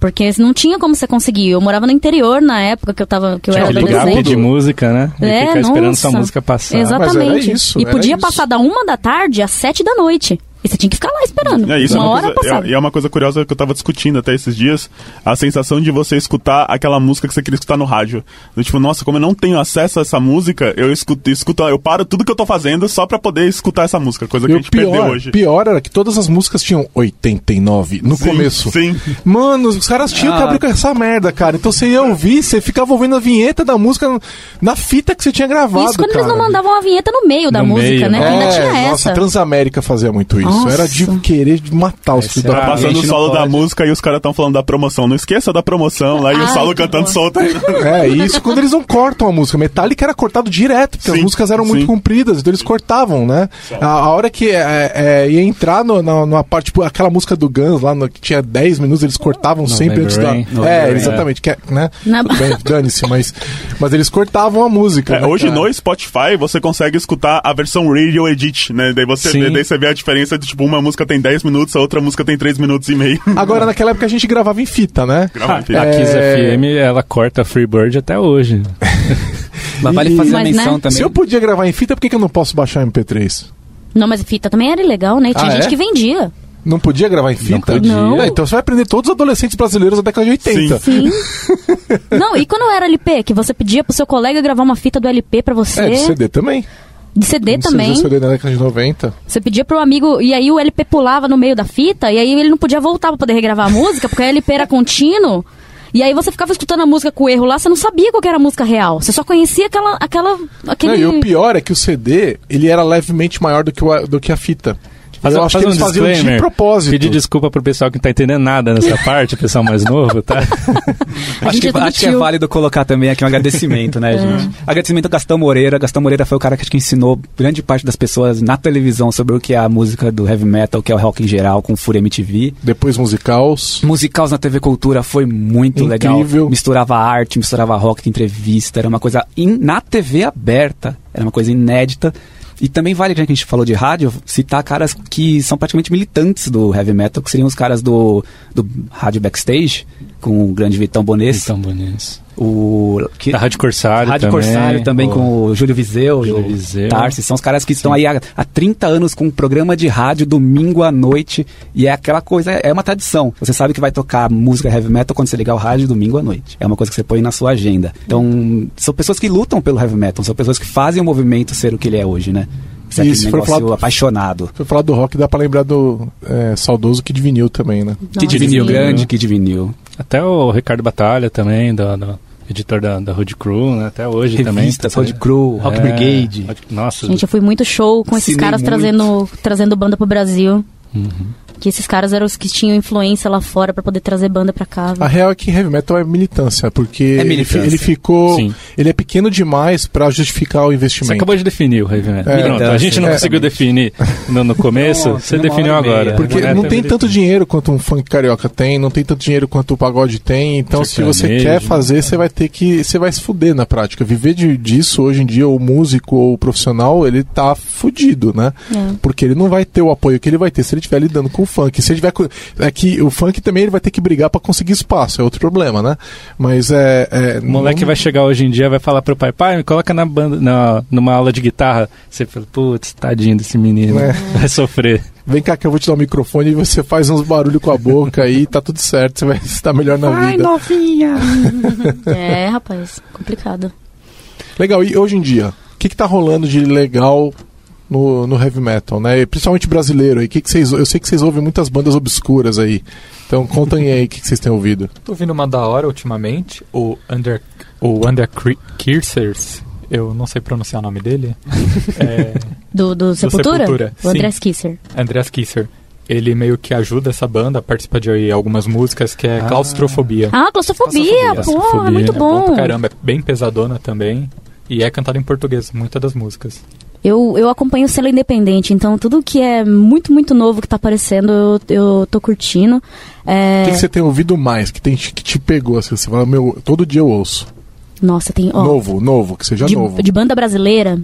S4: Porque não tinha como você conseguir. Eu morava no interior na época que eu tava. Que eu
S6: Tinha
S4: era
S6: que ligar,
S4: adolescente.
S6: pedir música, né? E
S4: É,
S6: ficar esperando
S4: nossa.
S6: essa música passar.
S3: Exato.
S4: Exatamente.
S3: isso,
S4: e
S3: era
S4: podia
S3: isso.
S4: passar da uma da tarde às sete da noite. E E você tinha que ficar lá esperando.
S7: É, isso
S4: uma,
S7: é uma
S4: hora
S7: coisa,
S4: passava.
S7: é- E é uma coisa curiosa que eu tava discutindo até esses dias, a sensação de você escutar aquela música que você queria escutar no rádio. Eu, tipo, nossa, como eu não tenho acesso a essa música, eu escuto, escuto, eu paro tudo que eu tô fazendo só pra poder escutar essa música, coisa que
S3: E
S7: a
S3: o
S7: gente perdeu
S3: pior,
S7: hoje.
S3: pior era que todas as músicas tinham 89 no
S7: Sim,
S3: começo.
S7: Sim.
S3: Mano, os caras tinham que
S5: Ah.
S3: abrir com essa merda, cara. Então você ia ouvir, você ficava ouvindo a vinheta da música na fita que você tinha gravado,
S4: Isso quando
S3: cara.
S4: eles não mandavam a vinheta no meio da
S6: No
S4: música,
S6: meio,
S4: né?
S6: né?
S4: Que ainda tinha
S3: É, Nossa,
S4: essa.
S3: Transamérica fazia muito isso.
S4: Nossa.
S3: Era de querer matar os
S6: Esse
S3: filhos
S6: era
S3: da
S7: Tá
S3: puta.
S6: Ah, a
S7: passando o
S6: gente não
S7: solo da
S6: pode.
S7: música e os caras tão falando da promoção. Não esqueça da promoção lá e o
S4: Ai,
S7: solo
S4: que
S7: cantando
S4: bosta.
S7: solto.
S3: É, e isso quando eles não cortam a música. Metallica era cortado direto, porque as
S7: Sim,
S3: músicas eram muito
S7: sim.
S3: compridas, então eles cortavam, né? A, a hora que é, é, ia entrar no- na, numa parte, tipo, aquela música do Guns lá, no- que tinha 10 minutos, eles cortavam sempre antes da.
S6: Rain.
S3: é,
S6: November Rain,
S3: exatamente. Que, é, né?
S4: Na-
S3: Tudo bem, dane-se, mas, mas eles cortavam a música.
S7: É,
S3: né,
S7: hoje
S3: cara?
S7: no Spotify você consegue escutar a versão radio edit, né? Daí você,
S6: Sim.
S7: daí você vê a diferença de tipo, uma música tem 10 minutos, a outra música tem 3 minutos e meio.
S3: Agora, naquela época a gente gravava em fita, né?
S7: Grava, filho.
S6: A Kiss
S3: É.
S6: FM, ela corta Freebird até hoje.
S5: Mas vale fazer a
S4: É. Mas,
S5: menção
S4: né,
S5: também.
S3: Se eu podia gravar em fita, por que, que eu não posso baixar MP3?
S4: Não, mas fita também era ilegal, né? Tinha
S3: Ah,
S4: gente
S3: é?
S4: que vendia.
S3: Não podia gravar em fita?
S6: podia.
S4: Não.
S3: É, então você vai aprender todos os adolescentes brasileiros da década de 80.
S4: Sim. não, e quando era LP, que você pedia pro seu colega gravar uma fita do LP pra você.
S3: É, de CD também.
S4: De CD
S3: Não
S4: também.
S3: surgiu CD na década de 90.
S4: Você pedia pro amigo, e aí o LP pulava no meio da fita, e aí ele não podia voltar pra poder regravar a música, porque o LP era contínuo. E aí você ficava escutando a música com erro lá, você não sabia qual que era a música real. Você só conhecia aquela. aquela aquele...
S3: Não, e o pior é que o CD, ele era levemente maior do que, o, a- do que a fita.
S6: um-
S3: eu acho que eles faziam de propósito.
S6: Pedir desculpa pro pessoal que não tá entendendo nada nessa parte, o pessoal mais novo, tá?
S4: a
S5: Acho
S4: gente
S5: que,
S4: é tudo
S5: acho que é
S4: tio.
S5: válido colocar também aqui um agradecimento, né, gente? Agradecimento ao Gastão Moreira. Gastão Moreira foi o cara que acho que ensinou grande parte das pessoas na televisão sobre o que é a música do heavy metal, o que é o rock em geral, com Fúria MTV.
S3: Depois musicals.
S5: Musicals na TV Cultura foi muito
S3: Incrível.
S5: legal. Misturava arte, misturava rock, entrevista. Era uma coisa in- na TV aberta. Era uma coisa inédita. E também vale, já que a gente falou de rádio, citar caras que são praticamente militantes do heavy metal, que seriam os caras do, do Rádio Backstage, com o grande Vitão Bonês.
S6: Então, bonitos.
S5: O. Que,
S6: Da Rádio Corsário
S5: Rádio
S6: também.
S5: Corsário também
S6: Pô.
S5: com o Júlio Viseu,
S6: Júlio
S5: o
S6: Viseu.
S5: Tarsis, são os caras que estão aí há, há 30 anos com um programa de rádio domingo à noite e é aquela coisa, é uma tradição. Você sabe que vai tocar música heavy metal quando você ligar o rádio domingo à noite. É uma coisa que você põe na sua agenda. Então, são pessoas que lutam pelo heavy metal, são pessoas que fazem o movimento ser o que ele é hoje, né? Esse é aquele
S3: Isso, pra
S5: negócio
S3: falar-
S5: apaixonado.
S3: Foi falar do rock, dá pra lembrar do é, saudoso Kid Vinil também, né?
S4: Nossa,
S5: Kid
S4: sim.
S5: Vinil, grande Kid Vinil.
S6: Até o Ricardo Batalha também, do, do editor da, da Road Crew, né? Até hoje também.
S5: Revistas, Road Crew, Rock
S6: É,
S5: Brigade.
S6: Nossa,
S4: Gente, eu fui muito show com esses
S5: Assinei
S4: caras
S5: muito.
S4: trazendo, trazendo banda pro Brasil. Que esses caras eram os que tinham influência lá fora pra poder trazer banda pra cá.
S3: A real é que heavy metal é militância, porque ele
S5: É
S3: fi-
S5: militância.
S3: Ele, ficou.
S6: Sim.
S3: Ele é pequeno demais pra justificar o
S6: Você
S3: investimento.
S6: acabou de definir o heavy metal.
S3: É,
S6: Pronto, a gente não
S3: é.
S6: conseguiu definir no, no começo,
S5: Nossa,
S6: você
S5: numa
S6: definiu
S5: hora e
S6: agora.
S5: meia.
S4: né?
S3: Porque
S6: É,
S3: não tem
S6: definido.
S3: tanto dinheiro quanto um funk carioca tem, não tem tanto dinheiro quanto o pagode tem, então se você
S6: Sertanejo,
S3: quer fazer, você vai ter que. Você vai se fuder na prática. Viver de- disso hoje em dia, o músico ou o profissional, ele tá fudido, né?
S4: É.
S3: Porque ele não vai ter o apoio que ele vai ter se ele estiver lidando com o funk. Se ele tiver. co- É que o funk também ele vai ter que brigar pra conseguir espaço, é outro problema, né? Mas é. é
S6: O moleque vai chegar hoje em dia vai falar pro pai, pai, me coloca na banda, na, numa aula de guitarra. Você fala, putz, tadinho desse menino,
S3: É.
S6: vai sofrer.
S3: Vem cá que eu vou te dar o microfone e você faz uns barulho com a boca aí, tá tudo certo, você vai estar melhor na vida.
S4: É, rapaz, complicado.
S3: Legal, e hoje em dia, o que, que tá rolando de legal no, no heavy metal, né? E Principalmente brasileiro aí. Que que vocês, eu sei que vocês ouvem muitas bandas obscuras aí. Então contem aí o que, que vocês têm ouvido.
S2: Tô ouvindo uma da hora ultimamente, o Under... O Under Kirsers, eu não sei pronunciar o nome dele. é...
S4: Do, do Sepultura?
S2: Sepultura,
S4: O André
S2: sim.
S4: Kisser.
S2: Andreas Kisser. Ele meio que ajuda essa banda, participa de algumas músicas, que é Claustrofobia.
S4: Ah, claustrofobia,
S5: Ah,
S6: Claustrofobia,
S4: porra, é muito
S6: é
S2: Bom
S4: bom.
S2: pra caramba, é bem pesadona também. E é cantada em português, muitas das músicas.
S4: eu, eu acompanho o selo independente, então tudo que é muito, muito novo que tá aparecendo, eu, eu tô curtindo. É,
S3: O que, que você tem ouvido mais? Que, tem, que te pegou? Assim, você fala, meu, todo dia eu ouço.
S4: Nossa, tem. Ó,
S3: novo, novo, que seja
S4: de,
S3: novo.
S4: de banda brasileira,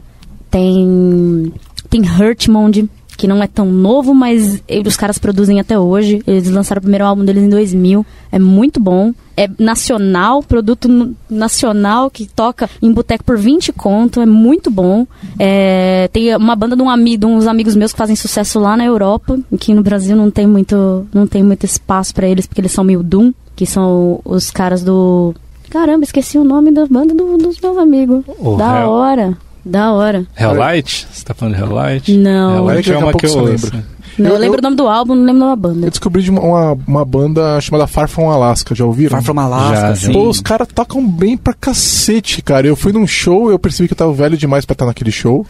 S4: tem. Tem Hurtmond, que não é tão novo, mas eh, os caras produzem até hoje. Eles lançaram o primeiro álbum deles em 2000. É muito bom. é nacional, produto n- nacional que toca em boteco por 20 conto, é muito bom. É, tem uma banda de, um ami, de uns amigos meus que fazem sucesso lá na Europa, que no Brasil não tem muito, não tem muito espaço pra eles, porque eles são meio Doom, que são os caras do. Caramba, esqueci o nome da banda do- dos meus amigos.
S6: O
S4: da
S6: Hell-
S4: hora, da hora.
S6: Helllight? Você tá falando de Helllight?
S4: Não,
S3: Helllight É. daqui
S6: Helllight é
S3: a
S6: uma
S3: pouco
S6: que eu
S3: você
S6: lembro.
S3: lembra.
S4: não, eu,
S3: eu-
S4: lembro
S3: eu-
S4: o nome do álbum, não lembro o nome da
S3: Eu
S4: banda.
S3: descobri de uma, uma, uma banda chamada Far From Alaska, já ouviram?
S5: Far From Alaska,
S6: Já,
S5: assim.
S3: Pô, os caras tocam bem pra cacete, cara. Eu fui num show eu percebi que eu tava velho demais pra estar naquele show.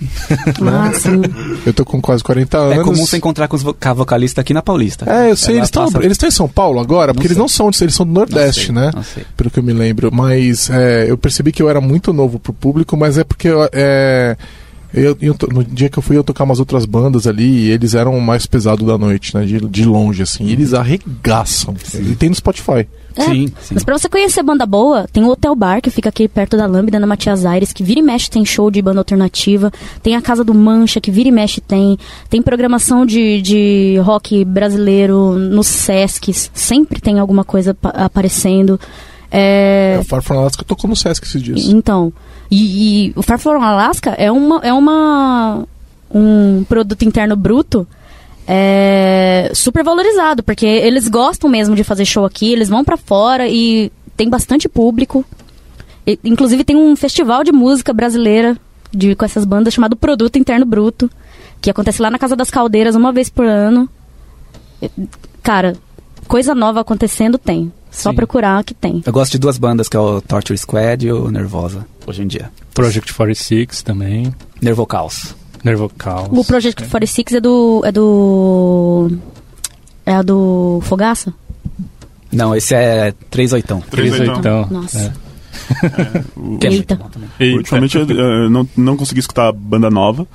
S4: Ah, sim.
S3: Eu tô com quase 40 anos.
S5: É comum você encontrar com, os vo- com a vocalista aqui na Paulista.
S3: É, eu sei,
S5: Ela
S3: eles estão
S5: passa-
S3: eles estão em São Paulo agora, porque
S5: Não
S3: eles
S5: sei.
S3: não são de- eles são do
S5: Não
S3: Nordeste,
S5: sei, Ah.
S3: né?
S5: Não sei.
S3: Pelo que eu me lembro. Mas é, eu percebi que eu era muito novo pro público, mas é porque eu, é, eu- eu to- no dia que eu fui eu tocar umas outras bandas ali, e eles eram o mais pesado da noite, né? De, de longe, assim. E
S5: Uhum.
S3: eles arregaçam. E tem no Spotify.
S4: É,
S5: Sim, sim.
S4: Mas pra você conhecer banda boa, tem o Hotel Bar, que fica aqui perto da Lambda, na Matias Aires, que vira e mexe tem show de banda alternativa. Tem a Casa do Mancha, que vira e mexe tem. Tem programação de, de rock brasileiro nos Sescs. Sempre tem alguma coisa pa- aparecendo. É,
S3: É. Uhum. Far From Alaska tocou no Sesc esses dias.
S4: então, e, e o Far From Alaska é uma é uma um produto interno bruto é, super valorizado, porque eles gostam mesmo de fazer show aqui, eles vão pra fora e tem bastante público. E, inclusive tem um festival de música brasileira de com essas bandas chamado Produto Interno Bruto, que acontece lá na Casa das Caldeiras uma vez por ano. E, Cara, coisa nova acontecendo tem. Só
S5: Sim.
S4: procurar que tem.
S5: Eu gosto de duas bandas, que é o Torture Squad e o Nervosa, hoje em dia.
S6: Project 46 também.
S5: Nervo Caos.
S6: Nervo Caos.
S4: O Project 46 é do. é do. É a do Fogaça?
S5: Não, esse é 38.
S7: Três então.
S6: Três
S7: oitão.
S6: oitão.
S4: Nossa.
S6: É.
S7: O-
S5: Que é
S4: Eita.
S5: muito bom também.
S7: E, ultimamente eu, eu não, não consegui escutar banda nova,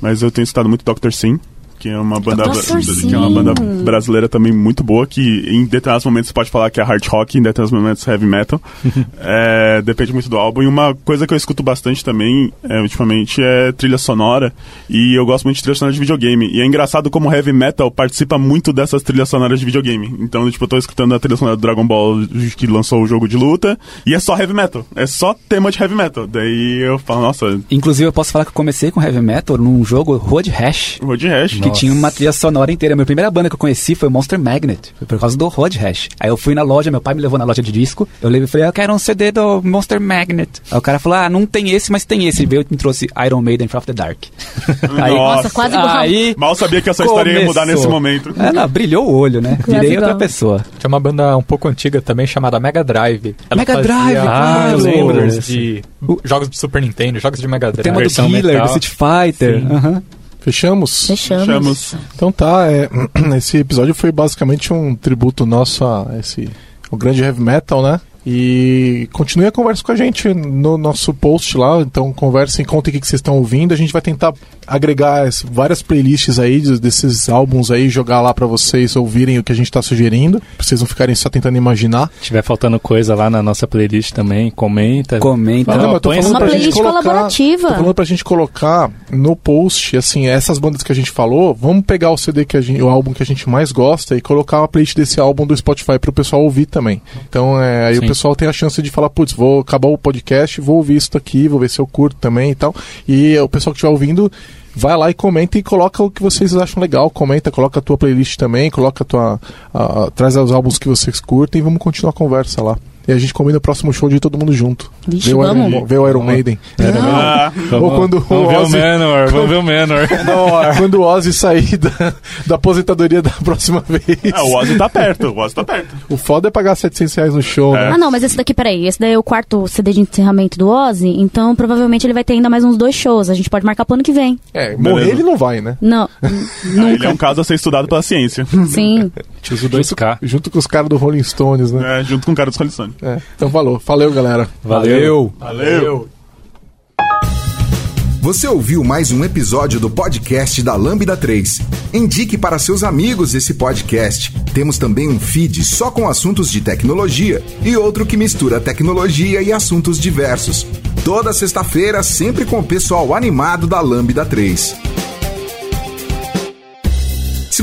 S7: mas eu tenho escutado muito Dr. Sim, que é uma banda
S4: Dr.
S7: que é uma banda brasileira também muito boa, que em determinados momentos você pode falar que é hard rock, em determinados momentos heavy metal. É, depende muito do álbum. E uma coisa que eu escuto bastante também, é, ultimamente, é trilha sonora. E eu gosto muito de trilha sonora de videogame. E é engraçado como heavy metal participa muito dessas trilhas sonoras de videogame. Então, tipo, eu tô escutando a trilha sonora do Dragon Ball que lançou o jogo de luta. E é só heavy metal. É só tema de heavy metal. Daí eu falo, nossa,
S5: Inclusive, eu posso falar que eu comecei com heavy metal num jogo Road Rash,
S7: Road Rash.
S5: que tinha uma trilha sonora inteira. A minha primeira banda que eu conheci foi Monster Magnet, foi por causa do Road Rash. Aí eu fui na loja, meu pai me levou na loja de disco, eu levei e falei, eu quero um CD do Monster Magnet. Aí o cara falou, ah, não tem esse, mas tem esse. Ele veio e me trouxe Iron Maiden From the Dark. Aí-
S4: Nossa, quase igual.
S5: Aí...
S7: Mal sabia que essa história ia mudar
S5: Começou. É,
S7: nesse momento.
S5: Ela brilhou o olho, né?
S4: Quase
S5: Virei outra
S4: igual.
S5: pessoa.
S2: Tinha uma banda um pouco antiga também chamada Mega Drive.
S5: Mega Drive,
S2: ah,
S5: claro!
S2: eu lembro
S5: Sim.
S2: de
S5: O-
S2: jogos de Super Nintendo, jogos de Mega
S5: O
S2: Drive.
S5: tema do
S6: versão
S5: Killer,
S6: metal.
S5: do Street Fighter.
S6: Sim.
S5: aham.
S3: Fechamos?
S4: Fechamos.
S7: Chamos.
S3: Então tá, é, esse episódio foi basicamente um tributo nosso a esse o grande heavy metal, né? E continue a conversa com a gente no nosso post lá, então conversem, contem o que que vocês estão ouvindo. A gente vai tentar agregar as- várias playlists aí des- desses álbuns aí, jogar lá pra vocês ouvirem o que a gente tá sugerindo, pra vocês não ficarem só tentando imaginar.
S6: Se tiver faltando coisa lá na nossa playlist também, comenta.
S5: Comenta.
S6: Fala,
S3: Não, mas eu tô
S6: põe
S3: falando
S4: Uma
S3: pra gente
S4: playlist
S3: colocar-
S4: colaborativa.
S3: Tô falando pra gente colocar no post, assim, essas bandas que a gente falou, vamos pegar o CD que a gente, o álbum que a gente mais gosta e colocar uma playlist desse álbum do Spotify pro pessoal ouvir também. Então, é, aí o
S6: Sim.
S3: pessoal tem a chance de falar, putz, vou acabar o podcast, vou ouvir isso aqui, vou ver se eu curto também e tal. E é, o pessoal que estiver ouvindo, vai lá e comenta e coloca o que vocês acham legal, comenta, coloca a tua playlist também, coloca a tua a- a- traz os álbuns que vocês curtem e vamos continuar a conversa lá. E a gente combina o próximo show de ir todo mundo junto.
S4: Vixe,
S3: Vê o
S4: vamos.
S3: Iron, vê o Iron Maiden.
S6: É,
S7: Ah,
S3: Ou quando o
S6: vamos ver o
S3: Ozzy-
S6: Menor, vamos ver o Menor.
S3: Quando o Ozzy sair da, da aposentadoria da próxima vez.
S7: ah, o Ozzy tá perto, o Ozzy tá perto.
S3: O foda é pagar 700 reais no show, né?
S7: É.
S4: Ah, não, mas esse daqui, peraí. Esse daí é o quarto CD de encerramento do Ozzy. Então, provavelmente ele vai ter ainda mais uns dois shows. A gente pode marcar pro ano que vem.
S3: É, morrer
S7: Beleza.
S3: ele não vai, né?
S4: Não,
S7: Ah, ele é um caso a ser estudado pela ciência.
S3: é um
S4: sim.
S6: Tio 2K.
S3: Junto com os caras do Rolling Stones, né?
S7: É, junto com o cara dos Colissões.
S3: É. Então falou. Valeu, galera.
S6: Valeu.
S7: Valeu.
S1: Você ouviu mais um episódio do podcast da Lambda 3. Indique para seus amigos esse podcast. Temos também um feed só com assuntos de tecnologia e outro que mistura tecnologia e assuntos diversos. Toda sexta-feira, sempre com o pessoal animado da Lambda 3. Se